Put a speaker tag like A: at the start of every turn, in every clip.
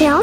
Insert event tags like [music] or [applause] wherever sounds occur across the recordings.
A: 聊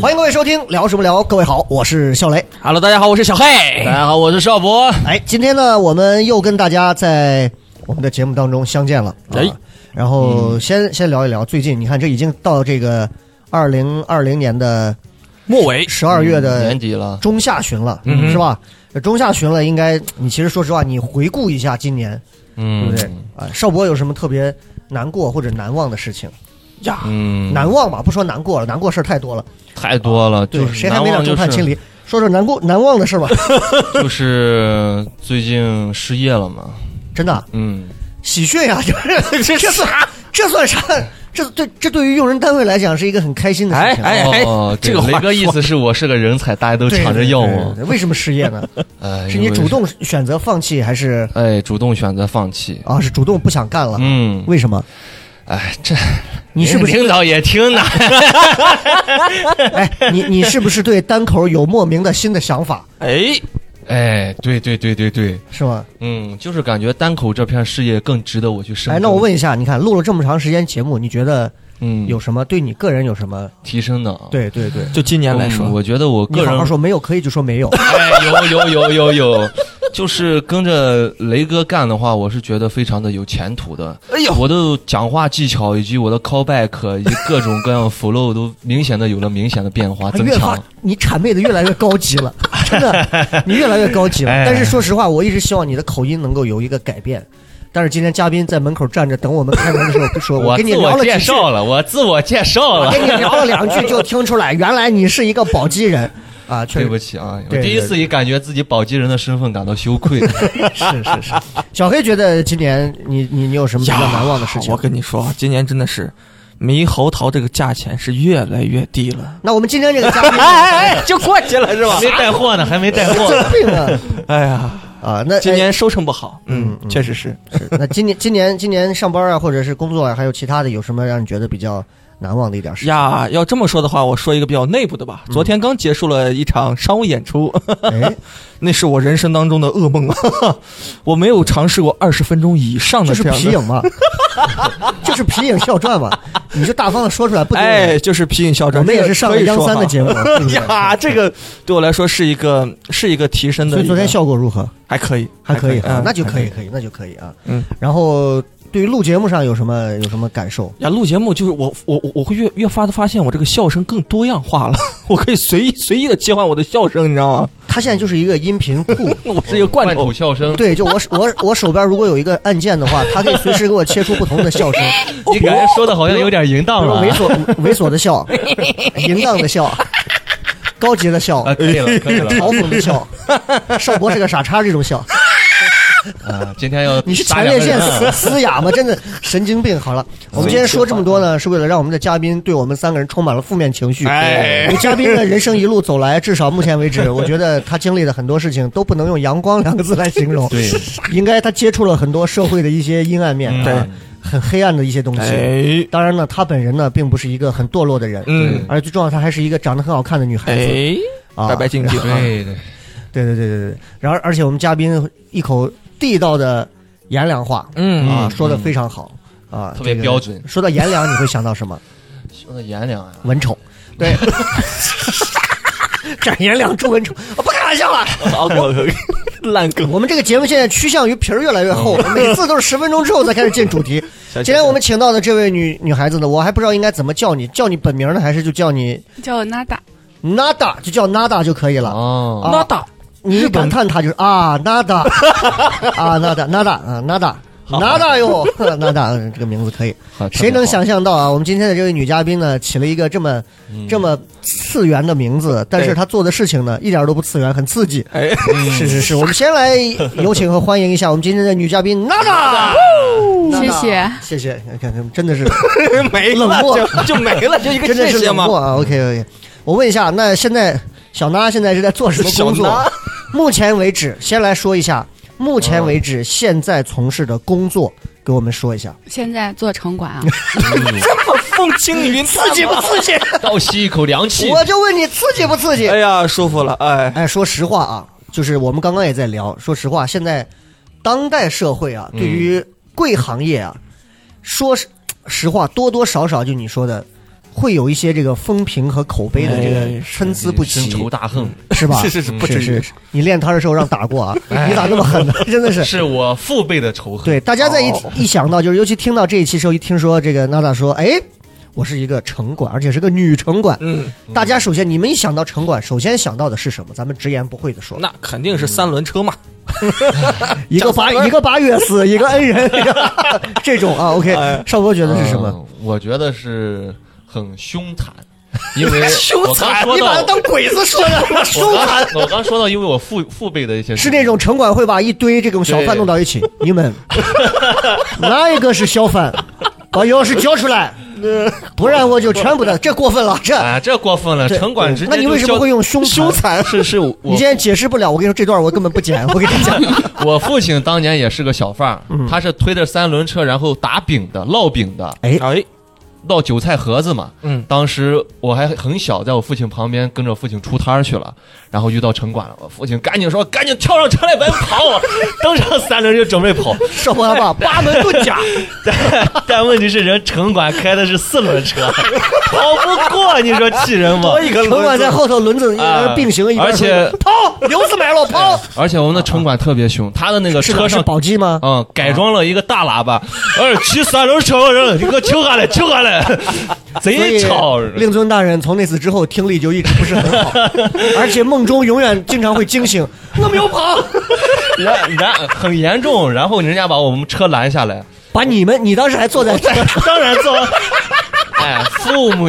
B: 欢迎各位收听聊什么聊？各位好，我是笑雷。
C: Hello，大家好，我是小黑。大家好，我是邵博。
B: 哎，今天呢，我们又跟大家在我们的节目当中相见了。啊
C: 哎
B: 然
D: 嗯
B: 后先先聊一聊最近，你看这已经到这个二零二零年的
C: 末尾
B: 十二月的
D: 嗯年底了，
B: 中下旬了，
C: 嗯哼
B: 是吧？这中下旬了，应该你其实说实话，你回顾一下今年，对
D: 嗯
B: 不对？啊，邵博有什么特别难过或者难忘的事情？
C: 呀，
D: 嗯，
B: 难忘吧，不说难过了，难过事儿太多了。
D: 太多了，
B: 对
D: 就，是
B: 谁还没
D: 难
B: 点众
D: 忘就
B: 叛亲
D: 是
B: 离？说说难过难忘的事
D: [laughs]
B: 吧，
D: 就是最近失业了嘛，
B: 真的啊。
D: 嗯，
B: 喜鹊呀、这 [laughs] 这这算这算啥？这对这对于用人单位来讲是一个很开心的事情。
C: [laughs]
B: 啊
C: 哎
D: 哦，
C: 这
D: 对
C: 个话
D: 雷哥意思是我是个人才，大家都
B: 对，
D: 抢着要
B: 对对对
D: 我，
B: 对为什么失业呢？
D: 哎，
B: 是你
D: 因为
B: 主，动选择放弃，还是
D: 哎，主动选择放弃，
B: 啊是主动不想干了？
D: 嗯，
B: 为什么？
D: 哎，这
B: 你是不是
D: 领导 [laughs] 也听
B: [laughs]
D: 呢？
B: 哎你你是不是对单口有莫名的新的想法
C: 哎，
D: 哎，对对对对对，
B: 是吗？
D: 嗯，就是感觉单口这片事业更值得我去深
B: 哎，
D: 耕。
B: 那我问一下，你看录了这么长时间节目，你觉得
D: 嗯，
B: 有什么对你个人有什么？
D: 提升的啊？
B: 对对对，
C: 就今年
D: 嗯，
C: 来说，
D: 我觉得我
B: 你
D: 个
B: 好
D: 人
B: 好说，没有可以就说没有。
D: 哎，有有有有有，就是跟着雷哥干的话，我是觉得非常的有前途的。
C: 哎呦，
D: 我的讲话技巧以及我的 callback 以及各种各样的 flow 都明显的有了明显的变化
B: 他
D: 啊增
B: 哎越发
D: 强。
B: 你谄媚的越来越高级
D: [laughs]
B: 了，真的，你越来越高级了。
D: 哎
B: 但是说实话，我一直希望你的口音能够有一个改变。但是今天嘉宾在门口站着等我们开门的时候，不说，我跟你
D: 自
B: 聊
D: 我
B: 了
D: 介
B: 几句，哎
D: 绍了，我自我介绍
B: 我
D: 了
B: 跟。你聊了两句就听出来，原来你是一个宝鸡人啊！确
D: 对不
B: 实
D: 起啊，我
B: 对
D: 第一次以感觉自己宝鸡人的身份感到羞愧。
B: 是是是。小黑觉得今年你你你有什么比较难忘的事情
C: 我？跟你说，今年真的是猕猴桃这个价钱是越来越低了。
B: 那我们今天这个嘉宾
C: 哎，就过去了是
D: 还没带货呢，还没带货。 [laughs]
B: 有病啊
C: 哎呀，
B: 啊！那
C: 今年收成不好，嗯
B: 嗯，嗯
C: 确实是。
B: 哎是那今年今年今年上班啊，或者是工作啊，还有其他的有什么让你觉得比较难忘的一点事？
C: 呀，要这么说的话，我说一个比较内部的吧。
B: 嗯
C: 昨天刚结束了一场商务演出， [laughs]
B: 哎。
C: 那是我人生当中的噩梦啊！ [laughs] 我没有尝试过二十分钟以上的
B: 就是
C: 这样
B: 皮
C: 的
B: 影 [laughs] 嘛，就是皮影笑传嘛，你就大方的说出来，不丢
C: 哎，
B: 人。
C: 就是皮影校
B: 我
C: 长，
B: 们也是
C: 这个
B: 上
C: 可
B: 了
C: 以
B: 央
C: 说
B: 三
C: 哈
B: 的
C: [laughs]
B: 节目，对不对
C: 呀，这个对我来说是一个是一个提升的
B: 所
C: 一个，
B: 以昨天效果如何？
C: 还可以，
B: 还可以啊
C: 嗯，
B: 那就可以，
C: 还
B: 可以，那就可以啊。
C: 嗯，
B: 然后对于录节目上有什么有什么感受？
C: 呀，录节目就是我我我我会越越发的发现我这个笑声更多样化了， [laughs] 我可以随意随意的切换我的笑声，你知道吗？，
B: 他现在就是一个音频库
C: 我是一个罐头
D: 口，笑声，
B: 对，就我手我我手边如果有一个按键的话，他可以随时给我切出不同的笑声，
D: 你感觉说的好像有点淫
B: 比
D: 荡
B: 如
D: 了啊
B: 猥琐猥琐的笑，淫荡的笑，高级的笑，
D: 啊！可以
B: 哎
D: 了，可以了。
B: 嘲讽的笑，邵博是个傻叉这种笑。
D: 啊，今天要
B: 你是
D: 打
B: 前列
D: 两个
B: 腺
D: 人啊 [laughs]
B: 嘶嘶哑吗？真的神经病！好了，我们今天说这么多呢，是为了让我们的嘉宾对我们三个人充满了负面情绪。
C: 哎
B: [laughs] 因为嘉宾的人生一路走来，至少目前为止，我觉得他经历的很多事情都不能用阳光两个字来形容。
D: 对，
B: 应该他接触了很多社会的一些阴暗面，
D: 嗯
B: 啊很黑暗的一些东西。
C: 哎
B: 当然呢，他本人呢，并不是一个很堕落的人，
C: 嗯
B: 而最重要，她还是一个长得很好看的女孩子，
C: 哎，
B: 啊
C: 白白净净，啊，
B: 对
D: 对对，
B: 对对对对。然后，而且我们嘉宾一口地道的炎凉话，
C: 嗯
B: 啊，
D: [laughs] 嗯
B: 说的非常好啊，
D: 特别
B: 这个
D: 标准
B: 说到颜良，你会想到什么？
D: 说的炎凉呀。
B: 文丑，对， [laughs] 斩颜良诛文丑，我不开玩笑了。
C: 好好好烂梗。
B: 我们这个节目现在趋向于皮儿越来越厚， [laughs] 每次都是十分钟之后才开始进主题。今天我们请到的这位女女孩子呢，我还不知道应该怎么叫你，叫你本名呢，还是就叫你
E: 叫我 Nada，
B: Nada，就叫 Nada 就可以了。
D: 哦，
B: 啊
C: Nada，
B: 你一感叹她就是啊，Nada，啊，Nada，Nada，啊，Nada。哪大哟， [laughs] 哪大这个名字可以。
D: 好
B: 谁能？
D: 特别好
B: 想象到啊？我们今天的这位女嘉宾呢，起了一个这么、这么次元的名字，但是她做的事情呢，一点都不次元，很刺激。
C: 哎，
B: 是是是，我们先来有请和欢迎一下我们今天的女嘉宾娜娜。
E: 谢谢
B: 谢谢，看看真的是
C: [laughs] 没
B: 冷
C: 了
B: 漠
C: 就就没了，就一个
B: 真的是
C: 谢谢
B: 冷
C: 嘛
B: 漠。啊。OK OK，我问一下，那现在小娜现在是在做什么工
C: 小
B: 作
C: 娜？
B: 目前为止，先来说一下，目前为止现在从事的工作，给我们说一下。
E: 现在做城管啊，
C: 风轻云
B: 刺激不刺激？
D: 倒吸一口凉气。
B: 我就问你，刺激不刺激？
C: 哎呀，舒服了，哎，
B: 哎，说实话啊，就是我们刚刚也在聊，说实话，现在当代社会啊，对于
C: 嗯
B: 贵行业啊，说实实话，多多少少就你说的，会有一些这个风评和口碑的这个
C: 哎
B: 参差不嗯齐
D: 深，仇大恨，
B: 是吧？
C: [laughs] 是是是，不
B: 是
C: 至于哎
B: 是，，你练摊的时候让打过
C: [laughs]
B: 啊，你咋那么狠呢？ [laughs] 真的是。
D: 是我父辈的仇恨。
B: 对，大家在一、
C: 哦
B: 一想到，就是尤其听到这一期时候，一听说这个娜娜说，哎，我是一个城管，而且是个女城管，
C: 嗯，
B: 大家首先你们一想到城管，首先想到的是什么？咱们直言不讳的说，
C: 那肯定是三轮车嘛。
B: 一个八
C: 讲三轮
B: 一个八月死，一个恩人，一
D: [laughs]
B: 个这种啊。OK，邵
D: 哎
B: 博觉得是什么？
D: 嗯？我觉得是很凶
B: [laughs]
D: 残，因为
C: 凶残
D: 嗯我刚说到
B: 鬼子说的，凶
D: 我刚
B: 残
D: [laughs] 我刚说到，因为我父父辈的一些
B: 是那种城管会把一堆这种小贩弄到一起，你
D: [laughs]
B: 们哪一个是小贩？把钥匙交出来，
D: [laughs]
B: 不然我就全部的，这过分了，这
D: 啊，这过分了，
B: 这
D: 城管直接
B: 那你为什么会用凶
D: 凶
B: 残？
D: 残？ [laughs] 是是我
B: [laughs] 你现在解释不了，我跟你说这段我根本不剪，我跟你
D: [laughs]
B: 讲，
D: 我父亲当年也是个小贩儿，
B: 嗯
D: 他是推着三轮车，然后打饼的、烙饼的、
B: 哎
C: 哎，
D: 烙韭菜盒子嘛。
C: 嗯，
D: 当时我还很小，在我父亲旁边跟着父亲出摊儿去了，然后遇到城管了。我父亲赶紧说：“赶紧跳上车来，咱跑！” [laughs] 登上三轮就准备跑，
B: 少博他爸八门遁甲，
D: 但问题是人城管开的是四轮车， [laughs] 跑不过，你说气人吗？
C: 一
B: 城管在后头轮子一边
D: 啊
B: 并行一边
D: 而且
B: 说跑，牛子买了
D: [laughs]
B: 跑，
D: 而且我们的城管特别凶，他的那个
B: 是
D: 呃车
B: 哪是
D: 上
B: 宝鸡吗？
D: 嗯，改装了一个大喇叭， [laughs] 二骑三轮车人，你给我停下来，停下来， [laughs]
B: 所
D: 贼
B: 以
D: 吵。
B: 令尊大人从那次之后听力就一直不是
D: [laughs]
B: 很好，而且梦中永远经常会惊醒，我没有跑，
D: 然然很严重，然后人家把我们车拦下来，
B: 把你们你当时还坐在
D: 当然坐。哎，父母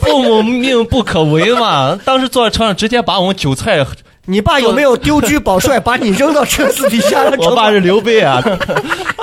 D: 父母命不可违嘛，当时坐在车上直接把我们韭菜，
B: 你爸有没有丢车保帅把你扔到车子底下？让
D: 我
B: 城
D: 爸
B: 管
D: 是刘备啊，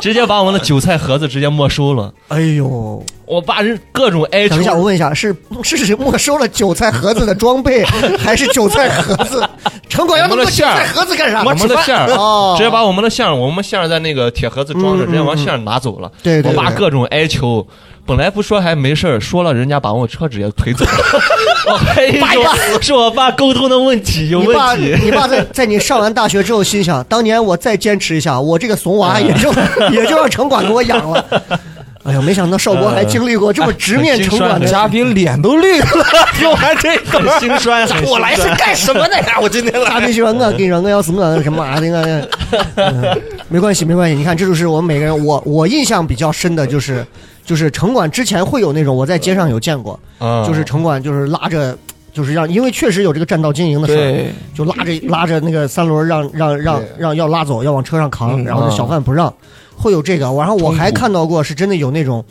D: 直接把我们的韭菜盒子直接没收了。
B: 哎呦，
D: 我爸是各种哀
B: 等
D: 求
B: 一，下，我问一下，是是是没收了韭菜盒子的装备，还是韭菜盒子？城管要那么多韭菜盒子干啥？
D: 我们的馅儿
B: 哦，
D: 直接把我们的馅儿，我们馅儿在那个铁盒子装着，
B: 嗯
D: 直接把馅儿拿走了。
B: 对对
D: 我爸
B: 对
D: 各种哀求，本来不说还没事儿，说了人家把我车直接推走了。 [laughs] 我怀疑
B: 爸呀
D: 是是我爸沟通的问题有
B: 你爸，
D: 问题。
B: 你爸 [laughs] 在在你上完大学之后心想，当年我再坚持一下，我这个怂娃也 [laughs] 就也就让城管给我养了。哎呀，没想到少博还经历过这么直面城管
D: 很
B: 哎的
D: 心
B: 家。
C: 嘉宾脸都绿了，听完这
D: 很
C: 个，
D: 心酸，很心酸
C: 我来是干什么的呀？我今天
B: 嘉
C: 来，
B: 宾喜欢我，跟你说我要是我什么啊的我，嗯没关系没关系。你看，这就是我们每个人。我我印象比较深的就是，就是城管之前会有那种，我在街上有见过，
D: 嗯
B: 就是城管就是拉着，就是让，因为确实有这个占道经营的事儿，
C: 对，
B: 就拉着拉着那个三轮儿让让让让要拉走，要往车上扛，
C: 嗯
B: 然后那小贩不让，会有这个。然后我还看到过是真的有那种，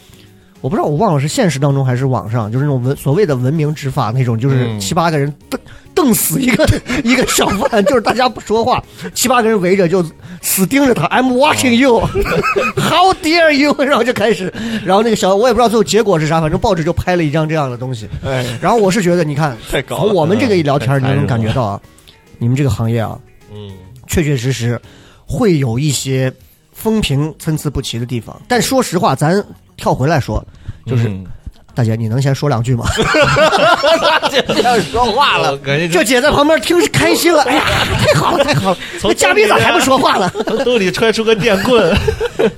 B: 我不知道我忘了是现实当中还是网上，就是那种文所谓的文明执法那种，就是
D: 嗯
B: 七八个人瞪瞪死一个 [laughs] 一个小贩，就是大家不说话，七八个人围着就死盯着他，I'm watching
C: [laughs]
B: you，How dare you，然后就开始，然后那个小我也不知道最后结果是啥，反正报纸就拍了一张这样的东西。
C: 哎，
B: 然后我是觉得，你看，
C: [laughs] 太高
B: 从
C: 了，
B: 我们这个一聊天儿，
D: 嗯
B: 你就能感觉到啊，你们这个行业啊，
D: 嗯
B: 确确实实会有一些风评参差不齐的地方。但说实话，咱跳回来说， [laughs] 就是、
D: 嗯
B: 大姐，你能先说两
C: [laughs]
B: 句吗？ [laughs]
C: 这样说话
D: 我
C: 了，
D: 感觉
B: 这姐在旁边听是开心
C: [laughs]
B: 了，哎呀，太好了，太好了！
D: 从
B: 那嘉宾咋还不说话呢？
D: 从兜里揣出个电
B: [laughs]
D: 棍，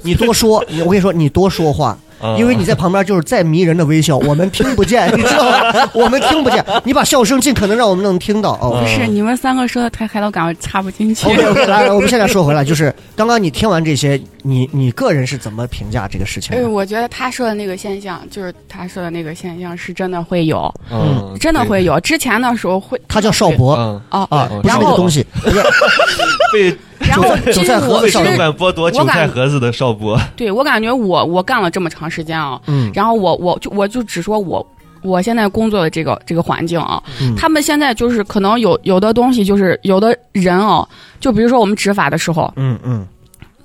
B: 你多说，你我跟你说，你多说话。
C: 啊
D: 嗯
B: 因为你在旁边就是再迷人的微笑，我们听不见，你知道
C: [laughs]
B: 吗？我们听不见，你把笑声尽可能让我们能听到哦。
C: 啊
E: 不是你们三个说的太嗨了，我感觉插不进去。
B: OK OK，来，来我们现在说回来，就是刚刚你听完这些，你你个人是怎么评价这个事情
E: 呃，
B: 的？
E: 我觉得他说的那个现象，就是他说的那个现象是真的会有，
D: 嗯，
E: 真的会
D: 有，
E: 有。之前的时候会
B: 他叫邵博
D: 嗯，
E: 哦，
B: 啊
D: 哦，
B: 压那
E: 邵
B: 个
E: 博
B: 东西，
D: 被
E: 然后
B: 韭
E: 其
B: 韭
E: 实
B: 菜盒
E: 我
B: 子
D: 被
E: 是
B: 上
D: 城管剥夺
E: 我
D: 韭菜
E: 感
D: 盒子的少博，
E: 对我感觉我我干了这么长时间啊，
B: 嗯
E: 然后我我就我就只说我我现在工作的这个这个环境啊，
B: 嗯
E: 他们现在就是可能有有的东西就是有的人哦，就比如说我们执法的时候，
B: 嗯嗯，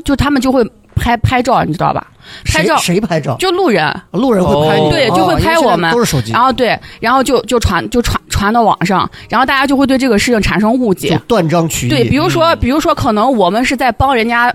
E: 就他们就会拍拍照，你知道吧？拍
B: 谁
E: 照
B: 谁拍照？
E: 就路人，
B: 路人会拍你，
D: 哦
E: 对
B: 哦
E: 就会
B: 因为
E: 拍
B: 现在
E: 我们
B: 都是手机，
E: 然后对，然后就就传就传传到网上，然后大家就会对这个事情产生误
B: 就嗯
E: 解。
B: 断章取义，
E: 对，比如说比如说可能我们是在帮人家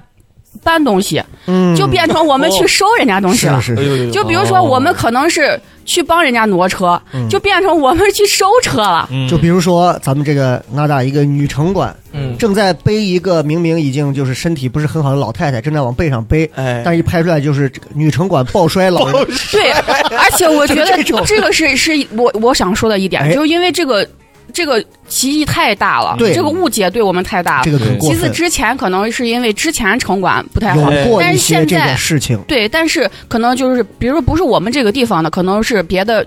E: 搬东西，
B: 嗯哦
E: 就变成我们去
D: 哦
E: 收人家东西
B: 是
E: 了。
B: 是
D: 哎
B: 是，
D: 呦呦呦
E: 就比如说，我们可能是去帮人家挪车，
B: 嗯
E: 就变成我们去收车了。
B: [laughs]
D: 嗯
B: 就比如说咱们这个娜达一个女城管，
C: 嗯，
B: 正在背一个明明已经就是身体不是很好的老太太，正在往背上背，
C: 哎
B: 但是一拍出来就是这个女城管抱摔老人，
E: 对，而且我觉
B: 就这
E: 得
B: 种
E: 这个是是我我想说的一点，
B: 哎
E: 就是因为这个这个歧义太大了，
B: 对
E: 这个误解对我们太大
B: 这
E: 了。
B: 个很
D: 对
B: 过
E: 其次，
B: 分。
E: 之前可能是因为之前城管不太好。
D: 哎
B: 有过
E: 但
B: 一
E: 是
B: 些
E: 现
B: 这
E: 在
B: 个事情，
E: 对，但是可能就是，比如说不是我们这个地方的，可能是别的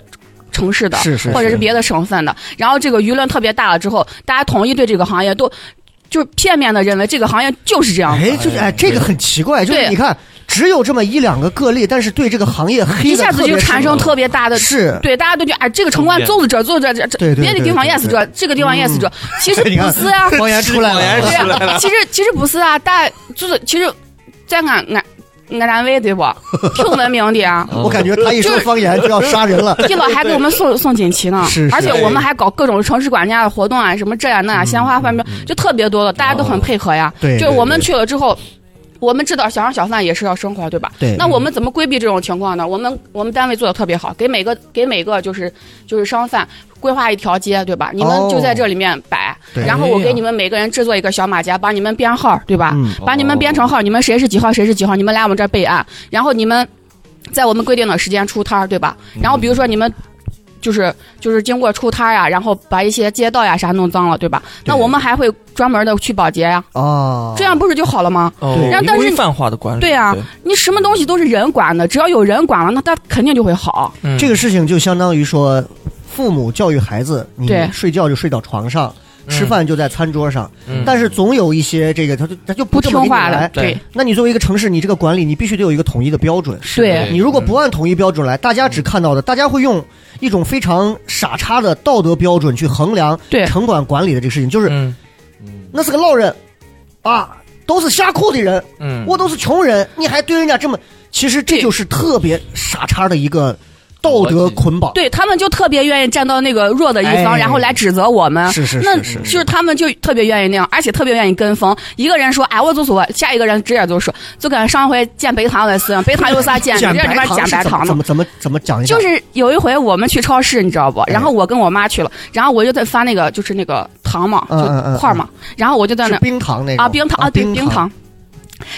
E: 城市的，
B: 是是
E: 或者
B: 是
E: 是别的省份的。然后这个舆论特别大了之后，大家统一对这个行业都就片面的认为这个行业就是这样子。
B: 哎，就是哎，这个很奇怪，就是
E: 对嗯
B: 你看，只有这么一两个个例，但是对这个行业黑
E: 一
B: 的
E: 下子
B: 特
E: 就
B: 别
E: 产
B: 深
E: 生特别大的
B: 是
E: 对，大家都觉得哎，这个城管
D: 对。
E: 就是这，就是这，这这
B: 对对嗯
E: 别的地方也是这，这个地方也是这，其实
B: [laughs] 你看
E: 不是啊，
B: 方言出来
C: 方言
B: 了
E: 对
C: 出来
B: 啊，
C: 了
E: 啊，其实其实不是啊，大家就是其实，在俺俺俺单位对不， [laughs] 挺文明的啊
B: [laughs] 我感觉他一说方言就要杀人
E: [laughs]
B: 了。
E: 一老还给我们送送锦旗呢，
B: 是是嗯
E: 而且我们还搞各种城市管家的活动啊，什么这呀那呀，鲜花贩卖，就特别多的，大家都很配合呀。
B: 哦对
E: 就是我们去了之后，我们知道小商小贩也是要生活，对吧？
B: 对
E: 那我们怎么规避这种情况呢？我们我们单位做的特别好，给每个给每个就是就是商贩规划一条街，对吧？你们就
B: 哦
E: 在这里面摆，
B: 对
E: 然后我给你们每个人制作一个小马甲，帮你们编号，对吧？
B: 嗯
E: 把你们编成号，你们谁是几号，谁是几号，你们来我们这儿备案，然后你们在我们规定的时间出摊儿，对吧？然后比如说你们。就是就是经过出摊儿呀、然后把一些街道呀啥弄脏了，对吧？那我们还会专门的去保洁呀、
B: 啊，
E: 这样不是就好了吗？
C: 哦
B: 对
E: 然后但是
C: 规范化的管理，
E: 对啊你什么东西都是人管的，只要有人管了，那它肯定就会好。
C: 嗯
B: 这个事情就相当于说，父母教育孩子，你
E: 对嗯
B: 睡觉就睡到床上，吃饭就在餐桌上，
C: 嗯
B: 但是总有一些这个他就他就
E: 不
B: 这么
E: 听
B: 给你
E: 话了，
B: 来。
C: 对
E: 对
B: 那你作为一个城市，你这个管理你必须得有一个统一的标准。
E: 对
B: 你如果不按统一标准来，大家只看到的，大家会用一种非常傻叉的道德标准去衡量
E: 对
B: 城管管理的这个事情，就是
C: 嗯
D: 嗯
B: 那是个老人啊，都是下苦的人，
C: 嗯，
B: 我都是穷人，你还对人家这么，其实这
E: 对
B: 就是特别傻叉的一个道德捆绑。
E: 对，他们就特别愿意站到那个弱的一方，
B: 哎
E: 然后来指责我们。
B: 是是
E: 啊那
B: 是是，
E: 就是他们就特别愿意那样，而且特别愿意跟风。一个人说：“哎，我就说，下一个人直接就说，就跟上回建北塘的似的，北塘有
B: [laughs]
E: 啥建？你这
B: 讲
E: 里
B: 白
E: 边
B: 糖
E: 建
B: 是
E: 白
B: 怎
E: 塘
B: 么
E: 呢
B: 怎？么怎么怎么讲一下？
E: 就是有一回我们去超市，你知道不？
B: 哎
E: 然后我跟我妈去了，然后我就在翻那个就是那个糖嘛，
B: 嗯嗯嗯
E: 就块儿嘛，然后我就在
B: 是
E: 那
B: 冰糖那个
E: 啊冰糖啊对冰糖。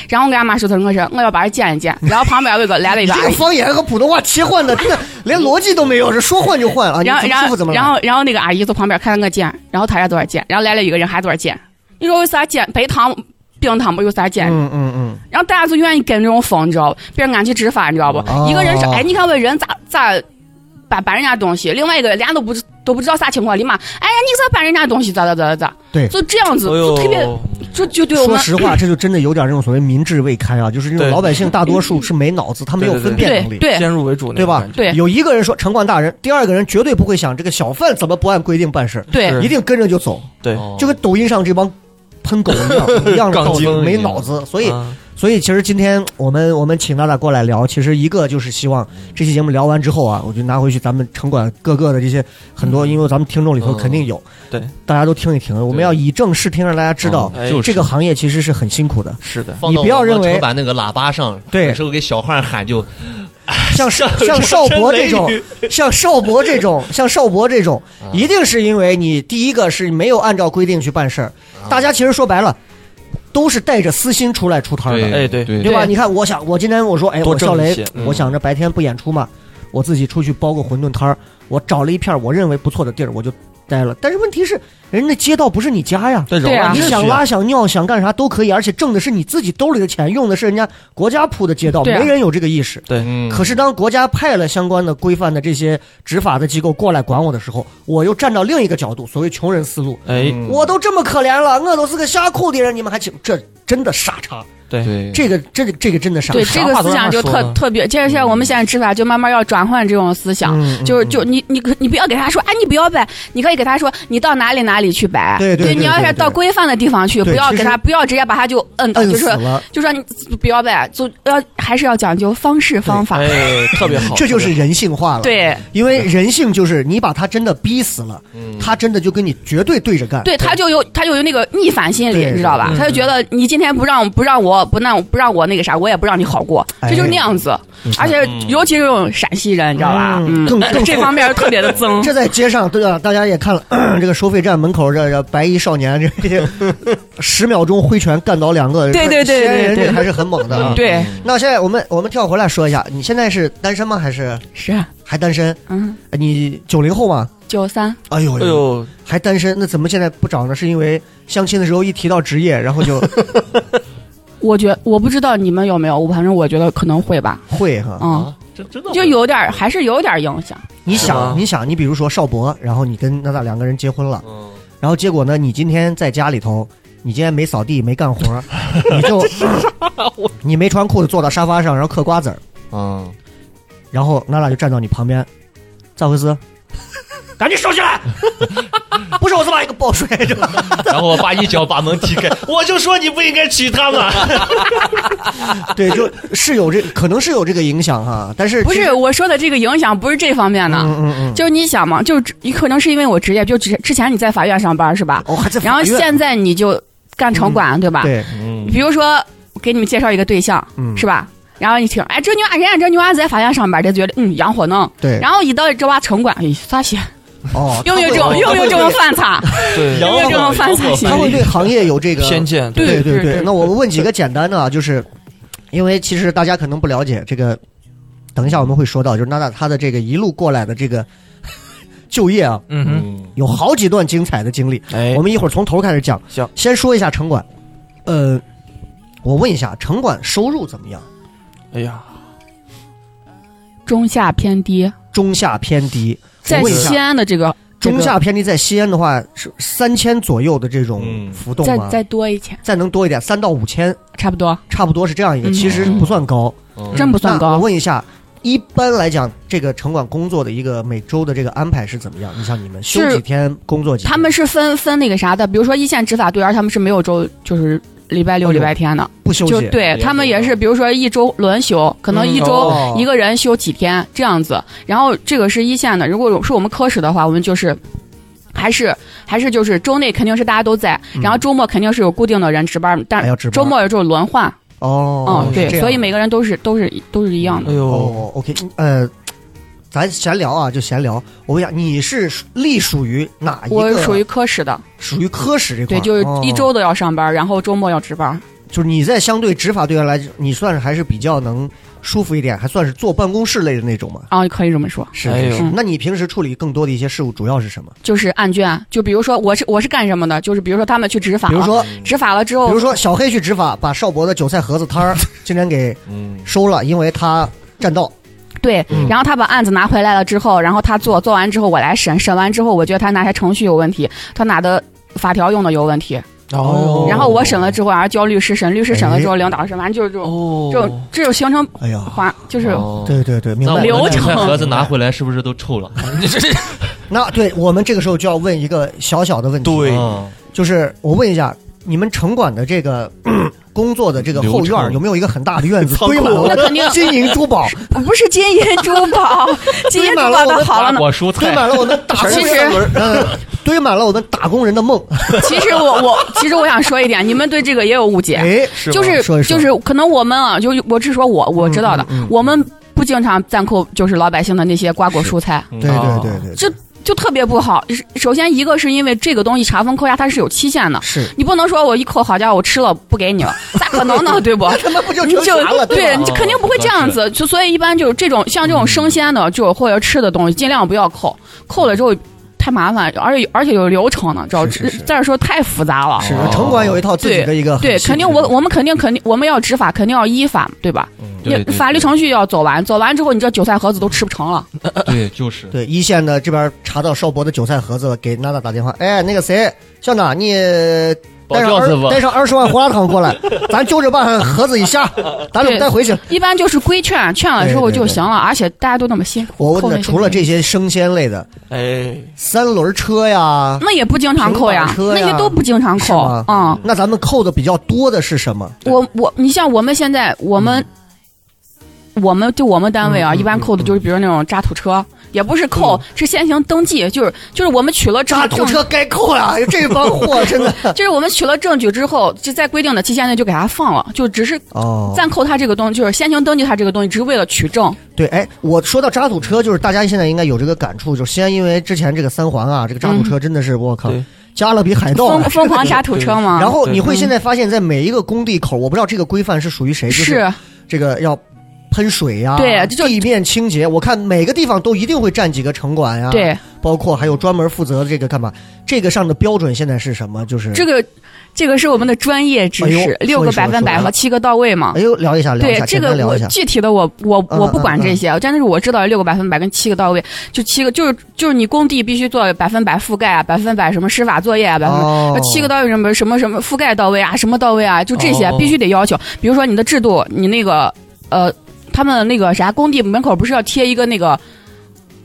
E: 然后我跟俺妈说：“她说是我要把它建一建。”然后旁边有一个来了一
B: 嗯 [laughs] 你这
E: 个阿
B: 个
E: 姨，
B: 方言和普通话切换的，真的连逻辑都没有，是说换就换啊！你
E: 然后
B: 怎么
E: 然
B: 舒服
E: 后
B: 怎么来
E: 然后然后那个阿姨坐旁边看那个建，然后她家多少建，然后来了一个人还多少建，你说有啥建？北塘冰糖不有啥建？
B: 嗯嗯嗯，
E: 然后大家就愿意跟这种风，你知道吧？别人俺去执法，你知道不？
B: 哦
E: 一个人是哎，你看我人咋咋搬搬人家东西，另外一个人家都不知都不知道啥情况，立马哎呀，你咋搬人家东西？咋咋咋咋咋？
B: 对
E: 就这样子，
C: 哎
E: 就
C: 呦
E: 特别就就对我
B: 哦说
E: 们
B: 实话，这就真的有点这种所谓民智未开啊，就是这种
C: 对
B: 老百姓大多数是没脑子，他没有
C: 对对对
B: 分辨
E: 对
B: 能力。
E: 对
C: 先入为主那
B: 对
C: 种
B: 吧
C: 感觉，
E: 对
B: 有一个人说城管大人，第二个人绝对不会想这个小贩怎么不按规定办事儿，
E: 对
C: 是
B: 一定跟着就走。
C: 对，
B: 就
D: 哦
B: 跟抖音上这帮喷狗一
C: [laughs]
B: 样，一样的道
C: 杠
B: 理，
C: 精
B: 没脑子。所以，
C: 啊
B: 所以其实今天我们我们请娜娜过来聊，其实一个就是希望这期节目聊完之后啊，我就拿回去咱们城管各个的这些很多，因为咱们听众里头肯定有，
C: 对，
B: 大家都听一听。我们要以正视听，让大家知道
D: 嗯
C: 哎
B: 这
D: 哦
B: 个行业其实是很辛苦的。
C: 是的，
B: 你不要认为
D: 把那个喇叭上，
B: 对
D: 有时候给小焕喊就
B: 像像邵博这种， [laughs] 像邵博这种， [laughs] 像邵博这种，
D: 啊
B: 一定是因为你第一个是没有按照规定去办事儿，
D: 啊
B: 大家其实说白了。都是带着私心出来出摊儿的，
C: 哎对
D: 对
B: 对吧？
E: 对
B: 你看，我想，我今天我说，哎，
C: 多
B: 我
C: 挣
B: 笑
C: 一
B: 雷
C: 些，嗯
B: 我想着白天不演出嘛，我自己出去包个馄饨摊儿，我找了一片儿我认为不错的地儿，我就待了。但是问题是，人家那街道不是你家呀，
C: 但
E: 对啊
B: 你
E: 是
B: 想拉想尿想干啥都可以，而且挣的是你自己兜里的钱，用的是人家国家铺的街道，
E: 对啊
B: 没人有这个意识。
C: 对，
D: 嗯
B: 可是当国家派了相关的规范的这些执法的机构过来管我的时候，我又站到另一个角度，所谓穷人思路，
C: 哎，
D: 嗯
B: 我都这么可怜了，我都是个下苦的人，你们还请这真的傻叉，
C: 对，
D: 对
B: 这个这个这个真的傻叉。
E: 对这个思想就特特别，这是我们现在执法就慢慢要转换这种思想，
B: 嗯嗯
E: 就是就你你可你不要给他说，哎，你不要摆，你可以给他说，你到哪里哪里去摆，
B: 对对对
E: 你要
B: 对
E: 是
B: 对
E: 到规范的地方去，
B: 对
E: 不要
B: 其实
E: 给他不要直接把他就摁到，
B: 摁
E: 就
B: 死
E: 是
B: 了，
E: 就说你不要呗，就要还是要讲究方式方法。
C: 哎，特别好，
B: 这就是
C: 特别
B: 人性化了。，
E: 对
B: 因为人性就是你把他真的逼死了，
D: 嗯
B: 他真的就跟你绝对啊对着干。
E: 对，他就有他就有那个逆反心理，
B: 对
E: 你知道吧？
C: 嗯
E: 他就觉得你今天不让不让我不让不让我那个啥，我也不让你好过，
B: 哎
E: 这就是那样子。而且尤其是这种陕西人，你知道吧？
B: 嗯
E: 嗯
B: 更更，
E: 这方面特别的增。
B: 这在街上，对啊，大家也看了， [clears throat] 这个收费站门口这这白衣少年， [laughs] 这这十秒钟挥拳干倒两个，
E: 对对对
B: 西安人
E: 对对嗯
B: 这还是很猛的啊。
D: 嗯
E: 对，
B: 那现在我们我们跳回来说一下，你现在是单身吗？还是
E: 是啊，
B: 还单身？呃
E: 嗯，
B: 你九零后吗？
E: 九三，
B: 哎呦
C: 哎，呦，
B: 还单身？那怎么现在不找呢？是因为相亲的时候一提到职业，然后就
E: 我觉我不知道你们有没有，我反正我觉得可能会吧，
B: 会哈？
E: 嗯，
D: 啊，真真的
E: 就
D: 会
E: 有点儿还是有点儿影响。
B: 你
C: 是吗
B: 想，你想，你比如说邵博，然后你跟娜娜两个人结婚了，
D: 嗯
B: 然后结果呢，你今天在家里头，你今天没扫地没干活，你
E: [laughs]
B: 就
E: 啊
B: 你没穿裤子坐到沙发上，然后嗑瓜子儿，
D: 嗯，
B: 然后娜娜就站到你旁边，咋回事？赶紧收起来！ [laughs] 不是我是把一个抱摔着。
E: [laughs]
D: 然后我爸一脚把门踢开，我就说你不应该娶她嘛。
B: [laughs] 对，就是有这，可能是有这个影响哈，但是
E: 不
B: 其实
E: 是我说的这个影响，不是这方面的。
B: 嗯嗯嗯，
E: 就是你想嘛，就是只你可能是因为我职业，就之之前你在法院上班是吧？
B: 哦还在法
E: 然后
B: 院
E: 现在你就干城管、对吧？
B: 对，
D: 嗯
E: [laughs] 比如说，我给你们介绍一个对象、
B: 嗯
E: 是吧？然后你听，哎，这女娃，人家这女娃在法院上班，就觉得嗯养活呢。
B: 对
E: 然后一到这娃城管，哎，咋写？
B: 哦，
E: 有没有这
B: 他
E: 种
B: 会
E: 有没有这种反差？
C: 对，
E: 有没有这种犯罪心
B: 他会
E: 理？
B: 对行业有这个
C: 偏见，
E: 对
B: 对
E: 对
B: 对
E: 对。
B: 那我们问几个简单的啊， [laughs] 就是因为其实大家可能不了解这个，等一下我们会说到，就是娜娜她的这个一路过来的这个 [laughs] 就业啊，
C: 嗯哼，
D: 嗯
B: 有好几段精彩的经历。
C: 哎
B: 我，们一会儿从头开始讲，
C: 行，
B: 先说一下城管，呃，我问一下城管收入怎么样？
C: 哎呀，
E: 中下偏低，
B: 中下偏低，
E: 在
B: 我问一下
E: 西安的这个
B: 中下偏低在西安的话是三千左右的这种
D: 嗯
B: 浮动
E: 再
B: 吗？
E: 再多一千，
B: 再能多一点，三到五千，
E: 差不多，
B: 差不多是这样一个，
E: 嗯
B: 其实不算高，
D: 嗯
E: 真不算
B: 那我
E: 高。
B: 问一下，一般来讲，这个城管工作的一个每周的这个安排是怎么样？你像你们休
E: 是
B: 几天，工作几天？
E: 他们是分分那个啥的，比如说一线执法队员，他们是没有周就是礼拜六、
B: 哎呦
E: 礼拜天的，
B: 不休
E: 就
B: 息，
E: 对他们也是，比如说一周轮休，可能一
B: 嗯
E: 周
B: 哦
E: 一个人休几天这样子。然后这个是一线的，如果是我们科室的话，我们就是。还是还是就是周内肯定是大家都在，然后周末肯定是有固定的人值班，但
B: 还嗯哎要值班
E: 周末就是轮换，
B: 哦
E: 嗯，，对
B: 是这，样
E: 所以每个人都是都是都是一样的
C: 哎。呦，
B: 哦，OK，呃，咱闲聊啊，就闲聊。我问一下，你是隶属于哪一个？
E: 我属于科室的，
B: 属于科室这块
E: 对，
B: 儿，
E: 就是
B: 哦
E: 一周都要上班，然后周末要值班。
B: 就是你在相对执法队员来，你算是还是比较能舒服一点，还算是坐办公室类的那种嘛。
E: 啊，可以这么说，
B: 是
C: 哎
B: 是
C: 呦
B: 是。那你平时处理更多的一些事务，主要是什么？
E: 就是案卷，就比如说我是我是干什么的，就是比如说他们去执法
B: 比如
E: 了，
B: 说，
D: 嗯
E: 执法了之
B: 比
E: 后
B: 如，说小黑去执法，把邵博的韭菜盒子摊
E: [laughs]
B: 儿今天给
D: 嗯
B: 收了，因为他占道。
E: 对，
B: 嗯
E: 然后他把案子拿回来了之后，然后他做做完之后我来审，审完之后我觉得他哪些程序有问题，他哪的法条用的有问题，
B: 哦
E: 然后我审了之后，然后交律师审，律师审了之后
B: 哎
E: 领导审，反正就是这种
C: 哦，
E: 这种这种形成
B: 哎呀，
E: 环就是。
D: 哦
B: 对对对，明
D: 那
B: 白。
D: 我
E: 流
D: 们
E: 程
D: 那盒子拿回来是不是都臭了？
C: 你这是
B: 那对我们这个时候就要问一个小小的问题，啊
C: 对
D: 嗯
B: 就是我问一下，你们城管的这个 [coughs] 咳工作的这个后院
D: 流
B: 儿
D: 程
B: 有没有一个很大的院
D: [laughs]
B: 子，
D: 仓库
B: 堆满了
E: 那肯定
B: 金银珠
D: [laughs]
B: 宝，
E: 不是金银珠宝，金银珠宝倒好了
B: [laughs]
D: 瓜
E: 呢。
D: 果蔬
B: 堆
D: 菜，
B: 满了我们打工
E: 其
B: [laughs]
E: 实
B: 人的，嗯堆满了我们打工人的
E: [laughs]
B: 梦。
E: 其实我我其实我想说一点，你们对这个也有
B: [laughs]
E: 误解。
B: 哎，
C: 吗
E: 就是
B: 说一说
E: 就是可能我们啊，就我只说我我知道的，
B: 嗯嗯
E: 我们不经常暂扣就是老百姓的那些瓜果蔬菜，
D: 嗯
B: 对对
C: 哦
B: 对对，
E: 这就特别不好。是首先一个是因为这个东西查封扣押它是有期限的，
B: 是
E: 你不能说我一扣好价我吃了不给你了，咋可能
B: [laughs]
E: 呢？对不？
B: 啊他妈不就
E: 你
B: 成
E: 就
B: 啥了？
E: 对，
B: 吧
D: 啊
B: 哦
E: 你就肯定不会这样子。
B: 嗯
E: 就所以一般就是这种像这种生鲜的，就或者吃的东西，尽量不要扣，扣了之后。太麻烦，而且而且有流程呢，知道？
B: 是是是
E: 再说太复杂了。
B: 是城管有一套自己的一个 [laughs]
E: 对，肯定我我们肯定肯定我们要执法，肯定要依法，对吧？
D: 嗯对
E: 也
D: 对对
E: 法律程序要走完，走完之后你这韭菜盒子都吃不成了。
D: 对，就是
B: 对一线的这边查到邵博的韭菜盒子了，给娜娜打电话，哎，那个谁，校长你。带上
D: 保教师
B: 二
D: 傅
B: 带上二十万胡辣汤过来，咱就着把盒子一下，咱们
E: 对
B: 带回去。
E: 一般就是规劝，劝了之后就行了，而且大家都那么辛苦。
B: 我问
E: 扣
B: 的
E: 那些
B: 除了这些生鲜类的，
C: 哎，
B: 三轮车呀，
E: [laughs] 那也不经常扣呀，
B: 平板车呀
E: 那些都不经常
B: 是
E: 扣
B: 吗
E: 啊、
B: 那咱们扣的比较多的是什么？
E: 嗯。我我，你像我们现在，我们、我们就我们单位啊，
B: 嗯嗯嗯嗯
E: 一般扣的就是比如那种渣土车，也不是扣，是先行登记，就是就是我们取了证
B: 渣土
E: 证
B: 车该扣了， [laughs] 这帮货真
E: [laughs]
B: 的。
E: 就是我们取了证据之后，就在规定的期限内就给他放了，就只是
B: 哦，
E: 暂扣他这个东西，就是先行登记他这个东西，只是为了取证。
B: 对，哎，我说到渣土车，就是大家现在应该有这个感触，就是西安因为之前这个三环啊，这个渣土车真的是我靠
C: 对，
B: 加勒比海盗
E: 嗯疯
B: 啊。
E: 疯狂渣土车嘛，
B: [laughs] 然后你会
E: 嗯
B: 现在发现，在每一个工地口，我不知道这个规范是属于谁，就是
E: 是
B: 这个要喷水呀、
E: 对啊这就
B: 地面清洁，我看每个地方都一定会站几个城管呀、，
E: 对
B: 包括还有专门负责这个干嘛，这个上的标准现在是什么？就是
E: 这个这个是我们的专业知
B: 哎呦说
E: 识
B: 一，说
E: 六个百分百
B: 说一说
E: 和七个到位嘛
B: 哎。呦，聊一下，聊一
E: 对
B: 下，
E: 这
B: 简
E: 个
B: 单聊
E: 我
B: 一下，
E: 具体的我我
B: 嗯
E: 我不
B: 嗯
E: 管这
B: 嗯
E: 些，啊真的是我知道六个百分百跟七个到位，就七个就是就是你工地必须做百分百覆盖啊，百分百什么施法作业啊，百分
B: 哦
E: 呃，七个到位什么什么什么覆盖到位啊，什么到位啊，就这些
D: 哦
E: 必须得要求。比如说你的制度，你那个呃，他们那个啥工地门口不是要贴一个那个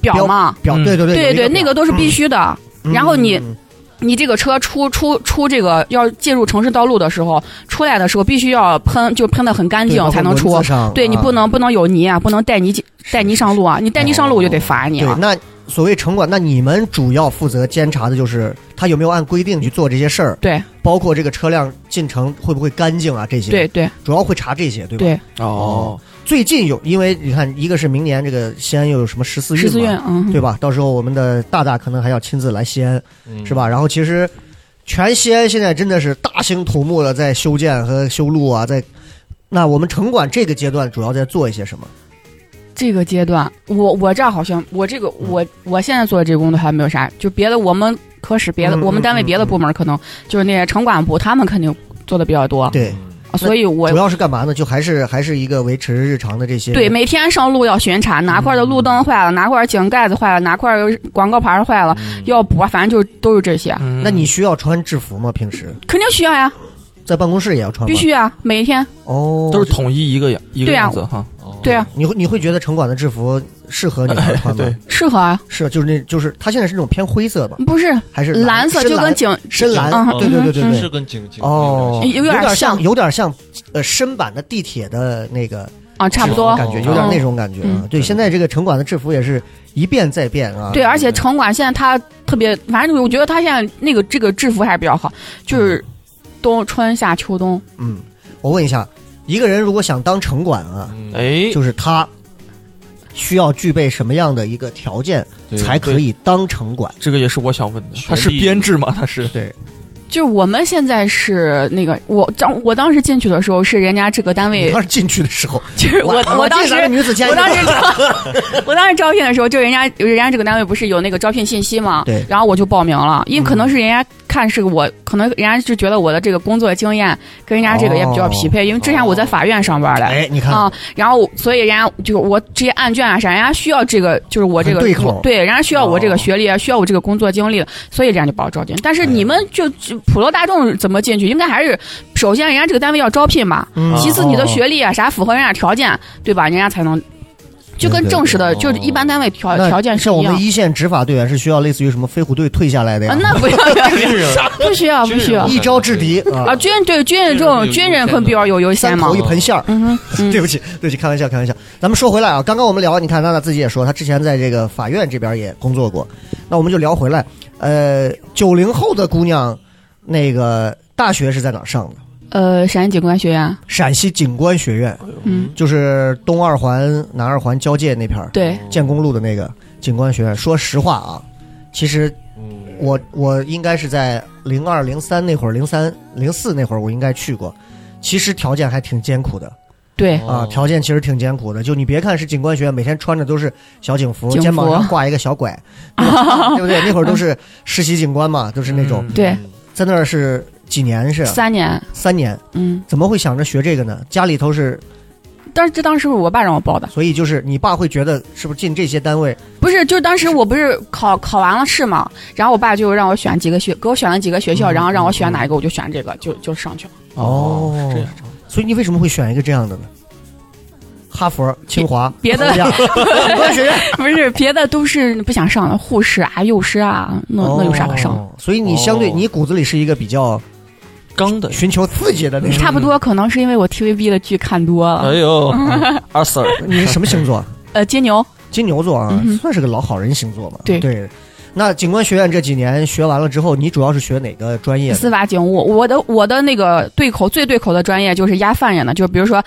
E: 表
B: 标
E: 吗？
B: 表，嗯对对
E: 对对，那个都是必
B: 须。
E: 须的。然后你
B: 嗯
E: 你这个车出出出这个要进入城市道路的时候，出来的时候必须要喷，就喷的很干
B: 对
E: 净
B: 包括
E: 才能出
B: 文字。上
E: 对你
B: 啊
E: 不能不能有泥啊，不能带泥进带泥上路啊！你带泥上路我就得罚你
B: 哦对，
E: 啊！
B: 那所谓城管，那你们主要负责监察的就是他有没有按规定去做这些事儿，
E: 对
B: 包括这个车辆进城会不会干净啊这些。
E: 对，对
B: 主要会查这些，对吧？
E: 对，
B: 哦，最近有，因为你看，一个是明年这个西安又有什么十四运嘛，
E: 十四院嗯，
B: 对吧？到时候我们的大大可能还要亲自来西安，
D: 嗯
B: 是吧？然后其实全西安现在真的是大兴土木的在修建和修路啊，在。那我们城管这个阶段主要在做一些什么？
E: 这个阶段，我我这儿好像我这个
B: 嗯
E: 我我现在做的这个工作还没有啥，就别的我们科室别的、
B: 嗯
E: 我们单位
B: 嗯
E: 别的
B: 嗯
E: 部门可能就是那些城管部，他们肯定做的比较多，
B: 对，
D: 嗯
E: 啊所以我
B: 主要是干嘛呢？就还是还是一个维持日常的这些
E: 对每天上路要巡查，哪块儿的
B: 嗯
E: 路灯坏了，哪块儿井盖子坏了，哪块儿广告牌儿坏了，要补啊，反正就都是这些，
C: 嗯
B: 那你需要穿制服吗？平时
E: 肯定需要呀，
B: 在办公室也要穿吗？
E: 必须呀，每天
B: 哦，
C: 都是统一一个样一个
E: 对啊
C: 样子哈，
E: 对啊，
B: 你会你会觉得城管的制服适合女孩
E: [laughs]
B: 穿吗？
C: 对，
E: 适合啊，
B: 是就是那就是它现在是那种偏灰色吧，
E: 不是
B: 还是
E: 蓝色就
B: 深
E: 跟警
B: 深蓝？
E: 嗯
B: 对对对对
D: 是
B: 对。
D: 跟警警
B: 哦，
E: 有
B: 点像，
E: 点像
B: 有点像，呃，深版的地铁的那个
E: 啊差不
D: 哦
E: 多
B: 感，觉，有点那种感觉啊
E: 嗯。
B: 对，现在这个城管的制服也是一变再变啊。
E: 对，而且城管现在他特别，反正我觉得他现在那个这个制服还是比较好，就是冬春夏秋冬，
B: 嗯，我问一下，一个人如果想当城管啊，
D: 嗯
C: 哎，
B: 就是他需要具备什么样的一个条件
D: 对
B: 才可以当城管？
C: 这个也是我想问的，
D: 学历
C: 他是编制吗？他是
B: 对，
E: 就是我们现在是那个我当我当时进去的时候是人家这个单
B: 你
E: 位
B: 当，时进去的时候，
E: [laughs] 就是我
B: 我
E: 我当时
B: 这个女子监狱
E: 我当 [laughs] 时招我当时招聘的时候，就人家人家这个单位不是有那个招聘信息嘛，
B: 对
E: 然后我就报名了，因为可能是人家看是我，可能人家是觉得我的这个工作经验跟人家这个也比较匹配，因为之前我在法院上班的。
B: 哎，你看，
E: 啊，然后我所以人家就是我这些案卷啊啥，人家需要这个就是我这个
B: 很对口
E: 人家需要我这个学历，啊，需要我这个工作经历的，所以人家就把我招进。但是你
B: 嗯
E: 们就就普罗大众怎么进去？应该还是首先人家这个单位要招聘嘛，
B: 嗯
E: 其次你的学历啊啥符合人家条件，对吧？人家才能就跟正式的
D: 对
E: 就是一般单位条
B: 那
E: 呃条件是
B: 像
E: 一
B: 我
E: 样
B: 们。一线执法队员是需要类似于什么飞虎队退下来的
E: 啊
B: 呀，，
E: 那不要不 [laughs] 要，
C: [laughs]
E: 不需要不需要
B: [laughs]
D: 军人
B: 一招制敌
E: 啊！
B: 啊，
E: 军对军人这种军人会比较有优先
B: 三
E: 嘛
B: 头一。盆馅儿。
E: 嗯哼，嗯
B: 对不起，对不起，开玩笑，开玩笑。咱们说回来啊，刚刚我们聊，你看娜娜自己也说，她之前在这个法院这边也工作过。那我们就聊回来，呃，九零后的姑娘，那个大学是在哪儿上的？
E: 呃，陕西警官学院，
B: 陕西警官学院，
E: 嗯，
B: 就是东二环、南二环交界那片儿，
E: 对，
B: 建工路的那个警官学院。说实话啊，其实
D: 嗯
B: 我我应该是在零二零三那会儿，零三零四那会儿我应该去过，其实条件还挺艰苦的。
E: 对，
B: 啊，条件其实挺艰苦的。就你别看是警官学院，每天穿着都是小警服，
E: 警服
B: 肩膀上挂一个小
E: [laughs]
B: 拐，对吧对不对？那会儿都是实习警官嘛，都是那种、
E: 对
D: 嗯
B: 在那儿是几年是
E: 嗯三年，
B: 三年，
E: 嗯，
B: 怎么会想着学这个呢？家里头是，
E: 但是这当时是我爸让我报的，
B: 所以就是你爸会觉得是不是进这些单位
E: 不是，就当时我不是考考完了试嘛，然后我爸就让我选几个学，给我选了几个学校，
B: 嗯
E: 然后让我选哪一个，我就选这个，就就上去了。
B: 哦
C: 是这样
B: 所以你为什么会选一个这样的呢？哈佛、清华、
E: 别别的
B: 东
E: [laughs]
B: 亚警官学院，
E: 不是别的都是不想上的，护士啊、幼师啊，那那有啥可上的？
B: 哦所以你相对
D: 哦
B: 你骨子里是一个比较
C: 刚的，
B: 寻求刺激的那种。
E: 差不多，可能是因为我 TVB 的剧看多
C: 哎
E: 了。
C: 呦， [laughs] 二 Sir，
B: 你是什么星
E: [laughs]
B: 座？
E: 呃，金牛，
B: 金牛座啊
E: 嗯，哼
B: 算是个老好人星座嘛。
E: 对
B: 那警官学院这几年学完了之后，你主要是学哪个专业呢？
E: 司法警务，我的我的那个对口最对口的专业就是押犯人的，就比如说。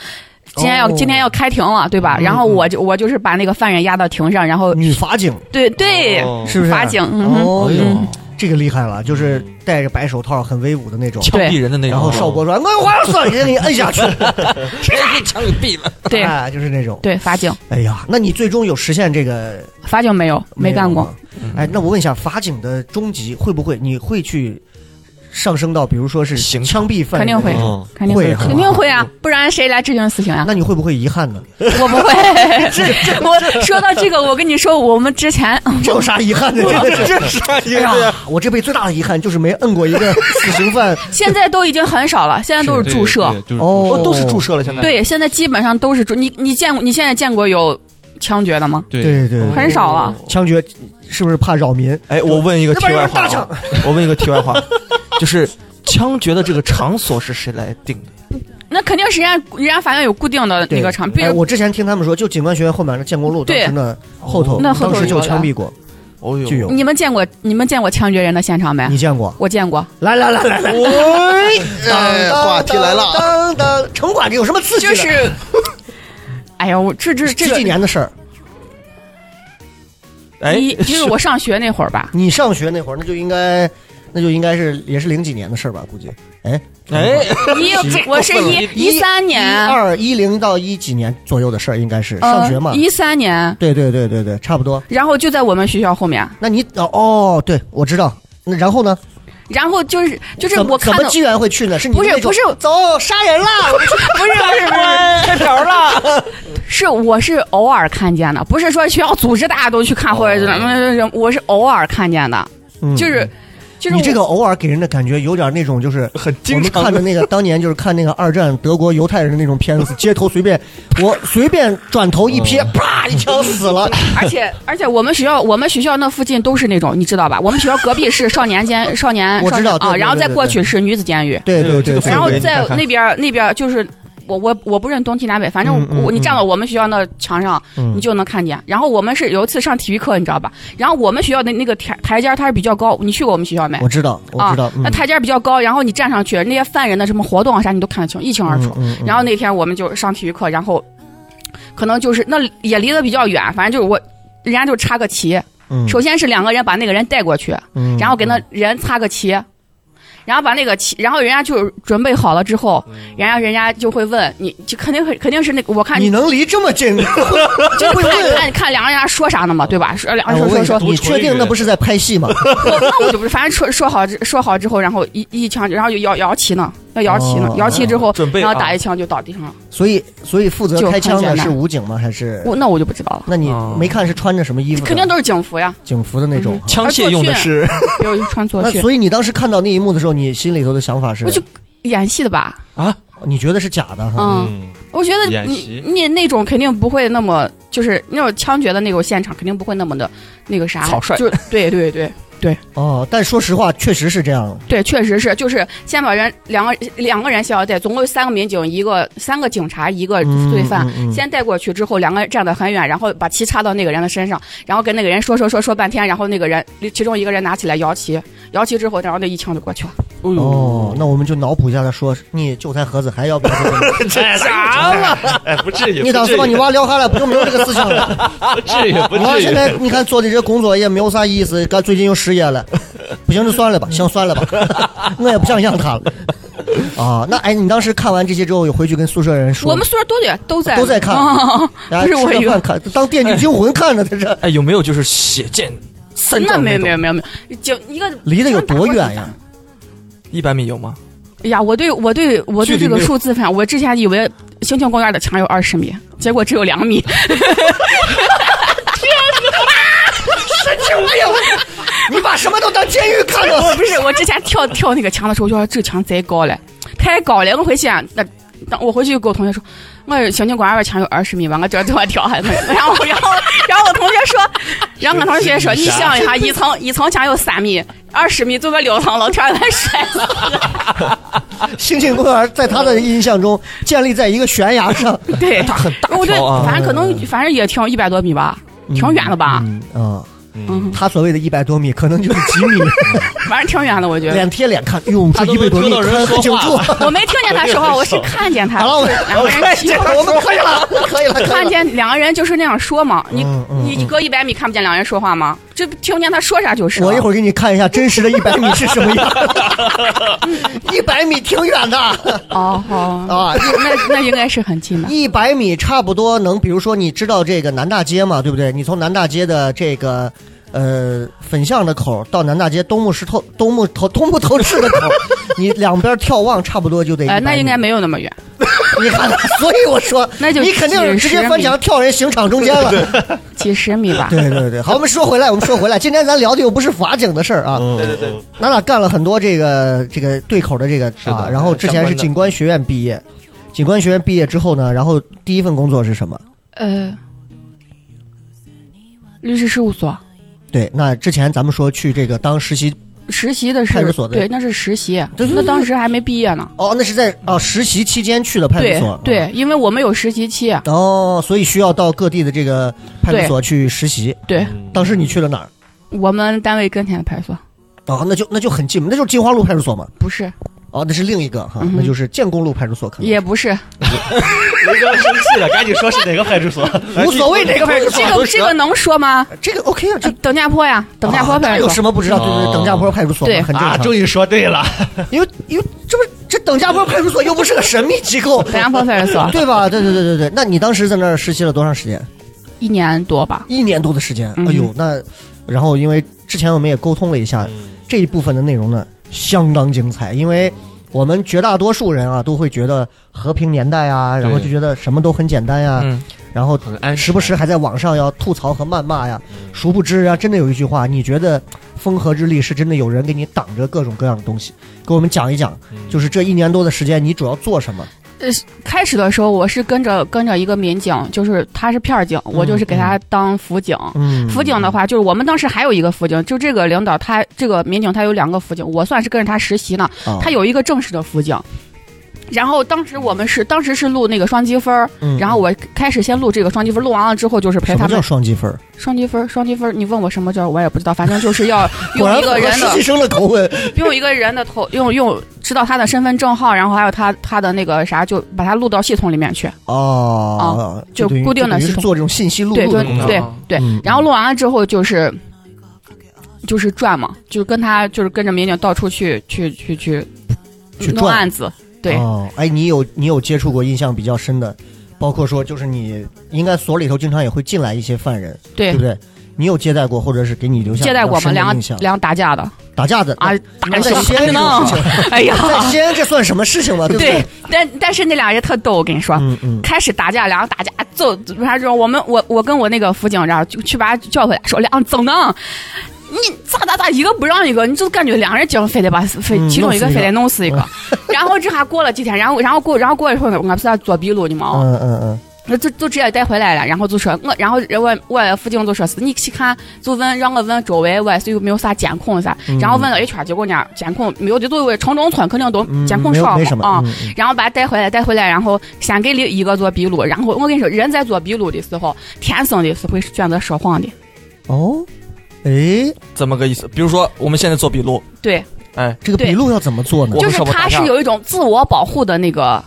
E: 今天要、
B: 哦
E: 今天要开庭了，对吧？
B: 嗯
E: 然后我就我就是把那个犯人押到庭上，然后
B: 女法警
E: 对对、
D: 哦
B: 是不是？
E: 法警嗯哼
B: 哦
C: 哎呦
B: 哟，这个厉害了，就是戴着白手套，很威武的那种。
C: 枪毙人的那种，
B: 然后少博说：“哎我花算给你摁下去。
C: 枪给毙 [laughs] 了，
E: [laughs] 对
B: 哎就是那种。
E: 对法警
B: 哎呀，那你最终有实现这个
E: 法警没有没干过，
B: 有吗？哎，那我问一下，法警的终极会不会你会去上升到，比如说是
C: 刑
B: 枪毙犯
E: 肯
B: 人
E: 定
B: 那种？
E: 会
D: 哦
E: 肯定
B: 会啊
E: 肯定会啊，不然谁来执行死刑啊？
B: 那你会不会遗憾呢？
E: 我不会。我说到这个，我跟你说，我们之前
B: 这有啥遗
E: [laughs]
B: 憾的？这个是。
D: 啥意
B: 哎呀，我这辈子最大的遗憾就是没摁过一
E: [laughs]
B: 个死刑犯。
E: 现在都已经很少了，现在都是注射。，
D: 对
B: 哦
C: 哦，都是注射了，现在，
E: 对，现在基本上都是注。你你见过你现在见过有枪决的吗？
D: 对
B: 对对对
E: 很少了
B: 枪决是不是怕扰民？
C: 哎，我问一个
B: 那
C: 题
B: 边有
C: 外
B: 人
C: 话
B: 大
C: 啊
B: 厂，，
C: 我问一个题外话， [laughs] 就是枪决的这个场所是谁来定的？
E: 那肯定是人家人家法院有固定的那个场，比
B: 哎
E: 如
B: 我之前听他们说，就警官学院后面的建国路，当
E: 对
B: 时那后头，
E: 那后头
B: 当时就
E: 有的
B: 枪毙过，
C: 哦呦，
B: 就有。
E: 你们见过你们见过枪决人的现场没？
B: 你见过？
E: 我见过，
B: 来来来来来，
C: 喂，
B: 当当
C: 话题来了，
B: 当当，城管这有什么刺激
E: 就
B: 的？
E: 是， [laughs] 哎呀，我这这这
B: 几几
E: 个，
B: 年的事儿？
C: 哎，
E: 一就是我上学那会儿
B: [laughs]
E: 吧，
B: 你上学那会儿，那就应该，那就应该是也是零几年的事儿吧？估计。哎
C: 哎，
E: 一
C: 这
E: 我是一一三年，
B: 一
E: 呃
B: 二一零到一几年左右的事儿，应该是上学嘛？
E: 一三年，
B: 对对对对对，差不多。
E: 然后就在我们学校后面，
B: 那你哦哦，对我知道。那然后呢？
E: 然后就是就是
B: 怎么
E: 我看
B: 怎么
E: 到
B: 机缘会去呢？是你
E: 不是
B: 那种
E: 不是
B: 走杀人啦？我们去
E: 不是不 [laughs] 是不是
C: 开瓢了，
E: [laughs] 是我是偶尔看见的，不是说学校组织大家都去看或者是什么，我是偶尔看见的，
B: 哦嗯
E: 就是就是
B: 你
E: 我
B: 这个偶尔给人的感觉有点那种
E: [laughs]
B: 就是。
C: 很
B: 我
C: 经
B: 们
C: 常
B: 看的那个，当年就是看那个二战德国犹太人的那种片子，街头随便，我随便转头一瞥，啪一枪死 [laughs] 了。
E: 而且而且我们学校我们学校那附近都是那种你知道吧？我们学校隔壁是少年监少年
B: 我
E: 少
B: 知
E: 年
B: 道对
E: 啊，
B: 对
E: 然后再
B: 对
E: 过
B: 对
E: 去是女子监狱，
B: 对对对，对
E: 然后
B: 对
E: 在
B: 对
E: 那边那边就是。我我我不认东西南北，反正
B: 嗯嗯
E: 我、你
B: 嗯
E: 站到我们学校那墙上，
B: 嗯
E: 你就能看见。然后我们是有一次上体育课，你知道吧？然后我们学校的那个台台阶儿它是比较高，你去过我们学校没？
B: 我知道，我知道嗯
E: 啊，，那台阶儿比较高，然后你站上去，那些犯人的什么活动啊啥，你都看得清，一清二楚。
B: 嗯
E: 然后那天我们就上体育课，然后可能就是那也离得比较远，反正就是我。人家就插个旗，
B: 那
E: 首先是两个人把那个人带过去，
B: 嗯
E: 然后给那人插个旗，然后把那个旗，然后人家就准备好了之后，
D: 嗯
E: 然后人家就会问你，就肯定会肯定是那个我看
B: 你能离这么近，
E: 就会看看看两个人家说啥呢嘛，对吧？说两
B: 哎
E: 个
B: 我
E: 人
B: 问
E: 说
B: 一下
E: 说说，
B: 你确定那不是在拍戏
E: [laughs]
B: 吗？
E: 我那我就不是，反正说说好之说好之后，然后一一枪，然后就摇摇旗呢，要摇旗呢
B: 哦，
E: 摇旗之后，
C: 准备
E: 然后
C: 啊
E: 打一枪就倒地上了。
B: 所以，所以负责
E: 就
B: 开
E: 很
B: 枪的
E: 简单
B: 是武警吗？还是？
E: 我那我就不知道了，
B: 那你
C: 哦
B: 没看是穿着什么衣服的？
E: 肯定都是嗯警服呀，
B: 警服的那种。
C: 枪械用的是
E: 没有穿错
B: 那
E: 去，
B: 所以你当时看到那一幕的时候，你心里头的想法是
E: 我？就演戏的吧，
C: 啊，
B: 你觉得是假的哈？
E: 嗯，
D: 嗯，
E: 我觉得
D: 演
E: 你
D: 习
E: 你那种肯定不会那么，就是那种枪决的那种现场肯定不会那么的那个啥，
C: 草率
E: 就对对对
B: 哦，但说实话，确实是这样。
E: 对，确实是，就是先把人两个两个人先要带，总共有三个民警，一个三个警察，一个
B: 嗯
E: 罪犯，
B: 嗯嗯
E: 呃先带过去之后，两个人站得很远，然后把旗插到那个人的身上，然后跟那个人说说说说半天，然后那个人其中一个人拿起来摇旗，摇旗之后，然后那一枪就过去了。
B: 哦，那我们就脑补一下，他说你韭菜盒子还要不要这
D: [laughs]
B: 个？
D: 这啥嘛？哎，不至于，
B: 你当时把你娃撩下来，不就没有这个事情了？
D: 不至于，不
B: 你娃
D: 至
B: 现
D: 于。
B: 在你看做的这工作也没有啥意
D: [laughs]
B: 思，干最近又失业了，不行就算了吧，想算了吧，我也不想养他了。啊，那哎，你当时看完这些之后，有回去跟宿舍人说吗？
E: 我们宿舍都得都在
B: 都在
E: [laughs]
B: 看
E: 哦
B: 大家
E: 不是我
B: 吃
E: 以
B: 着
E: 为
B: 饭看，当电锯惊魂看呢，在这
C: 哎，有没有就是血溅三
E: 那
C: 丈
E: 没有没有
C: 种？
E: 没有没有，就一个
B: 离得有多远
D: [laughs]
B: 呀？？
C: 一百米有吗？
E: 哎呀，我对我对我对
B: 距离
E: 这个
B: 没有
E: 数字反正，我之前以为星星公园的墙有二十米，结果只有两米。
B: 你把什么都当监狱看
E: 我
B: 了。
E: 不是，我之前跳跳那个墙的时候，我就说这墙贼高嘞，太高了。我回去啊，那当我回去跟我同学说，我小景馆外墙有二十米吧，我这这么跳还能。然后然后然后我同学说，然后我同学说，你想一下，一层一层墙有三米，二十米就个六层楼，全给摔死了。
B: 星星公园在他的印象中建立在一个悬崖上， [laughs]
E: 对，
C: 它很大
E: 我对
C: 条，啊
E: 反正可能反正也挺一百多米吧， [laughs] 挺远的吧，
B: 嗯啊，
E: 嗯
B: 他所谓的一百多米，可能就是几
E: [laughs]
B: 米，
E: 反正挺远的，我觉得。
B: 脸贴脸看，哟，这
D: 他都
B: 一百多米，
D: 能听到
B: 看
D: 人
B: 很清
D: 说
B: 楚
D: 话。
E: 我没听见他
B: [laughs]
E: 说话，我是看见他。
B: 好了，我
E: [laughs] 然后
B: 我
E: 人
B: 看见了，我们可以了，可以了，可以了
E: [laughs] 看见两个人就是那样说嘛，你、
B: 嗯嗯
E: 你隔一百米看不见两人说话吗？这听不见他说啥就是了。
B: 我一会儿给你看一下真实的一百米是什么
E: [laughs]
B: 样，一百米挺远的
E: 哦好，
B: 啊，
E: 那那应该是很近的。
B: 一百米差不多能，比如说你知道这个南大街嘛，对不对？你从南大街的这个呃粉巷的口到南大街东木石头东木头东木头市的口，
E: [laughs]
B: 你两边眺望差不多就得100米。
E: 呃，那应该没有那么远，
B: 你看，所以我说，
E: [laughs] 那就
B: 你肯定是直接翻墙跳人刑场中
E: [laughs]
B: 间了。
E: 几十米吧。
B: 对对对，好，我们说回来，我们说回来，今天咱聊的又不是法警的事儿啊，
D: 对对对，
B: 咱俩干了很多这个这个对口的这个
D: 是的
B: 啊，然后之前是警官学院毕业，警官学院毕业之后呢，然后第一份工作是什么？
E: 呃，律师事务所
B: 对，那之前咱们说去这个当实习，
E: 实习的是
B: 派出所对
E: 对，那是实习，
B: 对对对
E: 那当时还没毕业呢。
B: 哦，那是在哦实习期间去的派出
E: 对
B: 所，嗯
E: 对，因为我们有实习期，啊
B: 哦，所以需要到各地的这个派出所去实习。
E: 对
B: 当时你去了哪儿？
E: 我们单位跟前的派出所
B: 哦，那就那就很近嘛，那就是金花路派出所嘛。
E: 不是，
B: 哦，那是另一个哈，
E: 嗯哼
B: 那就是建工路派出所，可能
E: 也不是，
D: 雷哥生气了，赶紧说是哪个派出 [laughs] 所？
B: 无所谓哪个哎派出所
E: 哎这
B: 都
E: 个这
B: 行
E: 个。能说吗？
B: 这个 OK 啊，这
E: 呃等价坡呀，等价坡
B: 啊那
E: 派出
B: 有
E: 所
B: 什。么不知道？对对对，
D: 哦
B: 等价坡派出所嘛
E: 对
B: 很正
D: 啊，
B: 常。
D: 终于说对了，
B: 因为因为这不是这等价坡派出所又不是个神秘机
E: [laughs]
B: 构，
E: 等价坡派
B: [laughs]
E: 出所
B: 对吧？对对对对对。那你当时在那儿实习了多长时间？
E: 一年多吧，
B: 一年多的时间。
E: 嗯
B: 哎呦，那然后因为之前我们也沟通了一下
D: 嗯
B: 这一部分的内容呢，相当精彩，因为。我们绝大多数人啊，都会觉得和平年代啊，然后就觉得什么都很简单呀、
C: 嗯，
B: 然后
D: 很安嗯
B: 时不时还在网上要吐槽和谩骂呀。殊不知啊，真的有一句话，你觉得风和日丽是真的有人给你挡着各种各样的东西，给我们讲一讲，
D: 嗯
B: 就是这一年多的时间，你主要做什么？
E: 开始的时候，我是跟着跟着一个民警，就是他是片儿警，我就是给他当辅警。
B: 嗯，
E: 辅警的话，就是我们当时还有一个辅警，就这个领导他这个民警他有两个辅警，我算是跟着他实习呢。
B: 啊，
E: 他有一个正式的辅警，然后当时我们是当时是录那个双积分儿，
B: 嗯，
E: 然后我开始先录这个双积分，录完了之后就是陪
B: 什
E: 他
B: 么叫
E: 们
B: 双积分儿？
E: 双积分，双积分。你问我什么叫，我也不知道，反正就
B: [laughs]
E: 是要
B: 果
E: 用
B: 然
E: 一个
B: 符合
E: 人
B: 实
E: 的
B: 习生的口吻，
E: [laughs] 用一个人的头，用用知道他的身份证号，然后还有他他的那个啥，就把他录到系统里面去。
B: 哦，
E: 啊就
B: 啊等于
E: 固定的
B: 等于是
E: 系统
B: 做这种信息录
E: 对
B: 入
E: 就
B: 的
E: 是
B: 工作，
E: 对
C: 嗯
E: 对
B: 嗯，
E: 然后录完了之后就是就是转嘛，就是跟他就是跟着民警到处去去去去
B: 去
E: 弄
B: 转
E: 案子，对，
B: 哦，哎，你有你有接触过印象比较深的，包括说就是你应该所里头经常也会进来一些犯人，
E: 对
B: 对不对？你有接待过，或者是给你留下
E: 接待我
B: 比较
E: 们
B: 深的
E: 两个
B: 印象
E: 两个打架的
B: 打架的
E: 啊
B: 那，
E: 打
B: 在
E: 的
B: 西安
E: 什
B: 这
E: 么
B: 种事情，
E: 哎呀， [laughs]
B: 在西安这算什么事情嘛？对不
E: 对？，但但是那俩人特逗，我跟你说。
B: 嗯嗯，
E: 开始打架，两个打架揍，啥这种？我们我我跟我那个辅警这儿就去把他叫回来，说俩怎呢？你咋咋咋，一个不让一个，你就感觉两人就非得把非
B: 嗯
E: 其中一个
B: 弄死一个
E: 非得弄死一
B: [laughs]
E: 个。然后这还过了几天，然后然后过然后过一会儿，我不是要左笔录你吗？
B: 嗯嗯嗯，
E: 那就就直接带回来了，然后就说我，然后我我附近就说是你去看，就问让我问周围我有没有啥监控啥，
B: 嗯
E: 然后问了一圈，结果呢监控没有，就作为城中村肯定都
B: 嗯
E: 监控
B: 没有
E: 少
B: 没什么
E: 嘛啊。
B: 嗯嗯
E: 然后把他带回来，带回来，然后先给一个做笔录，然后我跟你说，人在做笔录的时候，天生的是会选择说谎的，
B: 哦，哎，
C: 怎么个意思？比如说我们现在做笔录，
E: 对，
C: 哎，
B: 这个笔录要怎么做呢
C: 我？
E: 就
C: 们
E: 是
C: 说过
E: 他
C: 打架
E: 是有一种自我保护的那个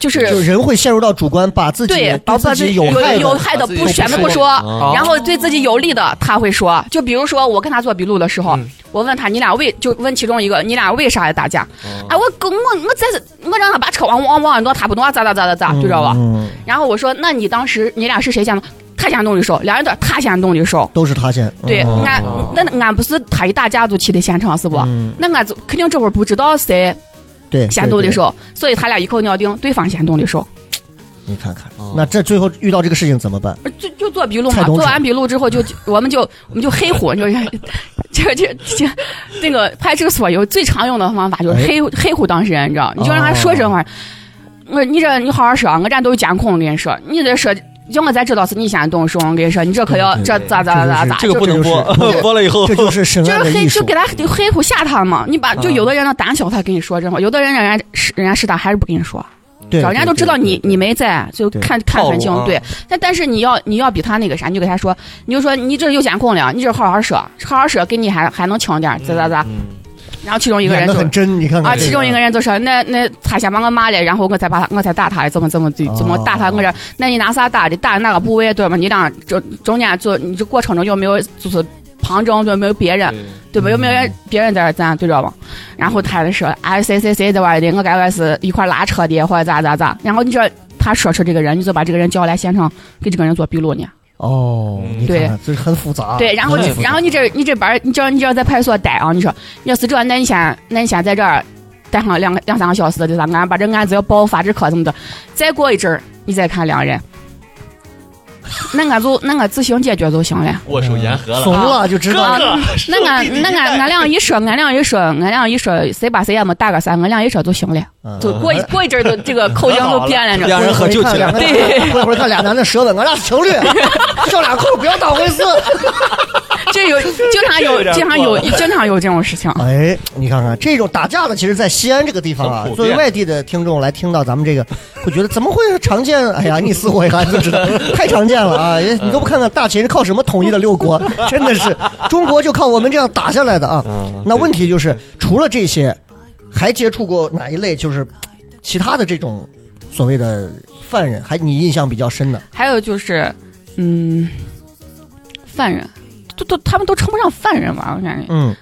E: 就是
B: 就人会陷入到主观，把自己
E: 对，把
B: 对
E: 把
B: 自己有
E: 有
B: 害
E: 有
B: 的
E: 害的
D: 把自己
E: 不
D: 有
E: 全部
D: 害
E: 不
D: 的
E: 说
D: 啊，
E: 然后对自己有利的他会说。就比如说我跟他做笔录的时候
C: 嗯，
E: 我问他你俩为就问其中一个你俩为啥要打架？
D: 嗯
E: 哎，我跟我我在我让他把车往往往俺挪，他不挪，咋咋咋咋咋，就知道吧？
B: 嗯，
E: 然后我说那你当时你俩是谁先动？他先动的手，两人都是他先动的手。
B: 都是他先。
E: 对，
B: 嗯
E: 俺那俺不是他一打架就去的现场是不？那俺就肯定这会儿不知道谁
B: 嗯对，
E: 先动的
B: 对，
E: 手，所以他俩一口咬定对方先动的手。
B: 对你看看，
C: 哦
B: 那这最后遇到这个事情怎么
C: [laughs]
B: 办？
E: 就就做笔录
B: 蔡
E: 嘛，
B: 东
E: 做
B: 城
E: 完笔录之后就就我们就我们就黑虎，就是 [laughs] 这这这那个派出所有最常用的方法就是
B: 哎哦
E: 黑、黑虎当事人，你知道？你就让他说这话，我、你这你好好说，啊我这都有监控，我跟你说，你这说要我才知道是你先动手，我跟你说，你这可要
B: 对
E: 这咋咋咋咋，
C: 这个不能播
B: 这就是，
C: [laughs] 播了以后
B: 这就是审
E: 就
B: 案
E: 是
B: 的
E: 黑
B: 艺
E: 就
B: 术嗯
E: 给。他黑虎吓他嘛，你把就
C: 啊
E: 有的人呢胆小，他跟你说这话，有的人人家是人家是他还是不跟你说。
B: 对，
E: 找人家
B: 对
E: 都知道
B: 对
E: 你
B: 对
E: 你没在，就
B: 对
E: 看看
C: 套
E: 很
C: 路
E: 清
C: 啊。
E: 对，但但是你要你要比他那个啥，你就给他说，你就说你这有监控了，你这好好说，好好说，给你还还能轻点儿，咋咋咋。然后其中一
B: 嗯
E: 个
B: 演
E: 人
B: 的
E: 就
B: 很真，你看看
E: 啊，
B: 这
E: 其中一个人就说，那那他先把我骂了，然后我才把他我才打他，怎么怎么地，怎么打
B: 哦
E: 他？我说，那你拿啥打的？打哪个部位对吧？你俩中中间就你这过程中有没有就是旁征有没有别人？对吧？有没有人别人在这儿咱对着吧？然后他就说，哎，谁谁谁在玩的，我跟我是一块儿拉车的，或者咋咋咋。然后你说他说出这个人，你就把这个人叫来现场给这个人做笔录呢。
B: 哦，
C: 嗯
B: 你看
E: 对
B: 看，这很复杂。啊
E: 对，然后
B: 很
E: 你
B: 复杂
E: 然后你这你这班儿你只要你只要在派出所待啊，你说你要是这，那你先那你先在这儿待上两个两三个小时的，就咱俺把这案子要报法制课什么的。再过一阵儿，你再看两人，那俺就那俺自行解决就行了。
D: 握手言和了
B: 怂。了就知道
E: 啊，那
D: [laughs]
E: 俺那俺俺俩一说，俺俩一说，俺俩一说，谁把谁也没打个啥，俺俩一说就行了。
B: 嗯
E: 就过一过一阵儿就这个口径就变了，你知道
C: 两人合就起来了，
B: 对，过一会儿看俩男的舌吻，哎俺俩是情侣， [laughs] 笑俩裤，不要当回事。
E: 这有经常有
D: 这有点过了
E: 经常有经常有这种事情。
D: 啊
B: 哎，你看看这种打架的，其实，在西安这个地方啊
D: 很，普遍
B: 作为外地的听众来听到咱们这个， [laughs] 会觉得怎么会常见？哎呀，你死我呀，你就
D: [laughs]
B: 知道，太常见了啊！也你都不看看大秦是靠什么统一的六国，真的是中国就靠我们这样打下来的
D: [laughs]
B: 啊！
D: 嗯
B: 那问题就是，除了这些，还接触过哪一类？就是其他的这种所谓的犯人，还你印象比较深的？
E: 还有就是，嗯，犯人，都都他们都称不上犯人吧，我感觉。
B: 嗯，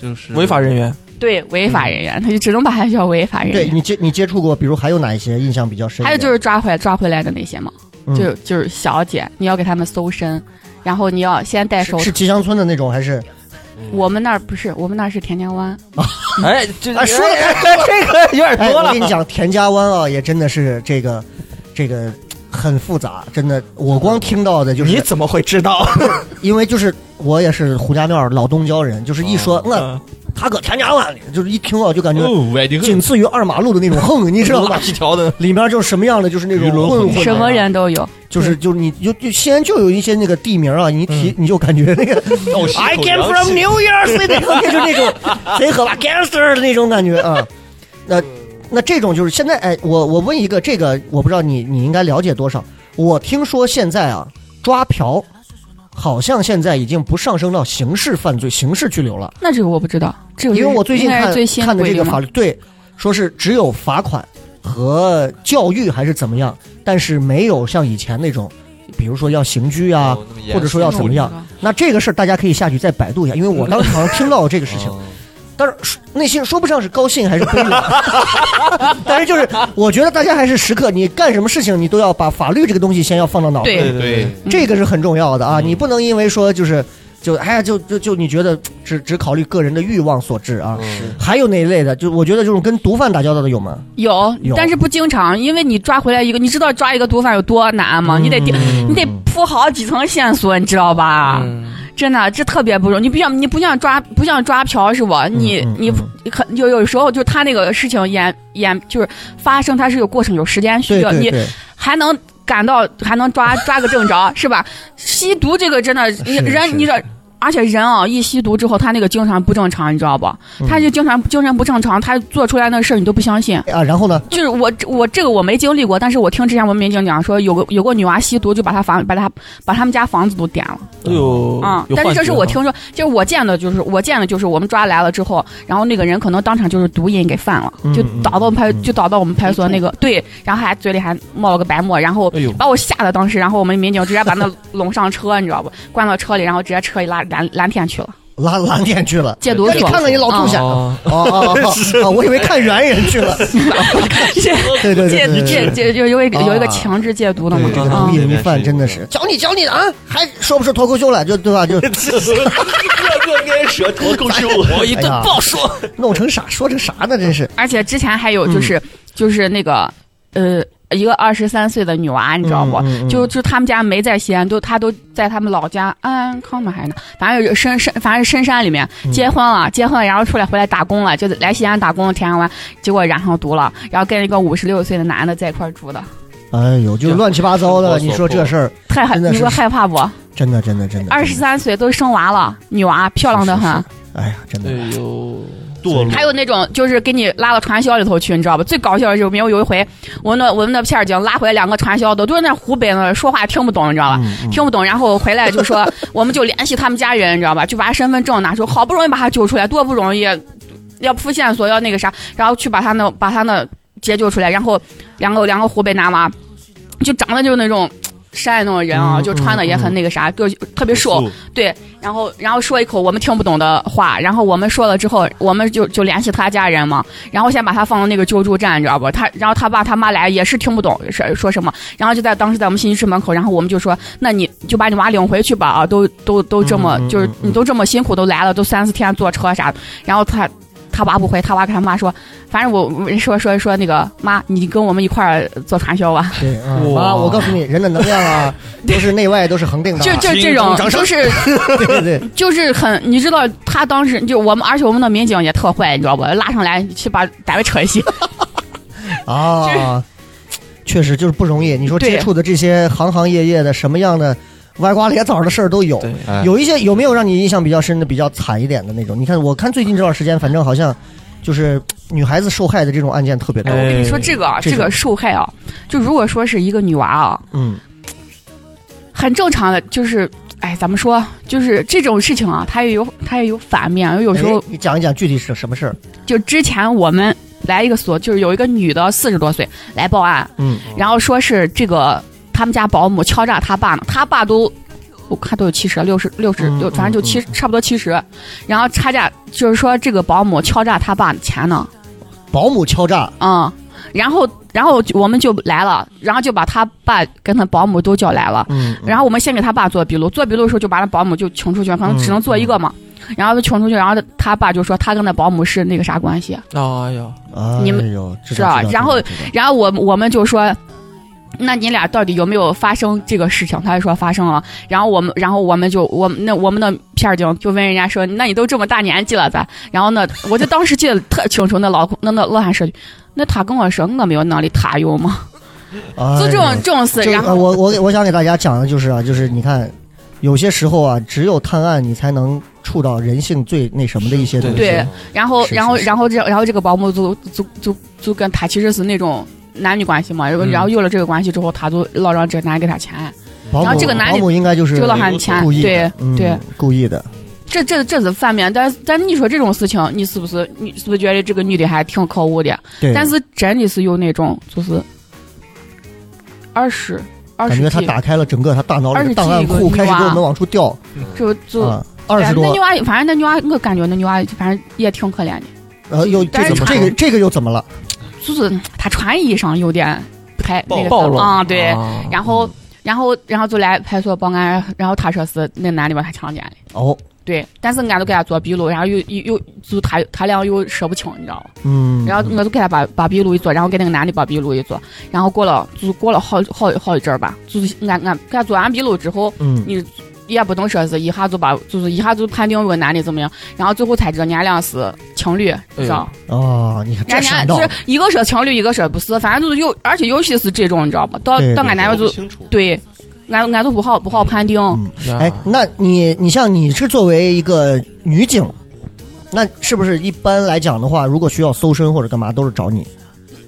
D: 就是
C: 违法人员
E: 对，违法人员，他就只能把他叫违法人
B: 对
E: 员。
B: 你接你接触过，比如还有哪一些印象比较深的？
E: 还有就是抓回来抓回来的那些嘛，
B: 嗯
E: 就就是小姐，你要给他们搜身，然后你要先戴手
B: 是。是吉祥村的那种，还是？
E: 我们那儿不是，我们那儿是田家湾。
C: 哎，这
B: 啊，说的太多了。
C: 这个有点
B: 哎，
C: 多
B: 我
C: 了
B: 跟你。讲，田家湾啊，也真的是这个，这个很复杂，真的。我光听到的就
C: 你
B: 是，
C: 怎么会知道？
B: 因为就是我也是胡家庙老东郊人，就是一说我
C: 嗯
B: 他搁田家湾里，就是一听啊就感觉
D: 哦，外地
B: 仅
D: 人
B: 次于二马路的那种横， [laughs] 你知道
C: 拉 [laughs]
B: 吧？
C: 皮条的，
B: 里面就是什么样的，就是那种
D: 鱼龙
B: 混
D: 混
B: 混，
E: 什么人都有。
B: 就是就是你就就西安就有一些那个地名啊，你一提你就感觉那个
D: 倒吸口
B: I came
D: 凉
B: from
D: 气
B: New York City，就是那种贼可怕 gangster 的那种感觉
E: 嗯
B: 啊。那那这种就是现在哎，我我问一个，这个我不知道你你应该了解多少。我听说现在啊，抓嫖好像现在已经不上升到刑事犯罪、刑事拘留了，
E: 那这个我不知道，这个
B: 因为我最近
E: 应该
B: 看
E: 是最新
B: 看的
E: 规
B: 这
E: 定
B: 个
E: 嘛
B: 法律，对，说是只有罚款和教育还是怎么样，但是没有像以前那种，比如说要刑拘啊，
D: 哦那么严
B: 或者说要怎么样。那这个事儿大家可以下去再百度一下，因为我当时好像听到这个事情，
D: 哦
B: 但是内心说不上是高兴还是悲
E: [laughs]
B: 凉，但是就是我觉得大家还是时刻，你干什么事情你都要把法律这个东西先要放到脑子里，
E: 对
D: 对，
B: 这个是很重要的啊，
D: 嗯
B: 你不能因为说就是就哎呀就就就你觉得只只考虑个人的欲望所致
E: 嗯
B: 啊。
D: 是
B: 还有哪一类的？就我觉得这种跟毒贩打交道的有吗？
E: 有
B: 有，
E: 但是不经常，因为你抓回来一个，你知道抓一个毒贩有多难吗？
B: 嗯
E: 你得点你得铺好几层线索，你知道吧？
C: 啊
B: 嗯
E: 真的，这特别不容易。你不像你不像抓不像抓嫖是吧？你、
B: 嗯
E: 你
B: 嗯
E: 你可有有时候就他那个事情演演就是发生，它是有过程有时间需
B: 对
E: 要，
B: 对
E: 啊你
B: 对，
E: 还能 [laughs] 赶到还能抓抓个正着是吧？吸毒这个真的，你
B: 是
E: 人
B: 是
E: 你这而且人啊，一吸毒之后，他那个精神不正常，你知道不？
B: 嗯
E: 他就精神精神不正常，他做出来那事儿你都不相信。
B: 啊，然后呢？
E: 就是我我这个我没经历过，但是我听之前我们民警讲说，有个有个女娃吸毒就把她房把她把他们家房子都点了
C: 哎呦，
B: 嗯
E: 啊、
C: 有
E: 但是
C: 幻
E: 这是
C: 觉
E: 我
C: 啊
E: 听说，就是我见的，就是我见的，就是我们抓来了之后，然后那个人可能当场就是毒瘾给犯了，
C: 嗯
E: 就倒到派就倒到我们派出所
B: 哎
E: 那个对，然后还嘴里还冒了个白沫，然后
C: 哎呦
E: 把我吓得当时，然后我们民警直接把那拢上车，你知道不？关到车里，然后直接车里拉蓝蓝天去了，
B: 蓝蓝天去
E: [laughs]
B: 了，
E: 戒毒
B: 哎那
E: 所。
B: 你看看你老
E: 啊
B: 住下。哦 [laughs]
C: 啊，
B: 哦
E: [laughs]
B: 哦哦，啊我以为看猿人去了。
E: 戒
B: 对对对
E: 戒
B: 对对
E: 戒戒就有一个有一个
B: 啊
E: 强制戒毒的嘛
B: 对，这个
E: 啊
B: 毒。瘾一犯
D: 对
B: 真的是，教你教你啊，还说不是脱口秀了，就对吧？就
D: 热热捏舌头够羞，
C: 我一顿
B: 哎呀
C: 暴说，
B: 弄成啥说成啥呢？真是，
E: 而且之前还有
C: 嗯
E: 就是、就是那个呃。一个二十三岁的女娃，你知道不？
B: 嗯嗯嗯
E: 就就他们家没在西安，都她都在他们老家安安康嘛还是哪，反正有深深，反正是深山里面
B: 嗯
E: 结婚了，结婚了，然后出来回来打工了，就来西安打工了，田阳湾，结果染上毒了，然后跟一个五十六岁的男的在一块儿住的，
B: 哎呦，就乱七八糟的。
D: 这
B: 你说这事儿，
E: 太害，
B: 真的
E: 你
B: 是
E: 说害怕不？
B: 真的真的真的，
E: 二十三岁都生娃了，女娃漂亮的很，
B: 哎呀，真的，
C: 哎呦，
B: 嗯
D: 堕落
E: 还有那种就是给你拉到传销里头去，你知道吧？最搞笑的就是没有有一回，我们那我们那片儿警拉回来两个传销的，都是那湖北那说话听不懂，你
B: 啊
E: 知道吧？
B: 嗯
E: 听不懂，然后回来就说，我们就联系他们家人，你知道吧？就把他身份证拿出，好不容易把他救出来，多不容易，要铺线索，要那个啥，然后去把他那把他那解救出来，然后两个两个湖北男娃，就长得就是那种。山里那种人啊，就穿的也很那个啥，就特别瘦，对，然后然后说一口我们听不懂的话，然后我们说了之后，我们就就联系他家人嘛，然后先把他放到那个救助站，你知道不？他然后他爸他妈来也是听不懂是说什么，然后就在当时在我们信息室门口，然后我们就说，那你就把你娃领回去吧啊，都都都这么、就是你都这么辛苦都来了，都三四天坐车啥的，然后他。他娃不回，他娃跟他妈说，反正我我说说说那个妈，你跟我们一块儿做传销吧。
B: 对啊，
C: 哇
B: 妈，我告诉你，人的能量
E: [laughs]
B: 啊，都是内外都 [laughs] 是恒定的
E: 就
B: 啊。
E: 就
C: 心
E: 这
C: 中
E: 种，
B: 掌声
E: 就是
B: 对对对，
E: [laughs] 就是很，你知道他当时就我们，而且我们的民警也特坏，你知道不？拉上来去把单位扯一些，
B: 啊，确实就是不容易。你说
E: 对
B: 接触的这些行行业业的，什么样的歪瓜裂枣的事儿都有。
C: 对，
D: 哎
B: 有一些有没有让你印象比较深的、比较惨一点的那种？你看，我看最近这段时间，反正好像就是女孩子受害的这种案件特别多
E: 哎，。我跟你说这个啊，
B: 这
E: 这
B: 种
E: 个受害啊，就如果说是一个女娃啊，
B: 嗯，
E: 很正常的，就是哎，咱们说就是这种事情啊，它也有它也有反面，有时候
B: 哎你讲一讲具体是什么事儿？
E: 就之前我们来一个所，就是有一个女的四十多岁来报案，
B: 嗯，
E: 然后说是这个他们家保姆敲诈他爸呢，他爸都我看都有七十六十六十
B: 嗯
E: 六，反正就七差不多七十，然后差价就是说这个保姆敲诈他爸钱呢，
B: 保姆敲诈，
E: 嗯，然后然后我们就来了，然后就把他爸跟他保姆都叫来了，
B: 嗯，
E: 然后我们先给他爸做笔录，做笔录的时候就把那保姆就请出去，可能
B: 嗯
E: 只能做一个嘛。然后就请出去，然后他爸就说他跟那保姆是那个啥关系，
C: 哎呀，
B: 后
E: 你们
B: 们
E: 是啊然后然后我我们就说，那你俩到底有没有发生这个事情？他就说发生了。然后我们，然后我们就我们那我们的片儿警就问人家说，那你都这么大年纪了咋？然后呢，我就当时记得特清楚，那老那那老汉说，那他跟我说我没有能力，他有吗？
B: 哎
E: 就这种这种事，
B: 就
E: 然
B: 呃
E: 后
B: 我我我想给大家讲的就是啊，就是你看，有些时候啊，只有探案你才能触到人性最那什么的一些东西。
E: 对，然后
B: 是
E: 然后
B: 是
E: 然后这然后这个保姆就就就就跟他其实是那种。男女关系嘛，
B: 嗯
E: 然后然后有了这个关系之后，他就老让这个男给他钱，
B: 保姆
E: 然后这个男
B: 保姆应该就是
E: 这个老汉钱
B: 故，意
E: 对
B: 的，嗯
E: 对，
B: 故意的。
E: 这这这是反面，但但你说这种事情，你是不是你是不是觉得这个女的还挺可恶的？
B: 对，
E: 但是真的是有那种就是二十二
B: 感
E: 十
B: 觉他
E: G，
B: 打开了整个他大脑里的档案
E: 二十几
B: 库，
E: 个
B: 开始给
E: 女
B: 我
E: 娃
B: 们往出掉
E: 就就
B: 啊，二十
E: 哎那
B: 多
E: 女。娃，反正那女娃，我感觉那女娃反正也挺可怜的，
B: 呃，又这
E: 但
B: 个
E: 是
B: 这个这个又怎么了？
E: 就是
B: 嗯
E: 她穿衣裳有点不太那个
C: 暴露
E: 啊、对，
C: 啊
E: 然后然后然后就来派出所报案，然后他说是那男的把她强奸了。
B: 哦，
E: 对，但是俺都给他做笔录，然后又又又就他他俩又说不清，你知道吗？
B: 嗯，
E: 然后我就给他把把笔录一做，然后给那个男的把笔录一做，然后过了就是过了好好好一阵儿吧，就是俺俺给他做完笔录之后，
B: 嗯
E: 你也不能说是一下就把就是一下就判定为男的怎么样，然后最后才知道俺俩是情侣，
C: 哎
E: 知
C: 呦
E: 道？
B: 哦，你看这
E: 俺俩
B: 闪到
E: 就是一个说情侣，一个说不是，反正就是有，而且尤其是这种，你知道吗？到
B: 对
E: 到
B: 对嗯
E: 俺单位
D: 搞不
E: 就
D: 清楚，
E: 对。俺俺都不好不好判定。
B: 哎，那你你像你是作为一个女警，那是不是一般来讲的话，如果需要搜身或者干嘛，都是找你？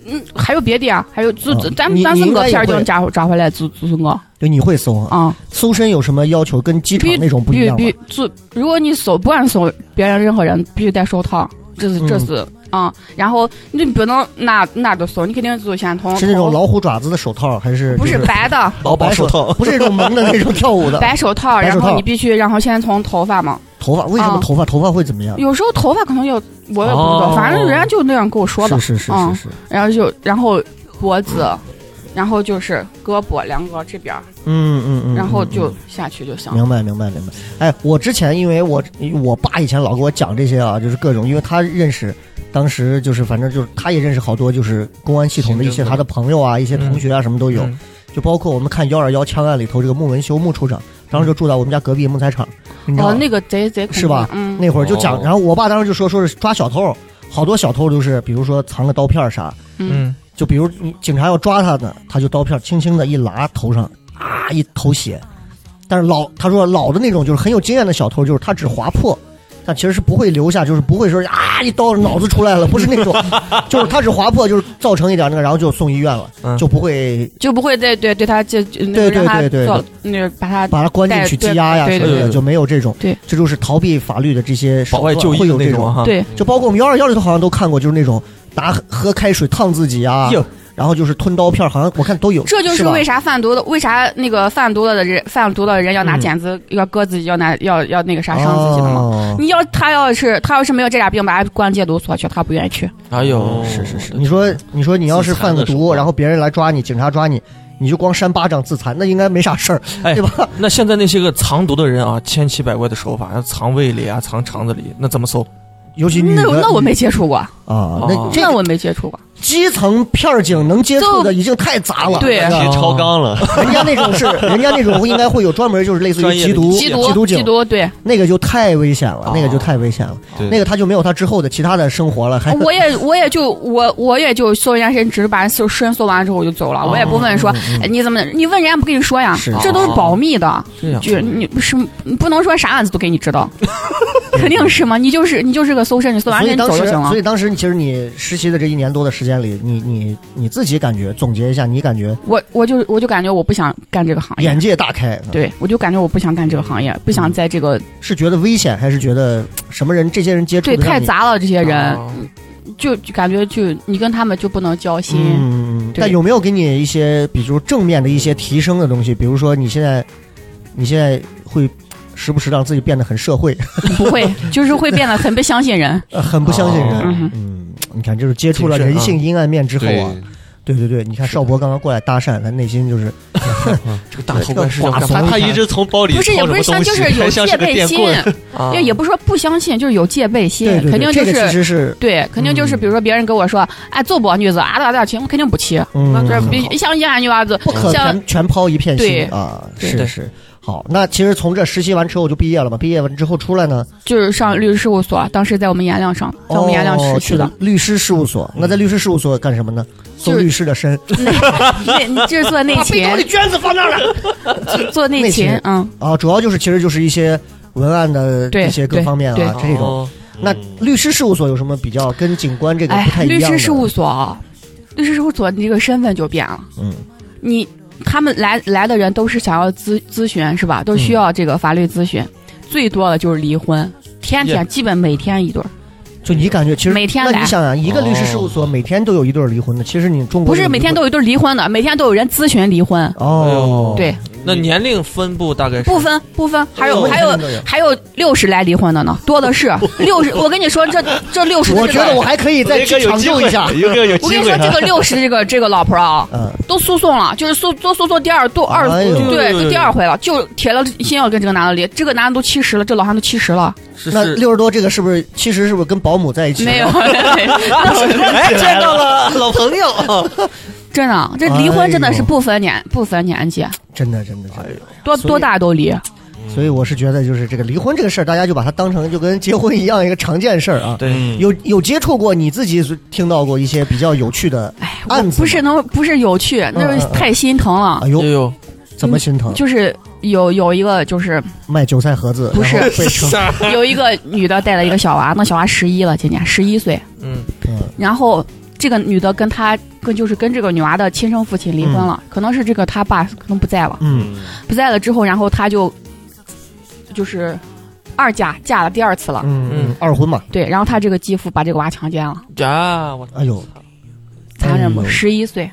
E: 嗯，还有别的呀，还有就
B: 嗯
E: 咱
B: 你
E: 咱
B: 你
E: 是
B: 应
E: 我
B: 该也
E: 片儿就
B: 会
E: 能抓抓回来，就是就是我
B: 就你会搜啊？
E: 啊。
B: 搜身有什么要求？跟机场
E: 必
B: 那种不一样吗
E: 必？必就如果你搜，不管搜别人任何人，必须戴手套，这是
B: 嗯
E: 这是啊、然后你不能哪哪都搜，你肯定就先从
B: 是那种
E: 头
B: 老虎爪子的手套，还是
E: 不
B: 就是
E: 白的
C: 劳保手套，
B: 不是那种蒙的那种跳舞的
E: 白手套，
B: [laughs] 白手
E: 然
B: 套
E: 后你必须然后先从头发嘛，
B: 头发？为什么
E: 啊
B: 头发头发会怎么样？
E: 有时候头发可能有我也不知道，
C: 哦
E: 反正人家就那样跟我说的
B: 是，嗯是是是
E: 嗯
B: 是，
E: 然后就然后脖子。然后就是胳膊、两个这边儿，
B: 嗯嗯嗯，
E: 然后
B: 嗯嗯
E: 就下去就行了。
B: 明白，明白，明白。哎，我之前因为我我爸以前老给我讲这些啊，就是各种，因为他认识，当时就是反正就是他也认识好多就是公安系统的一些
D: 刑侦
B: 他的朋友啊，一些同学啊，什么都
C: 嗯
B: 有。就包括我们看幺二幺枪案里头这个穆文修穆处长，当时就住在我们家隔壁木材厂，你知道
E: 哦，
B: 吗
E: 那个贼贼恐怖
B: 是吧
E: 嗯，
B: 那会儿就
D: 哦
B: 讲，然后我爸当时就说说是抓小偷，好多小偷都是比如说藏个刀片儿啥，
C: 嗯，
B: 就比如你警察要抓他呢，他就刀片轻轻的一拉头上，啊一头血。但是老他说老的那种就是很有经验的小偷，就是他只划破，但其实是不会留下，就是不会说啊一刀脑子出来了，不是那种，就是他只划破，就是造成一点那个，然后就送医院了，
C: 嗯
B: 就不会
E: 就不会再对对他这
B: 对
E: 那
B: 对
E: 个让他
B: 对对
E: 做那个把他
B: 把他关进去
E: 带
B: 羁押呀
E: 对
B: 什
E: 对
B: 么的，
C: 对
B: 就没有这种。
E: 对，
B: 这就是逃避法律的这些手
C: 保外
B: 段
C: 就
B: 会
C: 医
B: 有
C: 那
B: 种
C: 种哈，
E: 对，
B: 就包括我们幺二幺里头好像都看过，就是那种拿喝开水烫自己啊
C: 哟，
B: 然后就是吞刀片，好像我看都有。
E: 这就是是
B: 吧
E: 为啥贩毒的，为啥那个贩毒的人，贩毒的人要拿剪子、要割自己，要拿要要那个啥伤自己的吗？
B: 嗯哦
E: 你要他要是他要是没有这俩病，把他关戒毒所去，他不愿意去。
C: 哎
B: 哦
C: 呦，
D: 是是是
B: 你说，你说你要是犯个
D: 自残的手
B: 毒，
D: 段
B: 然后别人来抓你，警察抓你，你就光扇巴掌自残，那应该没啥事儿，
C: 哎
B: 对吧？
C: 那现在那些个藏毒的人啊，千奇百怪的手法，藏胃里啊，藏肠子里，那怎么搜？
B: 尤其女
E: 那
B: 的
E: 那我没接触过，
B: 啊，
C: 哦
B: 那这
E: 那我没接触过。
B: 基层片儿警能接触的已经太杂了。
E: 对
D: [laughs]
E: 啊
B: 人
D: 贴
B: 家
D: 超
B: [laughs]
D: 纲了，
B: 人家那种是，人家那种应该会有专门就是类似于
C: 专业的
B: 缉毒
E: 吸毒，
B: 警
E: 吸，毒，对，
B: 那个就太危险了
C: 哦，
B: 那个就太危险了，
D: 对
B: 那个他就没有他之后的其他的生活了，还
E: 啊我也我也就我我也就搜人家身，只是把人搜身搜完了之后我就走
B: 哦
E: 了，我也不问说、哎你怎么，你问人家不跟你说呀
B: 嗯是，哦
E: 这都是保密的。
C: 这样
E: 就是你不是你不能说啥案子都给你知
B: [laughs]
E: 道，肯定是嘛。你就是你就是个搜身，你搜完
B: 所
E: 身
B: 以
E: 你
B: 当
E: 走
B: 时
E: 就行，了
B: 所以。当时你其实你实习的这一年多的时间里，你你你自己感觉总结一下，你感觉
E: 我我就我就感觉我不想干这个行业
B: 眼，界大开，
E: 对我就感觉我不想干这个行业，不想
B: 嗯
E: 在这个
B: 是觉得危险，还是觉得什么人这些人接触
E: 对
B: 的
E: 太杂了，这些人
C: 啊
E: 就就感觉就你跟他们就不能交心。
B: 嗯，
E: 对
B: 但有没有给你一些，比如正面的一些提升的东西？比如说你现在，你现在会时不时让自己变得很社会， [laughs]
E: 不会，就是会变得很不相信人。
B: 呃很不相信人。
C: 哦
E: 嗯
B: 嗯，你看，就是接触了
C: 谨慎啊
B: 人性阴暗面之后
D: 对
B: 啊，，对对对，你看
C: 是的
B: 邵博刚刚过来搭讪，他内心就是
C: 这个大头怪是要
B: 这个寡
C: 干嘛
D: 他
B: 妇
D: 他一直从包里
E: 不是，也
D: 掏
E: 不
D: 什
E: 是像，
D: 么东西
E: 就是有
D: 还像
E: 戒
D: 是个
E: 备
D: 电
E: 心，
D: 棍，
C: 啊
E: 也也不是说不相信，就是有戒备心
B: 对，对对，
E: 肯定就
B: 这个其实
E: 是
B: 是
E: 对，肯定就是
B: 嗯
E: 比如说别人跟我说，哎，做不女子啊，大大亲，我肯定不亲。
B: 嗯
E: 那这必须像啊演女娃子，
B: 不可
E: 像
B: 全全抛一片
E: 对
B: 心啊，
E: 对
B: 是
C: 对
B: 是。好，那其实从这实习完之后就毕业了嘛，毕业完之后出来呢，
E: 就是上律师事务所，当时在我们颜料上，在我们颜料
B: 哦
E: 实
B: 去
E: 习的
B: 了。律师事务所。那在律师事务所干什么呢？搜
E: 嗯就是
B: 律师的身，
E: 内内就是做内勤，
B: 娟子放那儿了
E: 做内
B: 内勤
E: 勤，嗯，
B: 啊，主要就是其实就是一些文案的
E: 对
B: 一些各
E: 对
B: 方面
E: 对
B: 啊这种。
C: 哦
B: 那
D: 嗯
B: 律师事务所有什么比较跟警官这个
E: 哎
B: 不太，一
E: 律
B: 样的？
E: 师事务所，律师事务所，你这个身份就变了，
B: 嗯，
E: 你他们来来的人都是想要咨咨询是吧？都需要这个法律咨询，最多的就是离婚，天天基本每天一对儿，
B: 就你感觉其实
E: 每天
B: 那
E: 来哦
B: 你想想，啊一个律师事务所每天都有一对儿离婚的，其实你中国
E: 不是每天都有一对儿离婚的，每天都有人咨询离婚，
C: 哎
B: 哦
C: 呦，
E: 对，
C: 那年龄分布大概是
E: 不分 [laughs] 不分，还有
B: 每
E: 还
B: 天
E: 有
B: 都有。
E: 还有六十来离婚的呢，多的是。六十，我跟你说，这这六十，
B: 我觉得我还可以再
D: 一
B: 去
D: 个有
B: 抢
D: 机
B: 救
D: 会
B: 一下，
D: 一个有
E: 我
D: 机
E: 跟你
D: 会
E: 说，这
D: 啊。
E: 个六十这个这个老婆啊，
B: 嗯，
E: 都诉讼了，就是诉都诉讼第二都二、
B: 哎呦
E: 对，都第二回了，就铁了心要跟这个男的离。这个男的都七十了，这老汉都七十了，
C: 是
B: 那
C: 是
B: 六十多这个是不是其实是不是跟保姆在一起？啊 [laughs]
D: [laughs]
E: 没有， [laughs]
C: 哎，见到了老朋友，
E: 真的，这离婚真的是不分年、不分年纪，啊
B: 真的真的真的。
E: 多
B: 哎所以
E: 多大都离。
B: 所以我是觉得就是这个离婚这个事儿，大家就把它当成就跟结婚一样一个常见事儿啊。
C: 对，
D: 嗯
B: 有有接触过，你自己听到过一些比较有趣的
E: 哎，我
B: 案子吗
E: 不是能不是有趣，那
B: 嗯
E: 是
B: 嗯
E: 太心疼了。
B: 哎呦
C: 哎，呦，
B: 怎么心疼？
E: 就是有有一个就是 [laughs]
B: 卖韭菜盒子，
E: 不是
B: 然后被
E: [laughs]
B: 称
D: 啊
E: 有一个女的带了一个小娃，那小娃十一了，今年十一岁，
C: 嗯，
B: 嗯
E: 然后这个女的跟她跟就是跟这个女娃的亲生父亲离婚了，可能是这个她爸可能不在了，
B: 嗯
E: 不在了之后，然后她就就是二嫁嫁了第二次了，
B: 嗯嗯
C: 嗯，
B: 二婚嘛，
E: 对，然后她这个继父把这个娃强奸了，
C: 呀，我
B: 哎呦，
E: 残忍不？
B: 哎呦哎
E: 十一岁，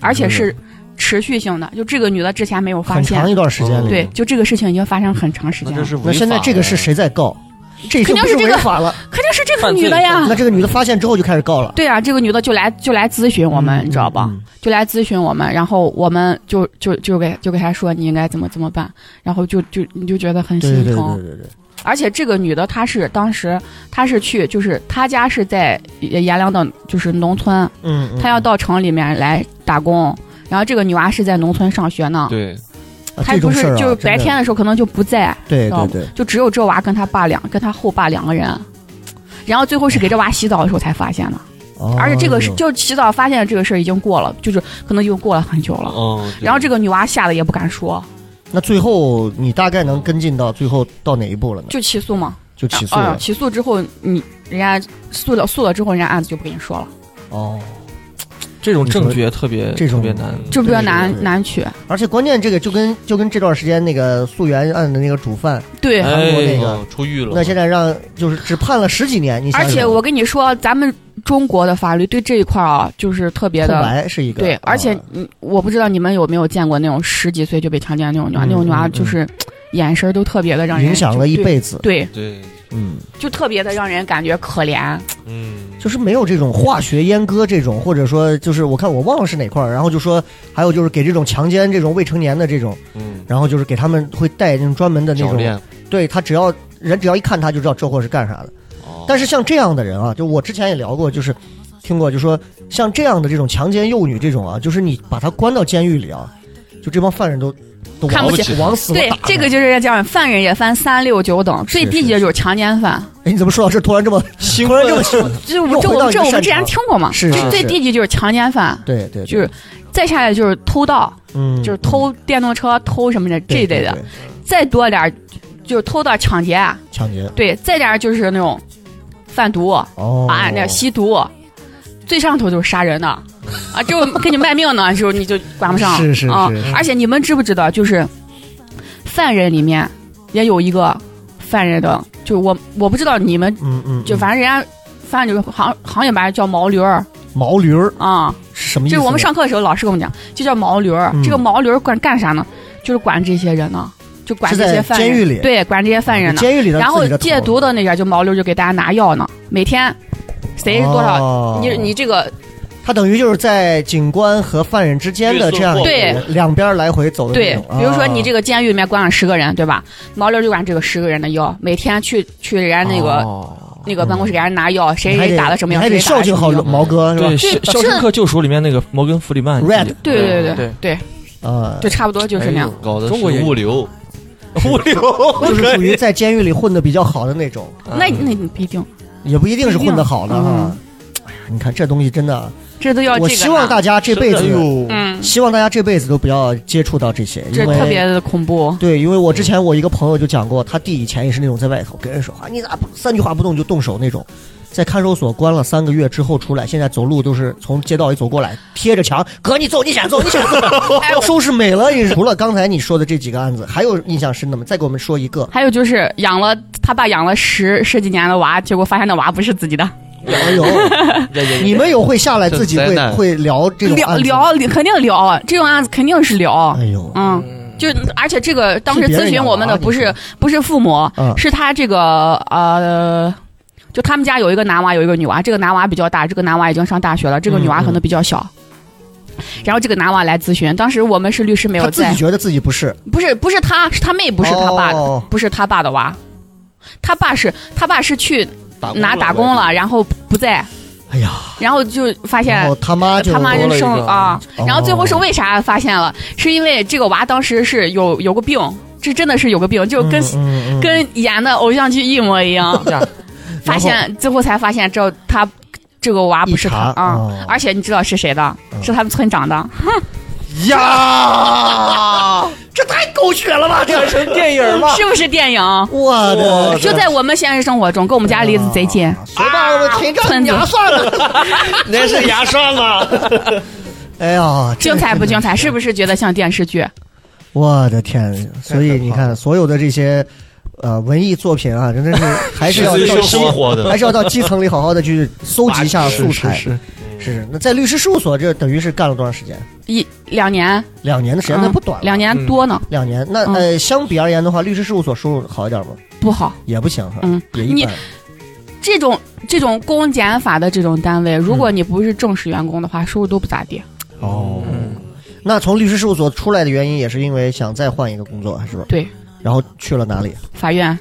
E: 而且是持续性的，就这个女的之前没有发
B: 很
E: 现
B: 长，一段时间里。
E: 对，就这个事情已经发生很长时
C: 那
E: 间
C: 这
E: 了，
C: 是违法
B: 那
C: 的
B: 现在这个是？谁在告？这已经
E: 肯定
B: 不
E: 是这
B: 违
E: 个
B: 法
E: [laughs]
B: 了。
E: 肯定是这个
C: 犯罪
E: 女的呀
B: 那。这个女的发现之后就开始告了，
E: 对啊，这个女的就来就来咨询我们，你知道吧？
B: 嗯？
E: 就来咨询我们，然后我们就就就给就给她说你应该怎么怎么办，然后就就你就觉得很
B: 对
E: 心
B: 对
E: 疼。
B: 对对对对，
E: 而且这个女的她是当时她是去就是她家是在阎良的，就是农村，
B: 嗯，嗯
E: 她要到城里面来打工。然后这个女娃是在农村上学呢，
D: 对，
B: 啊
E: 她
B: 这种
E: 不
B: 事儿
E: 是
B: 啊
E: 就是
B: 真
E: 白
B: 的
E: 天的时候可能就不在，
B: 对
E: 知道
B: 对
E: 吗
B: 对，
E: 就只有这娃跟她爸两跟她后爸两个人。然后最后是给这娃洗澡的时候才发现的，
B: 哦
E: 而且这个是
B: 哎呦
E: 就洗澡发现这个事儿已经过了，就是可能已经过了很久
B: 啊
E: 了。
B: 哦
D: 嗯，
E: 然后这个女娃吓得也不敢说，
B: 那最后你大概能跟进到最后到哪一步了呢？
E: 就起诉嘛。
B: 就起诉
E: 啊、
B: 了
E: 起诉之后，你人家诉了诉了之后，人家案子就不跟你说了，
B: 哦，
C: 这种证据也特别
B: 这种
C: 特别难，
E: 就比较
B: 对
E: 难
B: 对
E: 难取。
B: 而且关键这个就跟就跟这段时间那个溯源案的那个主犯，
E: 对，
C: 哎
B: 韩国那个
D: 哦出狱了，
B: 那现在让就是只判了十几年，你想
E: 而
B: 想
E: 且我跟你说，啊咱们中国的法律对这一块儿啊，就是特别
B: 空
E: 的。
B: 白是一个
E: 对，
B: 啊
E: 而且嗯我不知道你们有没有见过那种十几岁就被强奸那种女娃，
B: 嗯
E: 那种女娃
B: 嗯嗯
E: 就是眼神儿都特别的让人
B: 影响了一。辈子，
E: 对，对
D: 对，
B: 嗯，
E: 就特别的让人感觉可怜。
D: 嗯，
B: 就是没有这种化学阉割这种，或者说就是我看我忘了是哪块儿，然后就说还有就是给这种强奸这种未成年的这种，
D: 嗯，
B: 然后就是给他们会带那种专门的那
D: 教
B: 种，
D: 练，
B: 对他只要人只要一看他就知道这货是干啥的。
D: 哦
B: 嗯但是像这样的人啊，就我之前也聊过，就是听过，就说像这样的这种强奸幼女这种啊，就是你把他关到监狱里啊，就这帮犯人都都
E: 看
B: 往
E: 不
D: 起
B: 往死了
E: 对
B: 打，
E: 这个就是叫犯人也分三六九等，最
B: 是
E: 低级的就是强奸犯。
B: 哎，你怎么说到这突然这
E: [laughs]
B: 么突然这么兴奋？
E: 就
B: 又
E: 我这
B: 回到
E: 我
B: 一个
E: 这
B: 擅
E: 我们之前
B: 长
E: 听过嘛，
B: 是
E: 最
B: 是
E: 最
B: 是
E: 低级就是强奸犯，
B: 对对，对
E: 就是再下来就是偷盗，
B: 嗯，
E: 就是偷电动车、偷什么的这一类
B: 对
E: 的，
B: 对对
E: 再多点儿就是偷盗、抢劫，啊
B: 抢劫
E: 对，再点儿就是那种贩毒啊，
B: 哦，
E: 那吸毒，最上头就是杀人的，啊，就给你卖命呢，就你就管不上了，
B: 是是
E: 啊
B: 是，
E: 而且你们知不知道，就是犯人里面也有一个犯人的，就是我我不知道你们，
B: 嗯嗯，
E: 就反正人家。反正就是行行业把它叫毛驴儿
B: 嗯毛驴儿
E: 啊、
B: 是什么意
E: 就
B: 思呢？
E: 是我们上课的时候，老师跟我们讲，就叫毛驴儿。
B: 嗯
E: 这个毛驴儿管干啥呢？就是管这些人呢，就管
B: 是
E: 这
B: 在
E: 些犯人。
B: 监狱里
E: 对，管这些犯人呢。
B: 监狱里的
E: 然后
B: 自己的头
E: 戒毒的那边就毛驴儿就给大家拿药呢，每天谁是多少，
B: 哦
E: 你你这个
B: 他等于就是在警官和犯人之间的这样一个
E: 对
B: 两边来回走的那
E: 对
B: 种。，啊
E: 比如说你
B: 这
E: 这个监狱里面关了十个人，对吧？毛驴儿就管这个十个人的药，每天去去人家那个、
C: 哦
E: 那个办公室给人家拿药，谁谁打了什么药，
B: 还得
E: 谁
B: 孝
E: 打了什
B: 敬
E: 么
B: 好
E: 药。
B: 毛哥是吧
C: 对，？肖肖申克救赎》里面那个摩根弗里曼
B: Red
E: 对对对
C: 对
E: 对，
B: 啊，
E: [laughs] 就差不多就是那样。
D: 搞的
C: 中国也
D: 是
C: 有
D: 物 [laughs] 流，
C: 物
D: [laughs]
C: 流
B: 就是属于 [laughs] 在监狱里混的比较好的那种，
E: 那那你不一定，
B: 也不一定是混的好的哈
E: 嗯。
B: 哎呀，你看这东西真的，啊
E: 这都要这个
B: 我
E: 呢。
B: 希望大家这辈
D: 哎
B: 子，
D: 呦，
E: 嗯，
B: 希望大家这辈子都不要接触到这些，
E: 这
B: 因
E: 特
B: 为
E: 别的恐怖。
B: 对，因为
D: 嗯
B: 我之前我一个朋友就讲过，他弟以前也是那种在外头跟人说话，你咋不三句话不动就动手那种，在看守所关了三个月之后出来，现在走路都是从街道里走过来，贴着墙，哥你走你先走你先
D: [laughs]
B: 走，哎收拾美了。你除了刚才你说的这几个案子，还有印象深的吗？再给我们说一个。
E: 还有就是养了他爸养了十十几年的娃，结果发现那娃不是自己的，
B: 哎呦，你们有会下来自己
D: 这灾
B: 会
D: 难
B: 会聊这种
E: 聊
B: 案子？
E: 聊肯定聊这种案子肯定是聊，
B: 哎呦，
E: 嗯，就而且这个当时咨询我们的
B: 是别人养娃
E: 不是不是父母，
B: 嗯
E: 是他这个呃。就他们家有一个男娃，有一个女娃。这个男娃比较大，这个男娃已经上大学了，这个女娃可能比较小。然后这个男娃来咨询，当时我们是律师没
B: 他
E: 有
B: 嗯自己
E: 在，
B: 觉得自己不是，
E: 不是不是他，是他妹，不是他爸的，
B: 哦
E: 不是他爸的娃。他爸是他爸是去拿打工了，然后不在，
B: 哎呀，
E: 然后就发现
B: 然后他妈就
E: 啊他妈就
C: 多了一
E: 生
C: 个。
E: 啊，
B: 哦
E: 然后最后是为啥发现了？是因为这个娃当时是有有个病，这真的是有个病，就跟、
B: 嗯嗯嗯
E: 跟演的偶像剧一模一样
B: [laughs]
C: 呀
E: 发现最后才发现这他这个娃不是他
B: 一查
E: 啊、
B: 哦
E: 而且你知道是谁的？
B: 嗯 [laughs]
E: 是他们村长的。
B: 呀，这太狗血了 [laughs] 吧！这是
C: 电影嘛，
E: 是不是电影？
B: 我的，啊
E: 就在我们现实生活中，跟我们家离得贼近。
B: 说到我秦
E: 村
B: 正
E: 子
B: 牙算了。
D: 那是牙刷吗？
B: [laughs] 哎呀，这
E: [laughs] 精彩不精彩？是不是觉得像电视剧？
B: [laughs] 我的天！所以你看，所有的这些呃文艺作品啊，真的是还是要
D: 是
B: 到
D: [laughs] 生活的
B: 还是要到基层里好好的去搜集一下素材。
D: [laughs] 是是
B: 是是那在律师事务所，这等于是干了多长时间？
E: 一两年，
B: 两年的时间，那
E: 嗯
B: 不短了。
E: 两年多呢，
B: 两年，那
E: 嗯
B: 呃，相比而言的话，律师事务所收入好一点吗？
E: 不好。
B: 也不行哈，
E: 嗯
B: 也一般。
E: 这种这种公检法的这种单
B: 嗯
E: 位，如果你不是正式员工的话，收入都不咋地。
B: 哦，那从律师事务所出来的原因，也是因为想再换一个工作，是吧？
E: 对，
B: 然后去了哪里？ [laughs]
E: 法院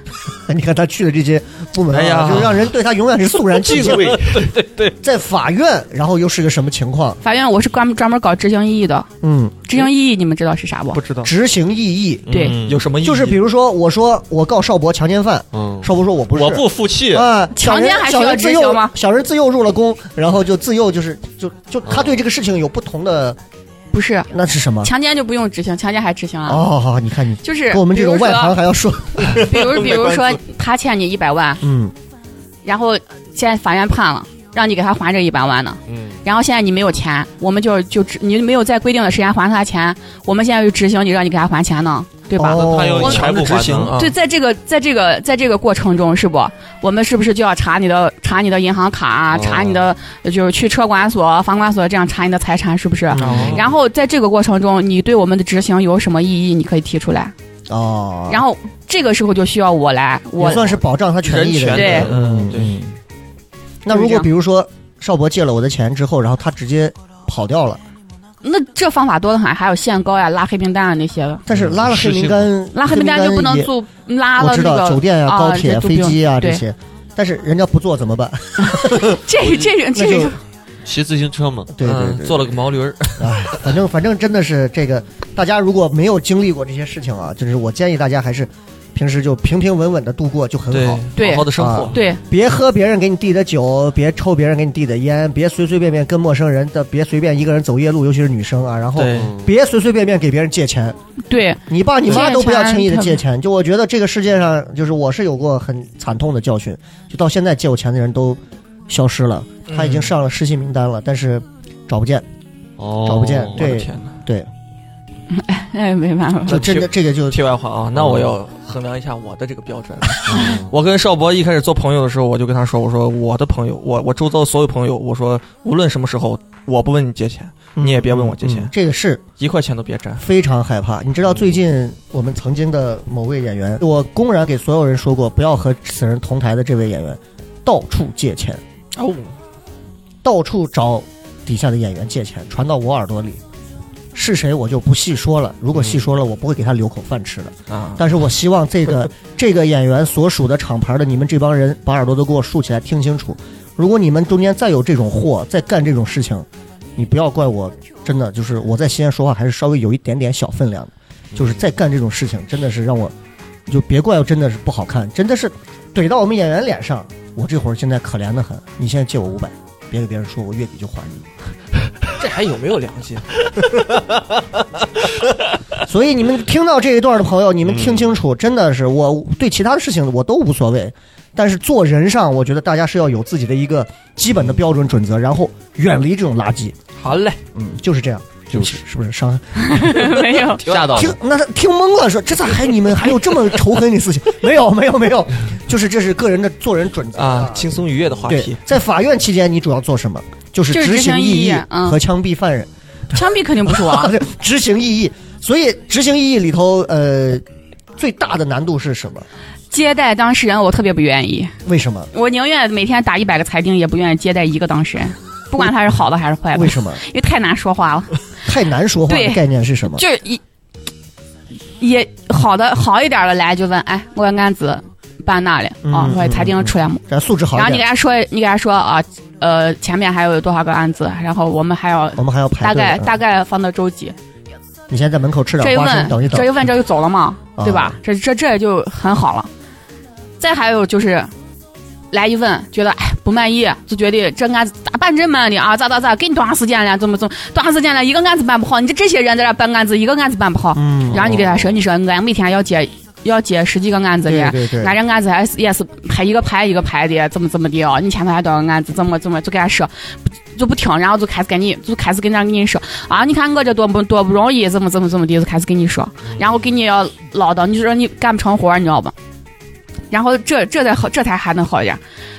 B: 你看他去的这些部门、啊，
C: 哎呀
B: 就让人对他永远是肃然敬
D: 敬 [laughs]
B: 畏。
D: 畏，
B: 在法院，然后又是个什么情况？
E: 法院我是专专门搞执行异议的，
B: 嗯，
E: 执行异议你们知道是啥不？
C: 不知道
B: 执行异议，
E: 对
D: 嗯
C: 有什么意义，
B: 就是比如说，我说我告邵博强奸犯，
D: 嗯，
B: 邵博说我不是，
D: 我不服气，
B: 啊，
E: 强奸还需
B: 小
E: 要
B: 人自
E: 执
B: 幼
E: 行吗
B: 小人自幼入了宫，然后就自幼就是就就
D: 哦
B: 他对这个事情有不同的，
E: 不是
B: 那是什么？
E: 强奸就不用执行，强奸还执行啊？
B: 啊哦，好，你看你
E: 就是
B: 跟我们这种外行还要说，
E: 比如说，比如比如
D: 卖
E: 说他欠你一百万，
B: 嗯，
E: 然后现在法院判了，让你给他还这一百万呢。
D: 嗯，
E: 然后现在你没有钱，我们就就执你没有在规定的时间还他钱，我们现在就执行你，让你给他还钱呢，对吧？
B: 哦
D: 他
E: 我
D: 要全
C: 强
D: 部
C: 制执
D: 还
C: 行
D: 呢。
B: 嗯
C: 啊，
E: 对，在这个在这个在这个过程中，是不？我们是不是就要查你的查你的银行卡啊、
D: 哦
E: 查你的就是去车管所、房管所这样查你的财产，是不是？
B: 哦
E: 然后在这个过程中，你对我们的执行有什么异议，你可以提出来。
B: 哦，
E: 然后这个时候就需要我来，我
B: 也算是保障他权
C: 人
B: 益的
C: 权
B: 人。
E: 对
C: 的，嗯，对，
B: 那如果比如说邵博借了我的钱之后，然后他直接跑掉了，
E: 那这方法多得很，还有限高呀、拉黑名单啊那些的。
B: 但是拉了黑名单，
E: 拉黑名单就不能
B: 也
E: 做，拉
B: 我
E: 了
B: 知
E: 那
B: 道酒
E: 个，
B: 店
E: 啊
B: 高铁、
E: 这都不
B: 飞
E: 用
B: 机啊这
E: 对
B: 些，但是人家不做怎么办？
E: 这这这
B: 那就
E: 这
D: 骑自行车嘛，
B: 对对
C: 嗯
B: 对，
C: 做了个毛驴儿，
B: 哎，反正反正真的是这个，大家如果没有经历过这些事情啊，就是我建议大家还是平时就平平稳稳的度过就很
C: 对
B: 好，，
E: 对
C: 好好的生活
B: 啊，
E: 对
B: 别喝别人给你递的酒，别抽别人给你递的烟，别随随便便跟陌生人的，别随便一个人走夜路，尤其是女生啊，然后
D: 嗯
C: 对
B: 别随随便便给别人借钱，
E: 对，
B: 你爸你妈
E: 借
B: 都不要
E: 钱
B: 轻易的
E: 特
B: 借
E: 别
B: 钱。就我觉得这个世界上，就是我是有过很惨痛的教训，就到现在借我钱的人都消失了，
E: 嗯
B: 他已经上了失信名单了，但是找不见。
D: 哦
B: 找不见
C: 嗯我
B: 对
C: 的天哪！
B: 对，
E: 哎，没办法，
B: 就真的这个就
C: 题外话啊，那
B: 嗯
C: 我要衡量一下我的这个标准。
D: 嗯
C: 我跟邵博一开始做朋友的时候，我就跟他说：“我说我的朋友，我我周遭所有朋友，我说无论什么时候，我不问你借钱，你也别问我借钱，
B: 嗯这个是
C: 一块钱都别沾。
B: 非常害怕。你知道最近我们曾经的某位演员，我公然给所有人说过，不要和此人同台的这位演员，到处借钱，”
C: 哦，
B: 到处找底下的演员借钱，传到我耳朵里。是谁我就不细说了，如果细说了，我不会给他留口饭吃的。[laughs]
C: 啊，
B: 但是我希望这个这个演员所属的厂牌的你们这帮人，把耳朵都给我竖起来，听清楚。如果你们中间再有这种货，再干这种事情，你不要怪我，真的就是我在西安说话还是稍微有一点点小分量的，就是再干这种事情，真的是让我，你就别怪我，真的是不好看，真的是怼到我们演员脸上。我这会儿现在可怜的很，你现在借我五百，别给别人说，我月底就还你。
C: 这还有没有良心？
B: 所以你们听到这一段的朋友，你们听清
C: 嗯
B: 楚，真的是我对其他的事情我都无所谓，但是做人上，我觉得大家是要有自己的一个基本的标准准则，然后远离这种垃圾。
C: 好嘞，
B: 嗯，就是这样，
D: 就是
B: 是不是伤？
C: 啊
E: 没有。
B: [laughs]
D: 吓到
B: 听
D: 了，
B: 那他听懵了，说这咋还你们还有这么仇恨的
C: [laughs]
B: 事情？没有，没有，没有，就是这是个人的做人准则
C: 啊，轻松愉悦的话
B: 对
C: 题，，
B: 在法院期间，你主要做什么？就是
E: 就是
B: 执
E: 执
B: 行
E: 行
B: 异
E: 异
B: 议
E: 议嗯
B: 和枪毙犯人。
E: 枪毙肯定不是
B: 啊 [laughs]
E: 我，
B: 对执行异议。所以执行异议里头，呃，最大的难度是什么？
E: 接待当事人我特别不愿意，
B: 为什么？
E: 我宁愿每天打一百个裁定，也不愿意接待一个当事人，不管他是好的还是坏的
B: 为，什么？
E: 因为太难说话了。
B: 太难说话的
E: 哎对
B: 概念是什么？
E: 就是一也好的好一点的来就问，哎，我案子办那里
B: 嗯
E: 啊
B: 嗯，
E: 或者裁定出来吗？
B: 咱素质好
E: 然后
B: 一
E: 你给
B: 点，
E: 他说，你给他说啊，呃，前面还有多少个案子，然后我们还要
B: 我们还要排
E: 大
B: 队
E: 概
B: 呢。
E: 大概放到周几，
B: 你先在门口吃
E: 这
B: 点
E: 一
B: 花生，
E: 问
B: 等一等
E: 这一。问这就走了嘛
B: 啊，
E: 对吧？这这这就很好了。再还有就是，来一问，觉得哎不满意，就觉得这案子咋办这么慢的啊？咋咋咋？给你多长时间了？怎么怎么多长时间了？一个案子办不好，你这这些人在这办案子，一个案子办不好。
B: 嗯
E: 然后你给他说，你说俺每天要接要接十几个案子啊
B: 对
E: 的，
B: 对对，
E: 俺这案子还是也是排一个排一个排的，怎么怎么的哦，你前头还多少个案子，怎么怎么就给他说，就不听，然后就开始跟你就开始跟那跟你说啊，你看我这多不多不容易，怎么怎么怎么的，就开始跟你说，然后给你要唠叨，你说你干不成活儿，你知道吧？然后这这才好，这才还能好一点。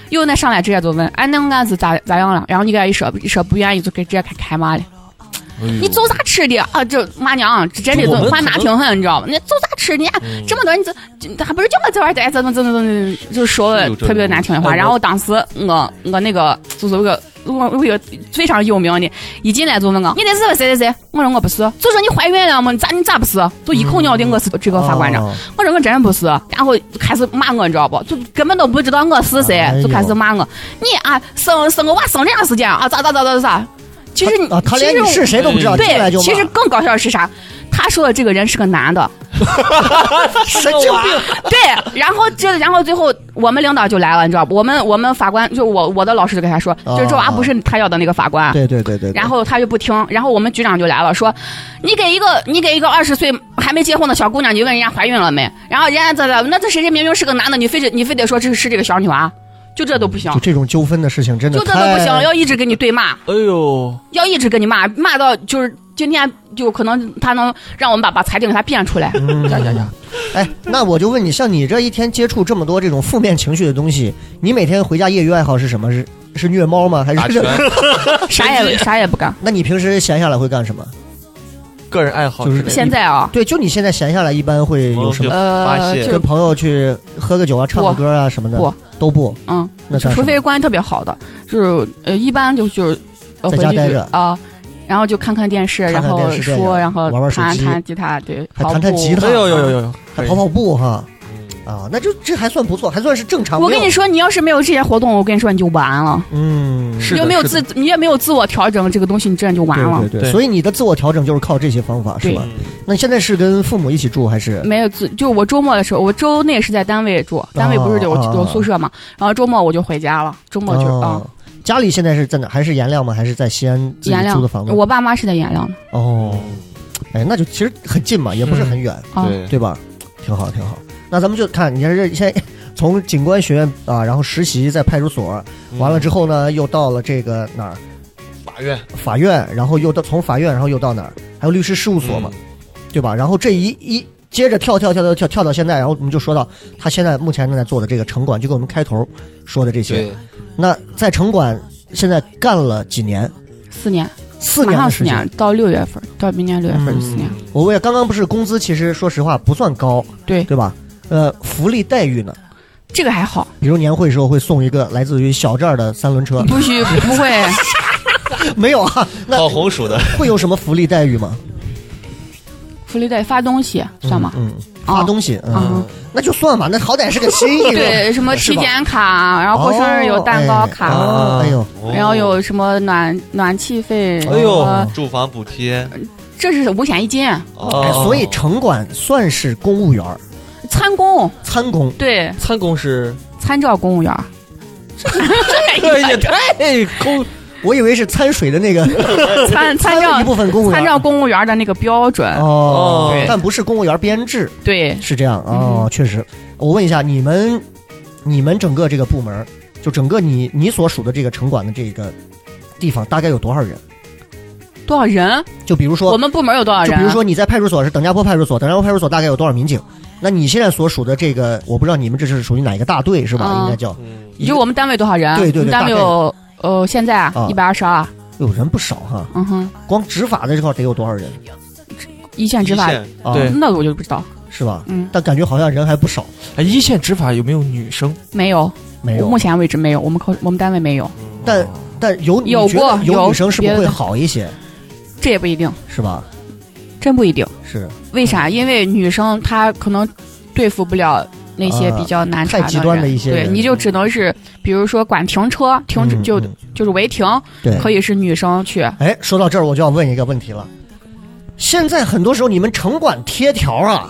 E: 有那上来直接就问，哎，那个案子咋咋样了？然后你给他一说，一说不愿意，就给直接开开骂了。
D: 哎
E: 你走啥吃的啊？这骂娘，这真的
C: 我们
E: 就话
C: 可
E: 拿
C: 能
E: 平衡，你知道吗？你走啥吃的？
B: 嗯
E: 这么多人，你这还不是这么这玩意儿？哎，怎么怎么怎么，就说了特别难听
B: 哎
E: 的话。然后当时我我那个就是有个我我有个非常有名的，一进来就问我你这是谁谁谁？我说我不是，就说你怀孕了吗？你咋你咋不是？就一口咬定我是这个法官长。
B: 嗯哦
E: 我说我真不是，然后就开始骂我，你知道不？就根本都不知道我是谁
B: 哎，呦
E: 就开始骂我。你啊，生生个娃生这样时间啊，咋咋咋咋咋？其实你
B: 啊，他连
E: 嗯其实
B: 你是谁都不知啊道，进来
E: 对，
B: 就骂
E: 其实更搞笑的是啥？他说的这个人是个男的，
B: [laughs] 神经病，
E: [laughs] 对，然后这，然后最后我们领导就来了，你知道不？我们我们法官就我我的老师就跟他说，
B: 哦
E: 就是这娃不是他要的那个法官，
B: 对对对对，对
E: 然后他就不听，然后我们局长就来了，说你给一个你给一个二十岁还没结婚的小姑娘，你就问人家怀孕了没？然后人家在那那这谁谁明明是个男的，你非得你非得说这是这个小女娃，就这都不行
B: 就，这种纠纷的事情真的
E: 就这都不行，要一直跟你对骂，
C: 哎呦，
E: 要一直跟你骂，骂到就是今天就可能他能让我们把把裁定给他变
C: [laughs]
E: 出来。
C: 呀呀呀！
B: 哎，那我就问你，像你这一天接触这么多这种负面情绪的东西，你每天回家业余爱好是什么？是是虐猫吗？还
D: 打
B: 是 [laughs]
D: 拳
E: 啥也啥也不干。
B: 那你平时闲下来会干什么？
C: 个人爱好
B: 就是
C: 之类的
E: 现在啊，
B: 对，就你现在闲下来一般会有什么？
D: 发
E: 呃，
D: 泄
E: 就是
B: 跟朋友去喝个酒啊，唱个歌啊什么的，
E: 不
B: 都不。
E: 嗯，
B: 那干什
E: 除
B: 么
E: 非关系特别好的，就是呃，一般就就是呃
B: 在
E: 回
B: 家
E: 去
B: 待
E: 就
B: 着
E: 啊。然后就看看电视，
B: 看看
E: 然后
B: 电视电影
E: 说，然后
B: 玩玩手
E: 弹
B: 机
E: 弹吉他，对，
B: 还
E: 跑
B: 弹弹
E: 步
B: 吉他
C: 哎呦呦呦呦
E: 啊
C: 呦，
B: 还跑跑步哈，啊，那就这还算不错，还算是正常。
E: 我
B: 没有
E: 跟你，说，你要是没有这些活动，我跟你说你就完了，
B: 嗯，
C: 是
E: 你
C: 的
E: 又没有
C: 是
E: 自，你也没有自我调整这个东西，你真的就完了
B: 对。对对，
C: 对
B: 所以你的自我调整就是靠这些方法，是
E: 对
D: 嗯
B: 吧？那你现在是跟父母一起住还是？
E: 没有自，就我周末的时候，我周内是在单位住，单位不是有
B: 哦哦
E: 有宿舍嘛，然后周末我就回家了，周末去啊
B: 哦，家里现在是在哪？还是颜料吗？还是在西安自己
E: 颜料
B: 租的房，子？
E: 啊我爸妈是在颜料
B: 哦，哎，那就其实很近嘛，也不是很远，
E: 啊，
D: 嗯对，
B: 对吧？挺好，挺好。那咱们就看，你看这现在从警官学院啊，然后实习在派出所，
D: 嗯
B: 完了之后呢，又到了这个哪儿
D: 法院
B: 法院，然后又到从法院，然后又到哪儿，还有律师事务所
D: 嗯
B: 嘛，对吧？然后这一一接着跳跳跳跳跳跳到现在，然后我们就说到他现在目前正在做的这个城管，就跟我们开头说的这些。
D: 对，
B: 那在城管现在干了几年？
E: 四年，
B: 四
E: 马
B: 年的
E: 上
B: 时
E: 四
B: 间
E: 年，，到六月份，到明年六月份
D: 嗯
E: 就四年。
B: 我问，刚刚不是工资，其实说实话不算高，
E: 对
B: 对吧？呃，福利待遇呢？
E: 这个还好，
B: 比如年会时候会送一个来自于小寨儿的三轮车，
E: 不许不会，
B: [laughs] 没有啊？那
D: 跑红薯的，
B: 会有什么福利待遇吗？
E: 福利袋发东西算吗？
B: 嗯，
E: 啊
B: 发东西，嗯
E: 啊，
B: 那就算吧，那好歹是个心意。
E: [laughs]
B: [laughs]
E: 对，什么
B: 嗯是
E: 体
B: 吧
E: 检卡，然后过生日有蛋糕卡，
B: 哦哎哎呦，
E: [laughs] 然后有什么暖暖气费，
C: 哎呦
E: 呃
D: 住房补贴，
E: 这是五险一金，
B: 哎
C: 哦，
B: 所以城管算是公务员儿，
E: 参公
B: 参公。
E: 对，
C: 参公是
E: 参照公务 [laughs] 员。
C: 哎这也太公
B: 我以为是掺水的那个
E: 参 [laughs] 参
B: 参一部
E: 照
B: 分公务员
E: 参照
B: 儿。
E: 公务员的那个标准，
B: 哦
C: 对，
B: 但不是公务员儿编制，
E: 对，
B: 是这样哦，
E: 嗯
B: 确实。我问一下，你们你们整个这个部门儿，就整个你你所属的这个城管的这个地方，大概有多少人？
E: 多少人？
B: 就比如说
E: 我们部门有多少
B: 就
E: 人？啊
B: 比如说你在派出所是等价坡派出所，等价坡派出所大概有多少民警？那你现在所属的这个，我不知道你们这是属于哪一个大队是吧？
E: 嗯
B: 应该叫
E: 你就我们单位多少人？
B: 对对对
E: 我们单位
B: 大概
E: 有呃，现在啊
B: 啊
E: 一百二十二，
B: 有人不少哈，
E: 嗯哼，
B: 光执法的这块得有多少人？
E: 一线执法
D: 一，线
B: 啊、
C: 对
E: 那我就不知道，
B: 是吧？
E: 嗯，
B: 但感觉好像人还不少，
C: 哎，一线执法有没有女生？
E: 没有，
B: 没
E: 目
B: 有。
E: 前为止没有，我们科我们单位没有，
B: 但但有你
E: 有
B: 觉得
E: 过
B: 有
E: 有
B: 女生是不是
E: 别
B: 会
E: 的
B: 好一些，
E: 这也不一定，
B: 是吧？
E: 真不一定。
B: 是
E: 为
B: 嗯
E: 啥？因为女生她可能对付不了那些
B: 啊
E: 比较难查
B: 太极端的
E: 人
B: 一些
E: 对，
B: 人
E: 你就只能是，比如说管停车，停止
B: 嗯
E: 就
B: 嗯
E: 就是违停，
B: 对。
E: 可以是女生去。
B: 哎，说到这儿，我就要问一个问题了。现在很多时候你们城管贴条啊，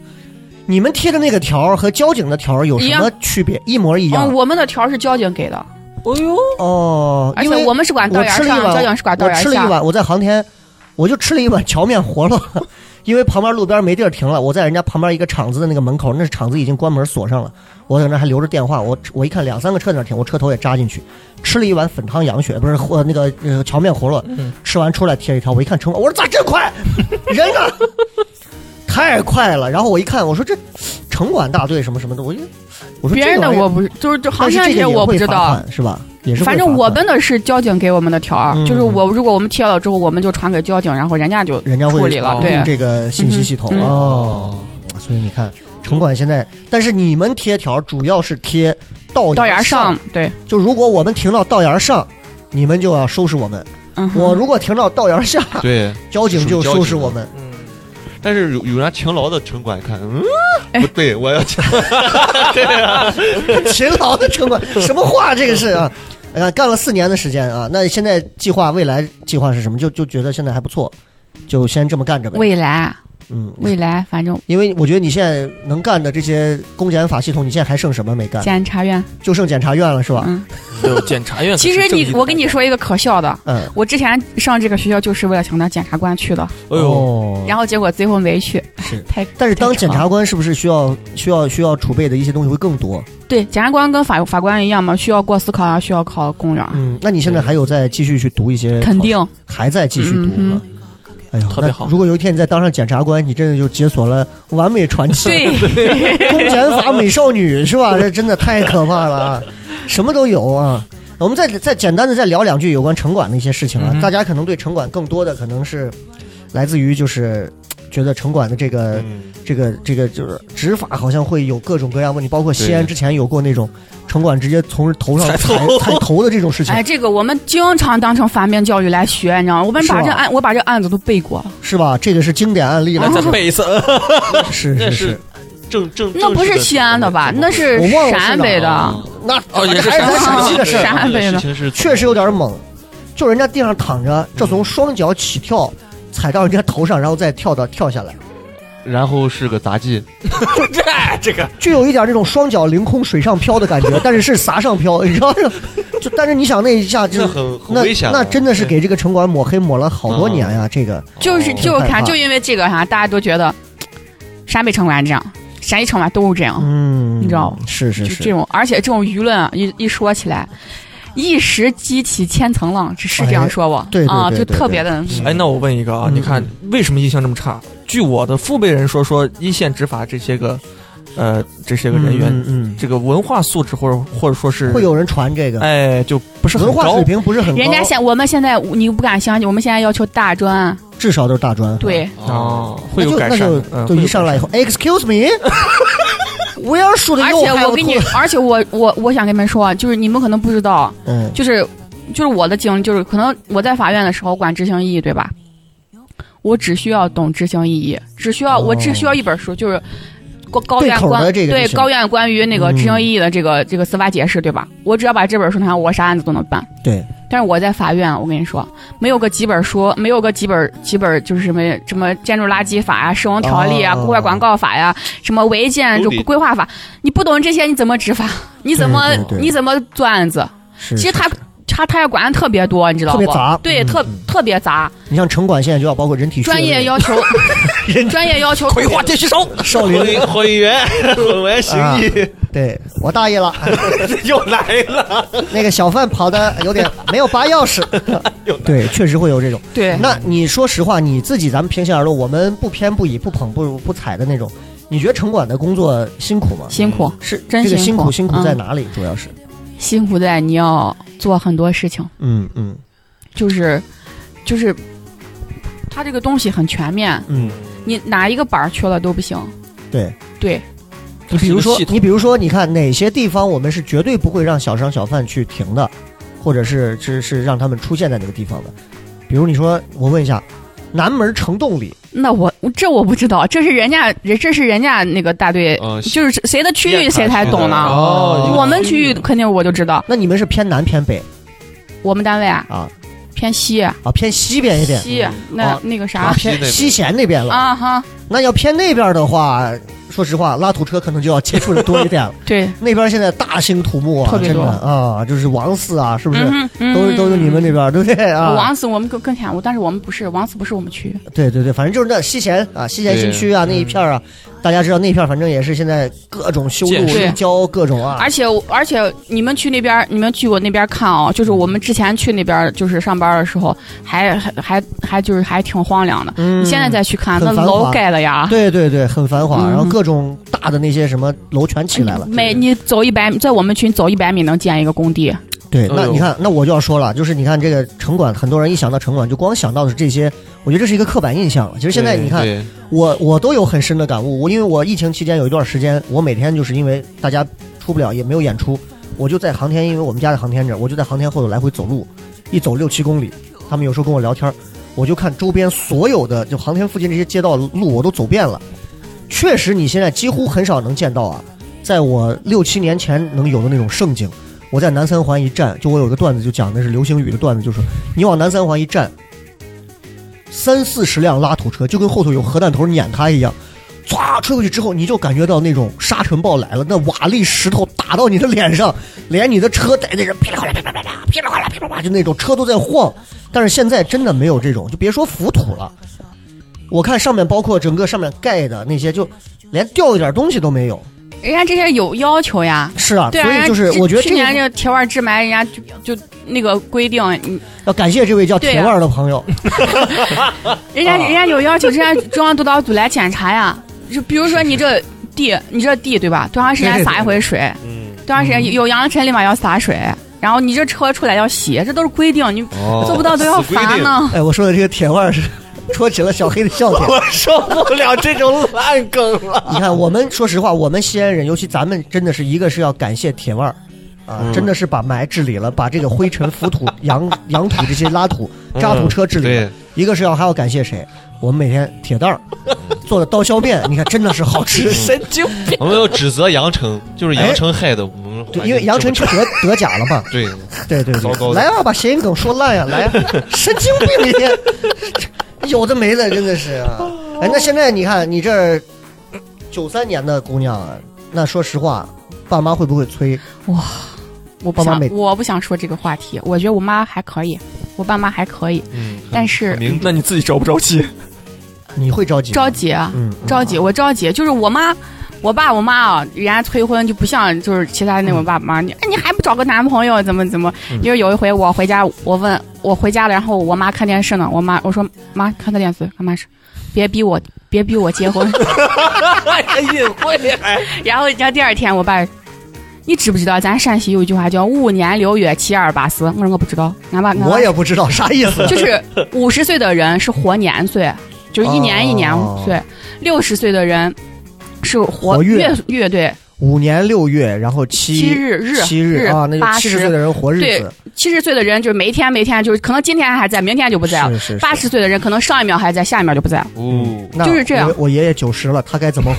B: [laughs] 你们贴的那个条儿和交警的条儿有
E: 嗯一
B: 什
E: 样
B: 么区别？一模一
E: 嗯，
B: 样
E: 我们的条儿是交警给的，
C: 哎呦，
B: 哦，
E: 而
B: 因为
E: 且我们是管啊道
B: 我
E: 沿
B: 吃
E: 儿
B: 了一
E: 上，
B: 碗，
E: 交警是管道
B: 我
E: 沿儿
B: 吃了一
E: 下。
B: 碗，我在航天，我就吃了一碗荞面活了， [laughs] 因为旁边路边没地儿停了，我在人家旁边一个厂子的那个门口，那厂子已经关门锁上了，我在那还留着电话，我我一看两三个车在那停，我车头也扎进去，吃了一碗粉汤羊血，不是或那个呃荞面活络，
C: 嗯
B: 吃完出来贴一条，我一看成果，我说咋这快，人呢？ [laughs] 太快了，然后我一看，我说这城管大队什么什么的，我就我说
E: 别
B: 这
E: 人
B: 个
E: 的
B: 玩意儿
E: 我不是，就是就航
B: 但是
E: 线
B: 这个也
E: 我不
B: 会
E: 知
B: 罚
E: 道，
B: 款是吧？也是会
E: 反正
B: 罚
E: 我
B: 款
E: 们的是交警给我们的条儿，
B: 嗯
E: 就是我如果我们贴了之后，我们就传给交警，然后人家就
B: 人家会
E: 处理了
B: 导入
E: 对
B: 这个信息系统、
E: 嗯嗯
B: 哦。所以你看，城管现在，但是你们贴条主要是贴道
E: 到沿
B: 沿
E: 儿上，对，
B: 就如果我们停到道沿上，你们就要收拾我们；
E: 嗯哼，
B: 我如果停到道沿下，
E: [laughs]
D: 对，
B: 交警就收拾我们。 [laughs]
C: 嗯，
D: 但是有有人家勤劳的城管看，嗯，
E: 哎
D: 不对，我要
B: 哎
D: 勤对啊，
B: 勤劳的城管，什么话这个是啊？哎呀，干了四年的时间啊，那现在计划未来计划是什么？就就觉得现在还不错，就先这么干着呗。
E: 未来
B: 嗯，
E: 未来，反正
B: 因为我觉得你现在能干的这些公检法系统，你现在还剩什么没干？
E: 检察院，
B: 就剩检察院了是吧？
E: 嗯，
C: 还有检察院。
E: 其实你我跟你，说一个可笑的，
B: 嗯，
E: 我之前上这个学校就是为了想当检察官去的，
C: 哎呦，
B: 哦
E: 然后结果最后没去
B: 是，
E: 太
B: 但是当
E: 太
B: 检
E: 长
B: 察官是不是需要需要需要储备的一些东西会更多？
E: 对检察官跟法法官一样嘛，需要过司考啊，需要考公务员，
B: 嗯，那你现在还有在继续去读一些？
E: 肯定嗯
B: 还在继续读吗？哎呀，
C: 特别
B: 那
C: 好
B: 如果有一天你再当上检察官，你真的就解锁了完美传奇，
E: 对
B: [laughs] 公检法美少女是吧？这真的太可怕了啊，什么都有啊。我们再再简单的再聊两句有关城管的一些事情啊，
C: 嗯
B: 大家可能对城管更多的可能是来自于就是觉得城管的这个
D: 嗯
B: 这个这个就是执法好像会有各种各样问题，包括西安
D: 对
B: 之前有过那种城管直接从头上踩踩头的这种事情
E: 哎，，这个我们经常当成反面教育来学，你知道吗？我们
B: 是啊
E: 把
B: 吧
E: 这案，我把这案子都背过，
B: 是吧？这个是经典案例了
E: 哎
C: 来，再背一次，呃
B: 是
D: 那
B: 是
D: 是
B: 是，
D: 正正
E: 那不是西安的吧？那是
B: 我忘了是
E: 陕
B: 哪
E: 北
B: 儿
E: 的。
B: 那
C: 哦
E: [laughs]
C: 也是
B: 还咱
E: 陕
B: 陕西的事儿，
E: 陕北的
D: 啊事情是
B: 确实有点猛，就人家地上躺着，这从双脚起跳。踩到人家头上，然后再跳到跳下来，
D: 然后是个杂技，
C: 这这个
B: 就有一点这种双脚凌空水上漂的感觉，但是是撒上漂，你知道？就但是你想那一下就
D: [laughs] 这
B: 是，
D: 很很
B: 那
D: 危险啊的，
B: 那真的是给这个城管抹黑抹了好多年呀、这个
E: 就是
D: 哦
E: 就
B: 害
E: 看
B: 怕
E: 就因为这个啥，大家都觉得陕北城管这样，陕西城管都是这样，
B: 嗯，
E: 你知道吗
B: 是是，
E: 就是这种，而且这种舆论啊一一说起来，一时激起千层浪，只是这样说我，
B: 哎对对
E: 啊，
B: 对
E: 就
B: 对
E: 特
B: 对
E: 别的，
C: 哎，那我问一个啊，
B: 嗯
C: 你看为什么印象这么差？据我的父辈人说，说一线执法这些个，呃，这些个人员，
B: 嗯，
C: 这个文化素质或者或者说是
B: 嗯会有人传这个，
C: 哎，就不是很
B: 文化
C: 高
B: 水。平不是很高，
E: 人家现我们现在你不敢相信，我们现在要求大专，
B: 至少都是大专，，
E: 对，
C: 哦，会
B: 那
C: 有
B: 就
C: 改
B: 那
C: 善
B: 就
C: 的，嗯
B: 就一上来以后，，Excuse me，我 [laughs] 要是数的
E: 而
B: 又
E: 且
B: 开
E: 我跟你， [laughs] 而且我我我想跟你们说啊，就是你们可能不知道，啊
B: 嗯
E: 就是就是我的经历，就是可能我在法院的时候管执行异议，对吧？我只需要懂执行异议，只需要、我只需要一本书，就是高高院
B: 对口的
E: 关
B: 这个就
E: 对
B: 行
E: 高院关于那个
B: 嗯
E: 执行异议的这个、这个司法解释，对吧？我只要把这本书拿，我啥案子都能办。
B: 对，
E: 但是我在法院，我跟你说，没有个几本书，没有个几本几本就是什么什么建筑垃圾法呀、施工条例啊、
B: 哦
E: 破坏广告法呀、什么违建
D: 都
E: 就
D: 得
E: 规划法，你不懂这些，你怎么执法？你怎么
B: 对对对
E: 你怎么做案子？
B: 是
E: 其实他
B: 嗯是是
E: 他他也管的特别多，你知道
B: 特
E: 不？
B: 别杂，
E: 对，
B: 嗯
E: 特
B: 嗯
E: 特别杂，
B: 你像城管现在就要包括人体
E: 专业要求，
B: [laughs]
E: 专业要求，
C: 葵花点穴
B: 哎
C: 手，
B: 少林，
C: [laughs]
D: 混混元混元行
B: 啊
D: 医 [laughs]
B: 对我大意
C: [laughs]
B: 了，
D: 又来了，
B: 那个小贩跑的有点没有拔钥
C: [laughs]
B: 匙，
C: 哎
B: 对，确实会有这种。
E: 对，
B: 那你说实话，你自己咱们平心而论，我们不偏不倚、不捧不不踩的那种，你觉得城管的工作辛苦吗？
E: 辛苦，
B: 是
E: 真
B: 这个辛
E: 辛苦
B: 辛苦
E: 嗯
B: 在哪里？主要是，
E: 辛苦在你要做很多事情，
B: 嗯嗯
E: 就是就是，他这个东西很全面，
B: 嗯，
E: 你哪一个板儿缺了都不行。
B: 对。
E: 对，
B: 你比如
C: 它
B: 说
C: 是一个系，统
B: 你比如说，你看哪些地方我们是绝对不会让小商小贩去停的，或者是是是让他们出现在那个地方的。比如你说，我问一下，南门城洞里，
E: 那我这我不知道，这是人家，这是人家那个大队，
D: 嗯，
E: 就是谁的区域谁才懂
C: 啊
E: 呢？
B: 哦
E: 我们区域肯定我就知道，
B: 那你们是偏南偏北
E: 我们单位啊，
B: 啊？
E: 偏西
B: 啊，偏西边一点，
E: 西
B: 啊
E: 那那个
B: 啊
E: 啥
D: 西那
B: 偏
D: 边
B: 西咸那边了。
E: 啊哈，
B: 那要偏那边的话，说实话，拉土车可能就要接触的多一点
E: [laughs]
B: 了。
E: 对，
B: 那边现在大兴土木啊，
E: 特别
B: 真的
E: 多
B: 啊，就是王四啊，是不是？
E: 嗯哼
B: 都是都是你们。
E: 嗯
B: 那边，对不对啊？
E: 王死我们更更惨，我但是我们不是王死不是我们区，
B: 对对对，反正就是那西咸啊，西咸新区啊那一片儿啊，大家知道那一片儿，反正也是现在各种修路、
D: 建
E: 设
B: 立交各种啊
E: 而。且我而且你们去那边儿，你们去我那边儿看啊、就是我们之前去那边儿就是上班的时候，还还还还就是还挺荒凉的。
B: 嗯
E: 你现在啊再去看，
B: 很
E: 那
B: 繁华
E: 楼盖了呀，
B: 对对对，很繁华，
E: 嗯
B: 然后各种大的那些什么楼全起来了。
E: 每你走一百米，在我们群走一百米能建一个工地，
B: 对，
D: 哎
B: 那
D: 呦
B: 你看，那我就要说了，就是你看这个城管，很多人一想到城管就光想到的是这些，我觉得这是一个刻板印象了。其实现在你看，
D: 对
B: 我我都有很深的感悟。我因为我疫情期间有一段时间，我每天就是因为大家出不了，也没有演出，我就在航天，因为我们家在航天这儿，我就在航天后头来回走路，一走六七公里。他们有时候跟我聊天儿，我就看周边所有的就航天附近这些街道路我都走遍了。确实，你现在几乎很少能见到啊，在我六七年前能有的那种盛景。我在南三环一站，就我有个段子就讲的是流星雨的段子，就是你往南三环一站，三四十辆拉土车就跟后头有核弹头碾它一样，唰吹过去之后，你就感觉到那种沙尘暴来了，那瓦砾石头打到你的脸上，连你的车带那人噼里哗啦噼里啪啦噼里哗啦噼里啪啦，就那种车都在晃。但是现在真的没有这种，就别说浮土了，我看上面包括整个上面盖的那些，就连掉一点东西都没有。
E: 人家这些有要求呀。
B: 是啊，
E: 对啊，
B: 所以
E: 人家
B: 就是
E: 去
B: 我觉得
E: 去
B: 这
E: 年
B: 个
E: 就铁腕治霾，人家就就那个规定，你
B: 要感谢这位叫
E: 对啊
B: 铁腕儿的朋友，
E: 人
B: 啊
E: 家、人家有要求，人家中央督导组来检查呀。就比如说你这地，你这地对吧？多长时间
B: 对
E: 洒一回水？
F: 嗯，
E: 多长时间有扬尘立马要洒水，然后你这车出来要洗，这都是规定，你
D: 哦
B: 哦
E: 做不到都要
F: 死规定
E: 罚
B: [laughs]
E: 呢。
B: 哎，我说的这个铁腕儿是 [laughs] 戳起了小黑的笑点。
F: 我受不了这种烂梗了。
B: [laughs] 你看，我们说实话，我们西安人，尤其咱们，真的是一个是要感谢铁腕儿，啊，
F: 嗯
B: 真的是把霾治理了，把这个灰尘、浮土、 [laughs] 扬扬土这些拉土、
F: 嗯
B: 渣土车治理了。
D: 对，
B: 一个是要还要感谢谁？我们每天铁蛋儿
F: [laughs]
B: 做的刀削面，你看真的是好吃。
F: 神经病！
D: 我们要指责杨城，就是杨城害的我们环境这么差。
B: 哎对，因为杨晨去得得甲了嘛。
D: 对，
B: 对对
D: 糟
B: 对，
D: 糕
B: 来啊，把谐音梗说烂呀、
D: [laughs]
B: 来、啊，神经病你，这 [laughs] 有的没的，真的是、啊。
D: 哦
B: 哎，那现在你看你这九三年的姑娘啊，那说实话，爸妈会不会催？
E: 我不
B: 爸妈
E: 想
B: 每，
E: 我不想说这个话题。我觉得我妈还可以，我爸妈还可以，
D: 嗯，
E: 但是
D: 很明
C: 那你自己着不
B: [laughs]
C: 着急？
B: 你会着急？
E: 着？急啊，
B: 嗯，
E: 着急，我着急，就是我妈。我爸我妈啊，人家催婚就不像就是其他的
B: 嗯
E: 那种爸妈，你哎你还不找个男朋友怎么怎么？因为有一回我回家，我问我回家了，然后我妈看电视呢，我妈我说妈看个电视干嘛事？别逼我，别逼我结婚。 [laughs]
F: 隐晦还
E: 然后你知道第二天我爸，你知不知道咱陕西有一句话叫“五年六月七二八四”？我说我不知道，俺爸俺爸
B: 我也不知道啥意
E: [laughs]
B: 思。
E: 就是五十岁的人是活年岁，就是一年一年
B: 哦
E: 岁；六十岁的人是活
B: 活月
E: 月月对
B: 五年六月，然后七
E: 七日日
B: 七日啊，那
E: 八
B: 就七十岁
E: 十
B: 的人活日
E: 对
B: 子，
E: 七十岁的人就是每一天每一天就是可能今天还在，明天就不在了
B: 是；是是
E: 八十岁的人可能上一秒还在，下一秒就不在了。
D: 哦，
B: 那
E: 就是这样
B: 我我爷爷九十了，他该怎么？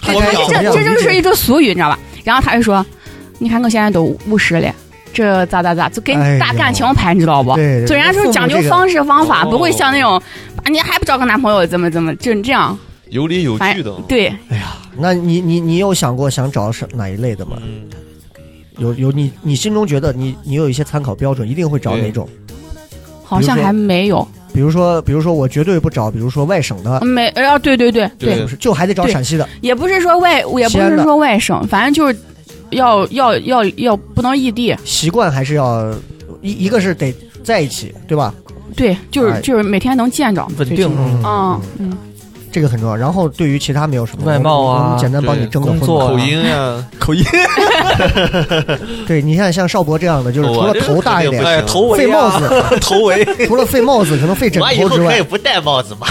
B: 他
E: 这
B: 该怎么
E: 这
B: 样
E: 这就
B: 理解
E: 是一种俗语，你知道吧？然后他就说：“你看我现在都五十了。”这咋咋咋，就跟
B: 哎
E: 打
B: 呦
E: 感情牌，你知道不？
B: 对对
E: 就人家
B: 父
E: 说
B: 母
E: 讲究
B: 这个
E: 方式方法，
D: 哦
E: 不会像那种，啊你还不找个男朋友，怎么怎么，就是这样。
D: 有理有
E: 反
D: 据的
E: 正，对，
B: [laughs] 那你你你有想过想找是哪一类的吗？
D: 嗯
B: 有有你你心中觉得你你有一些参考标准，一定会找哪种？
E: 好像还没有，
B: 比如说比如说我绝对不找，比如说外省的，
E: 没啊，对对对，
B: 是
D: 对
B: 不，是就还得找
E: 对
B: 陕西的。
E: 也不是说外，也不
B: 西安
E: 是
B: 的
E: 说外省，反正就是要要要要不能异地，
B: 习惯还是要一一个是得在一起，对吧？
E: 对，就是、
B: 哎
E: 就是每天能见着，
C: 稳定
E: 嗯嗯，
B: 这个很重要。然后对于其他没有什么
C: 外貌啊
B: 我们简单帮你
D: 对
B: 征个婚
C: 工作
B: 吧
D: 口音啊，
C: 口音，
B: 对，你看像邵博这样的，就是除
D: 我
B: 了
D: 这个
B: 头大一
D: 肯定
B: 点
D: 不，行
C: 哎，头围
B: 费
C: 啊
B: [laughs] 帽，子，
C: 头围，
B: 除了费帽子，可能费枕
F: 我以
B: 头
F: 后
B: 之
F: 可以
B: 外，
F: 不戴帽子吧？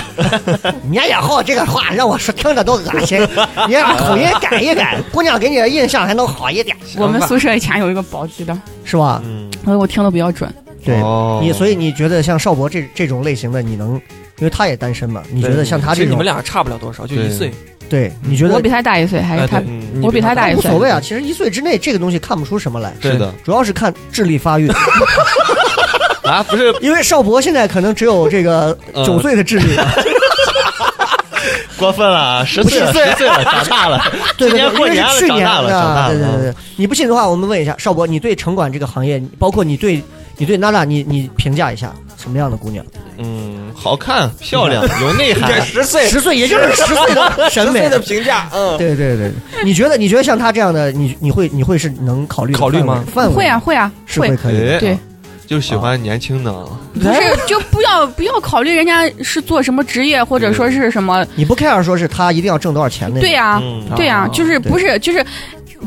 B: 你以后这个话让我说听着都恶心。你让口音改一改，姑娘给你的印象还能好一点，
E: [laughs] 我们宿舍以前有一个保级的，
B: 是吧？
D: 嗯，
E: 我我听的比较准，
B: 对，
D: 哦
B: 你所以你觉得像邵博这这种类型的，你能，因为他也单身嘛，你觉得像他
C: 其
B: 这
C: 实你
B: 种
C: 们，俩差不了多少，就一
D: 对
C: 岁。
B: 对，你觉得
E: 我比他大一岁，还是
C: 哎
E: 他
C: 对
D: 嗯
C: 你
E: 我比他大一
B: 无
E: 岁
B: 所谓啊？其实一岁之内这个东西看不出什么来，
D: 是的，
B: 主要是看智力发育。
D: 啊，不是
B: [laughs] 因为邵博现在可能只有这个
D: 嗯
B: 九岁的智力了，
D: 过分了啊，十岁了，
B: 不是
D: 十岁了，长大了，
B: 对
D: 今
B: 对
D: 年
B: 对，
D: 过
B: 因为
D: 年
B: 是
D: 了，
B: 去
D: 长
B: 年
D: 大了，
B: 的
D: 长大了，嗯
B: 对对对对，你不信的话，我们问一下邵博，你对城管这个行业，包括你对你对娜娜，你你评价一下什么样的姑娘？
D: 嗯，好看，漂亮，有内涵，哎
F: 十岁
B: 十岁，也就是十岁的审美
F: 十岁。的评价，嗯，
B: 对对对，对你觉得你觉得像她这样的，你你会你会是能考虑的
C: 考虑
B: 范围
C: 吗
B: 范围
E: 会啊，会啊
B: 是
E: 会
B: 会，可以的。
D: 哎
E: 对，
D: 就是喜欢年轻的，啊
E: 不是就不要不要考虑人家是做什么职业或者说是什么，
B: 你不 care 说是她一定要挣多少钱那
E: 对
B: 种，
E: 呀、
D: 嗯
E: 对呀、
B: 啊
E: 就是
B: 对
E: 不是就是，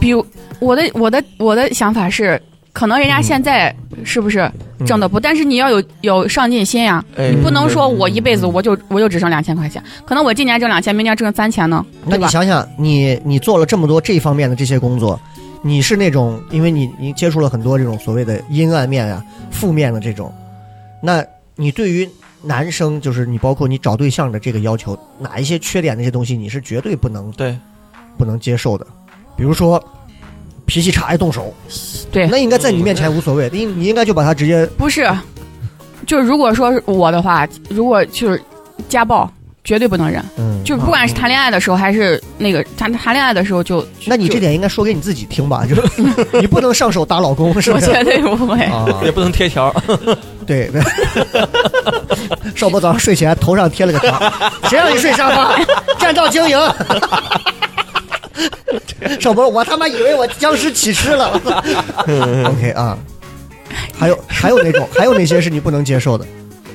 E: 比如我的我的我的想法是，可能人家现在是不是
B: 嗯
E: 挣的不，但是你要有有上进心呀、
C: 哎
E: 你不能说我一辈子我就我就只挣两千块钱，可能我今年挣两千，明年挣三千呢，
B: 那
E: 对
B: 你
E: 吧？
B: 想想，你你做了这么多这方面的这些工作，你是那种因为你你接触了很多这种所谓的阴暗面啊、负面的这种，那你对于男生就是你包括你找对象的这个要求，哪一些缺点那些东西你是绝对不能
C: 对，
B: 不能接受的？比如说脾气差爱动手，
E: 对
B: 那应该在你面前无所谓，你你应该就把他直接
E: 不是，就如果说是我的话，如果就是家暴。绝对不能忍，
B: 嗯，
E: 就不管是谈恋爱的时候，还是那个谈谈恋爱的时候就，
B: [laughs] 那你这点应该说给你自己听 [laughs] 吧，就是你不能上手打老公，是
E: 我
B: 不是？
E: 绝对不会。
B: 啊，
C: 也不能贴条，
B: 对 [laughs] 对，少波早上睡前头上贴了个条， [laughs] 谁让你睡沙发？ [laughs] 占道经营。少波，我他妈以为我僵尸起尸了。OK 啊，还有还有那种，还有那些是你不能接受的，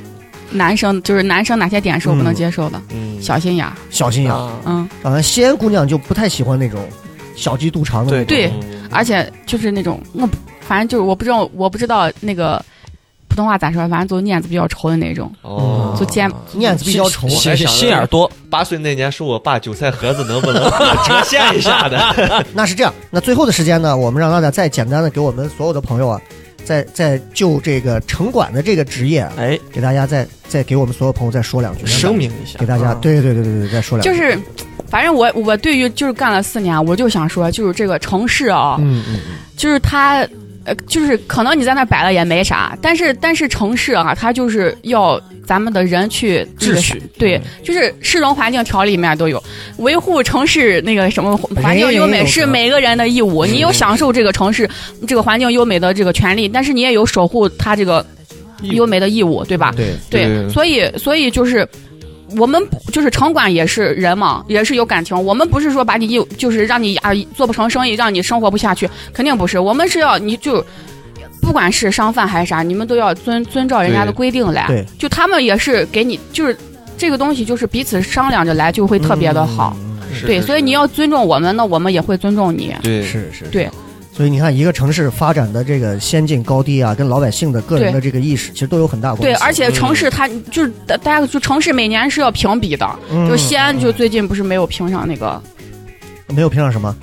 E: [laughs] 男生就是男生哪些点是我不能接受的？
D: 嗯，
E: 小心眼儿，
B: 小心眼儿。
C: 啊
E: 嗯，
B: 啊，西安姑娘就不太喜欢那种小鸡肚肠的那种。
E: 对
D: 嗯
E: 而且就是那种我不，反正就是我不知道，我不知道那个普通话咋说，反正就念子比较稠的那种，
D: 哦，
E: 就肩
B: 面子比较啊稠，
D: 心
C: 心
D: 心
C: 心眼儿多，
D: 八岁那年收我爸韭菜盒子，能
B: [laughs]
D: 不能折现一下的？
B: 那是这样，那最后的时间呢，我们让大家再简单的给我们所有的朋友啊，再再就这个城管的这个职业啊，
C: 哎，
B: 给大家再再给我们所有朋友再说两句，
C: 声明一下，
B: 给大家，
C: 啊，
B: 对对对对对，再说两句，
E: 就是，反正我我对于就是干了四年，啊我就想说，就是这个城市啊，
B: 嗯嗯嗯，
E: 就是它，呃，就是可能你在那儿摆了也没啥，但是但是城市啊，它就是要咱们的人去那个
C: 秩
E: 啥
C: 序
E: 对，
B: 嗯
E: 就是市容环境条例里面都有维护城市那个什么
B: 哎
E: 环境优
B: 人人
E: 美
B: 有责
E: 是每个人的义务，
B: 嗯
E: 你有享受这个城市这个环境优美的这个权利，但是你也有守护它这个优美的义务，对吧？
B: 对，
E: 对，
D: 对
E: 所以所以就是。我们不就是城管也是人嘛，也是有感情。我们不是说把你一就是让你啊做不成生意，让你生活不下去，肯定不是。我们是要你就不管是商贩还是啥，你们都要遵遵照人家的
D: 对
E: 规定来
B: 对。
E: 就他们也是给你就是这个东西，就是彼此商量着来，就会特别的好。
D: 嗯
B: 嗯
D: 是
E: 对，
D: 是
E: 所以
D: 是
E: 你要尊重我们，那我们也会尊重你。
D: 对
B: 嗯是是，
E: 对。
B: 所以你看，一个城市发展的这个先进高低啊，跟老百姓的个人的这个意识，其实都有很大关系。
E: 对，而且城市它就是大大家就城市每年是要评比的，
B: 嗯
E: 就西安就最近不是没有评上那个。
B: 没有评上什么，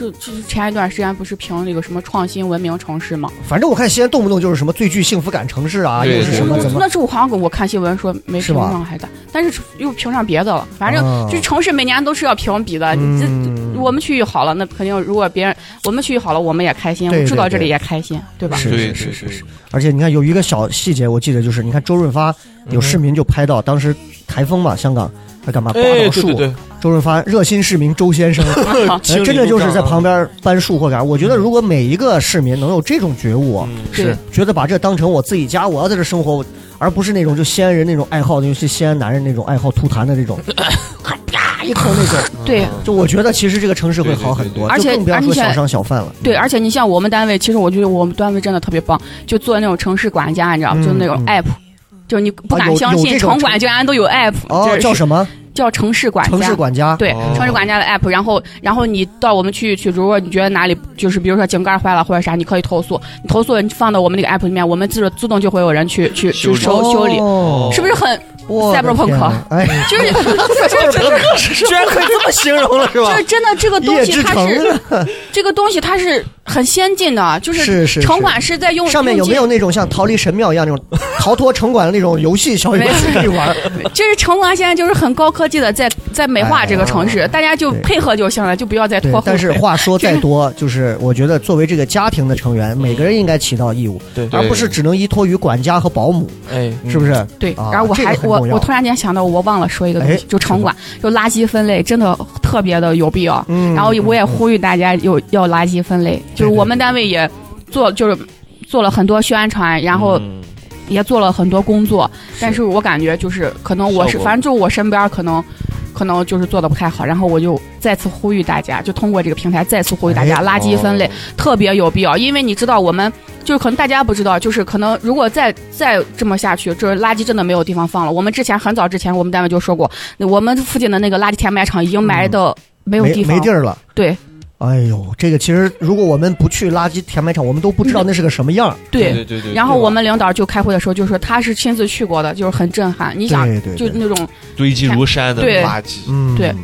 E: 就就是前一段时间不是评那个什么创新文明城市吗？
B: 反正我看西安动不动就是什么最具幸福感城市啊，
D: 对
B: 又是
D: 对
B: 什么
D: 对
B: 怎么
E: 那时候好像我看新闻说没
B: 是
E: 评
B: 吧
E: 上还是咋，但是又评上别的了。反正
B: 啊
E: 就是城市每年都是要评比的，你
B: 嗯
E: 这我们区域好了，那肯定如果别人我们区域好了，我们也开心，
B: 对
E: 我住到这
B: 对
E: 里也开心，对吧？
B: 是
D: 对
B: 是
D: 对
B: 是
D: 对
B: 是，而且你看有一个小细节，我记得就是，你看周润发有市民就拍到，当时台风嘛，香港他干嘛刮，
C: 哎
B: 倒
C: 对
B: 树？
C: 对啊对，
B: 周润发热心市民周
C: [laughs]
B: 先生，哎真的就是在旁边搬树或干。我觉得如果每一个市民能有这种觉悟，
D: 嗯
B: 嗯
E: 是
B: 觉得把这当成我自己家，我要在这生活，而不是那种就西安人那种爱好，尤其西安男人那种爱好吐痰的这
E: [laughs]
B: 种，咔啪一口那种。
E: 对
B: 就我觉得其实这个城市会好很多，
E: 对对对
B: 就更不要说小商小贩了。
E: 对，而且你像我们单位，其实我觉得我们单位真的特别棒，就做那种城市管家，你知道吗？
B: 嗯
E: 就那种
B: 嗯
E: app。就你不
B: 啊有
E: 敢相
B: 有这
E: 信，
B: 种
E: 城管居然都有 app，
B: 哦，
E: 这
B: 叫
E: 是
B: 什么？
E: 叫城市管家，
B: 城市管家。
E: 对
D: 哦，
E: 城市管家的 app，然后然后你到我们区域去，如果你觉得哪里就是比如说井盖坏了或者啥，你可以投诉，你投诉了你放到我们那个 app 里面，我们自自动就会有人去去去
D: 修理
E: 收修理，
B: 哦
E: 是不是很
B: 我的
E: 赛博朋克
B: 天哪哎，
E: 就是 [laughs] 就是
B: 赛博朋克
C: 居然可以这么形容了，是吧
E: 就？是真的这个东
B: 叶
E: 西
B: 之
E: 它
B: 城啊
E: 是这个东西它是很先进的，就是
B: 是
E: 城管是在用
B: 上面有没有？那种像逃离神庙一样
E: [laughs]
B: 那种逃脱城管的那种游戏小游戏可以玩？
E: 用这是城管现在就是很高科技的在在美化这个城市，大家就
B: 哎对
E: 配合就行了，就不要再
B: 对
E: 拖后，腿。
B: 但是话说再多，就是我觉得作为这个家庭的成员，每个人应该起到义务，
C: 对
B: 而不是只能依托于管家和保姆，
C: 哎，
B: 啊是不是？
E: 对，
B: 啊
E: 然后我
B: 这个
E: 还、
B: 很
E: 我
B: 重要
E: 我突然间想到，我忘了说一个东西
B: 哎，
E: 就城管，就垃圾分类，真的特别的有必要。
B: 嗯
E: 然后我也呼吁大家有要垃圾分类，就是我们单位也做就是做了很多宣传，然后
F: 嗯
E: 也做了很多工作，但是我感觉就是可能我是
F: 效果
E: 反正就我身边可能。可能就是做的不太好，然后我就再次呼吁大家，就通过这个平台再次呼吁大家，
B: 哎
E: 垃
D: 哦
E: 圾分类、特别有必要，因为你知道我们就是可能大家不知道，就是可能如果再再这么下去，就是垃圾真的没有地方放了。我们之前很早之前，我们单位就说过，那我们附近的那个垃圾填埋场已经埋的没有
B: 没
E: 地方，
B: 没地儿了。
E: 对
B: 哎呦，这个其实如果我们不去垃圾填埋场，我们都不
E: 嗯
B: 知道那是个什么样儿。
E: 对
D: 对对对。
E: 然后我们领导就开会的时候就说他是亲自去过的，就是很震撼。你想，
B: 对对
E: 就
B: 对
E: 那种
F: 堆积如山的
E: 对
F: 垃圾，
B: 嗯，
E: 对，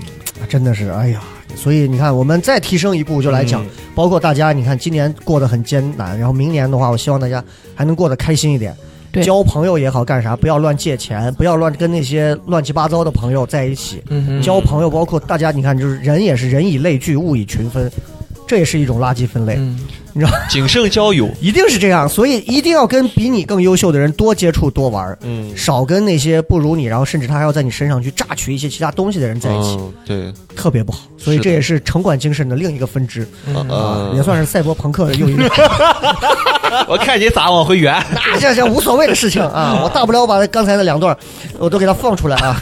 B: 真的是，哎呀。所以你看，我们再提升一步就来讲，包括大家，你看今年过得很艰难，然后明年的话，我希望大家还能过得开心一点。
E: 对
B: 交朋友也好，干啥不要乱借钱，不要乱跟那些乱七八糟的朋友在一起。
C: 嗯哼
B: 交朋友，包括大家，你看，就是人也是人以类聚，物以群分，这也是一种垃圾分类，
C: 嗯
F: 谨慎交友。
B: 一定是这样。所以一定要跟比你更优秀的人多接触、多玩儿，
F: 嗯，
B: 少跟那些不如你，然后甚至他还要在你身上去榨取一些其他东西的人在一起，
F: 嗯对，
B: 特别不好。所以
F: 是的
B: 这也是城管精神的另一个分支啊
F: 嗯，
B: 也算是赛博朋克的 [laughs] 又一个。
F: [laughs] 我看你咋往回圆。
B: 那这这无所谓的事情
F: [laughs]
B: 啊，我大不了把刚才的两段儿我都给它放出来啊。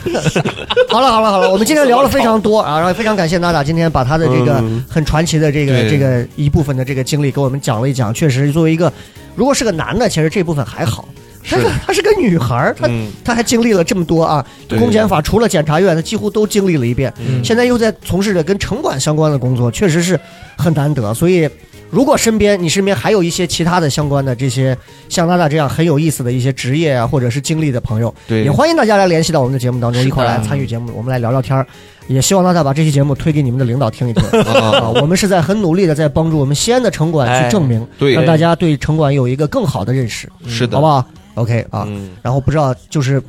B: 好了好了好了，我们今天聊了非常多啊，然后非常感谢娜娜今天把她的这个很传奇的这个
F: 嗯对
B: 这个一部分的这个经历给我们讲了一讲。确实，作为一个如果是个男的，其实这部分还好。但是她是个女孩儿，她
F: 嗯，
B: 她还经历了这么多啊。
F: 对
B: 公检法除了检察院，她几乎都经历了一遍。
C: 嗯
B: 现在又在从事着跟城管相关的工作，确实是很难得。所以，如果身边你身边还有一些其他的相关的这些像娜娜这样很有意思的一些职业啊，或者是经历的朋友，
F: 对
B: 也欢迎大家来联系到我们的节目当中，一块儿来参与节目，我们来聊聊天儿。也希望娜娜把这期节目推给你们的领导听一听
F: [laughs]
B: 啊！我们是在很努力的在帮助我们西安的城管去
C: 哎
B: 证明，
F: 对嗯
B: 让大家对城管有一个更好的认识，
F: 是的，
B: 好不好？OK 啊，
F: 嗯，
B: 然后不知道就是。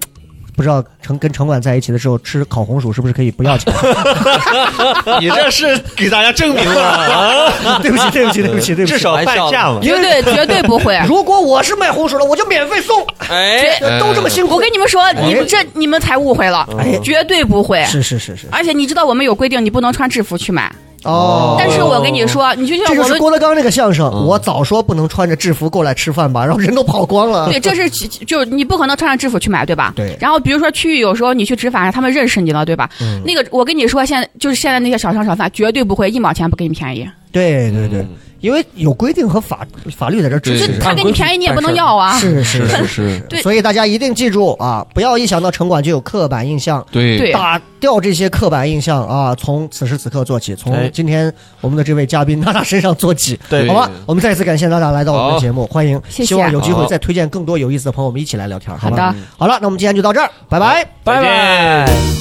B: 不知道城跟城管在一起的时候吃烤红薯是不是可以不要钱？
F: 你这是给大家证明了啊，
B: 对不起，对不 [laughs] 起，对不起，对不
F: 至
B: 起。
F: 少半价了。
E: 绝对绝对不会。
B: 如果我是卖红薯的，我就免费送，
C: 哎，
B: 都这么辛
E: 我
B: 苦。
E: 跟你们说，你们这你们才误会了，
B: 哎
E: 绝对不会。
B: 是是是是，
E: 而且你知道我们有规定，你不能穿制服去买。
B: 哦，嗯
E: 但是我跟你说，你就
B: 这
E: 像
B: 就
E: 我
B: 是
E: 们
B: 郭德纲那个相声，我早说不能穿着制服过来吃饭吧，然后人都跑光了。
E: [laughs] 对，这是其就是你不可能穿上制服去买，对吧？
B: 对
E: 然后比如说区域，有时候你去执法，他们认识你了，对吧？那个我跟你说，现在就是现在那些小商小贩绝对不会一毛钱不给你便宜，
B: 对对对，因为有规定和法法律在这支
F: 对
E: 就
B: 持
E: 他给你便宜你也不能要啊。
B: 是是
F: 是
B: 是，
F: 是，
E: 对
B: 所以大家一定记住啊，不要一想到城管就有刻板印象，
F: 对
E: 对
B: 打掉这些刻板印象啊，从此时此刻做起，
C: 哎
B: 从今天我们的这位嘉宾娜娜身上做起，
F: 对
B: 好吧？我们再次感谢娜娜来到我们的
F: 好
B: 节目，欢迎，
E: 谢谢
B: 希望有机会
F: 好
B: 再推荐更多有意思的朋友，我们一起来聊天，好
E: 好
B: 吧？
E: 的，
B: 好了，那我们今天就到这儿，拜拜。
C: 拜
F: 再见
C: 拜。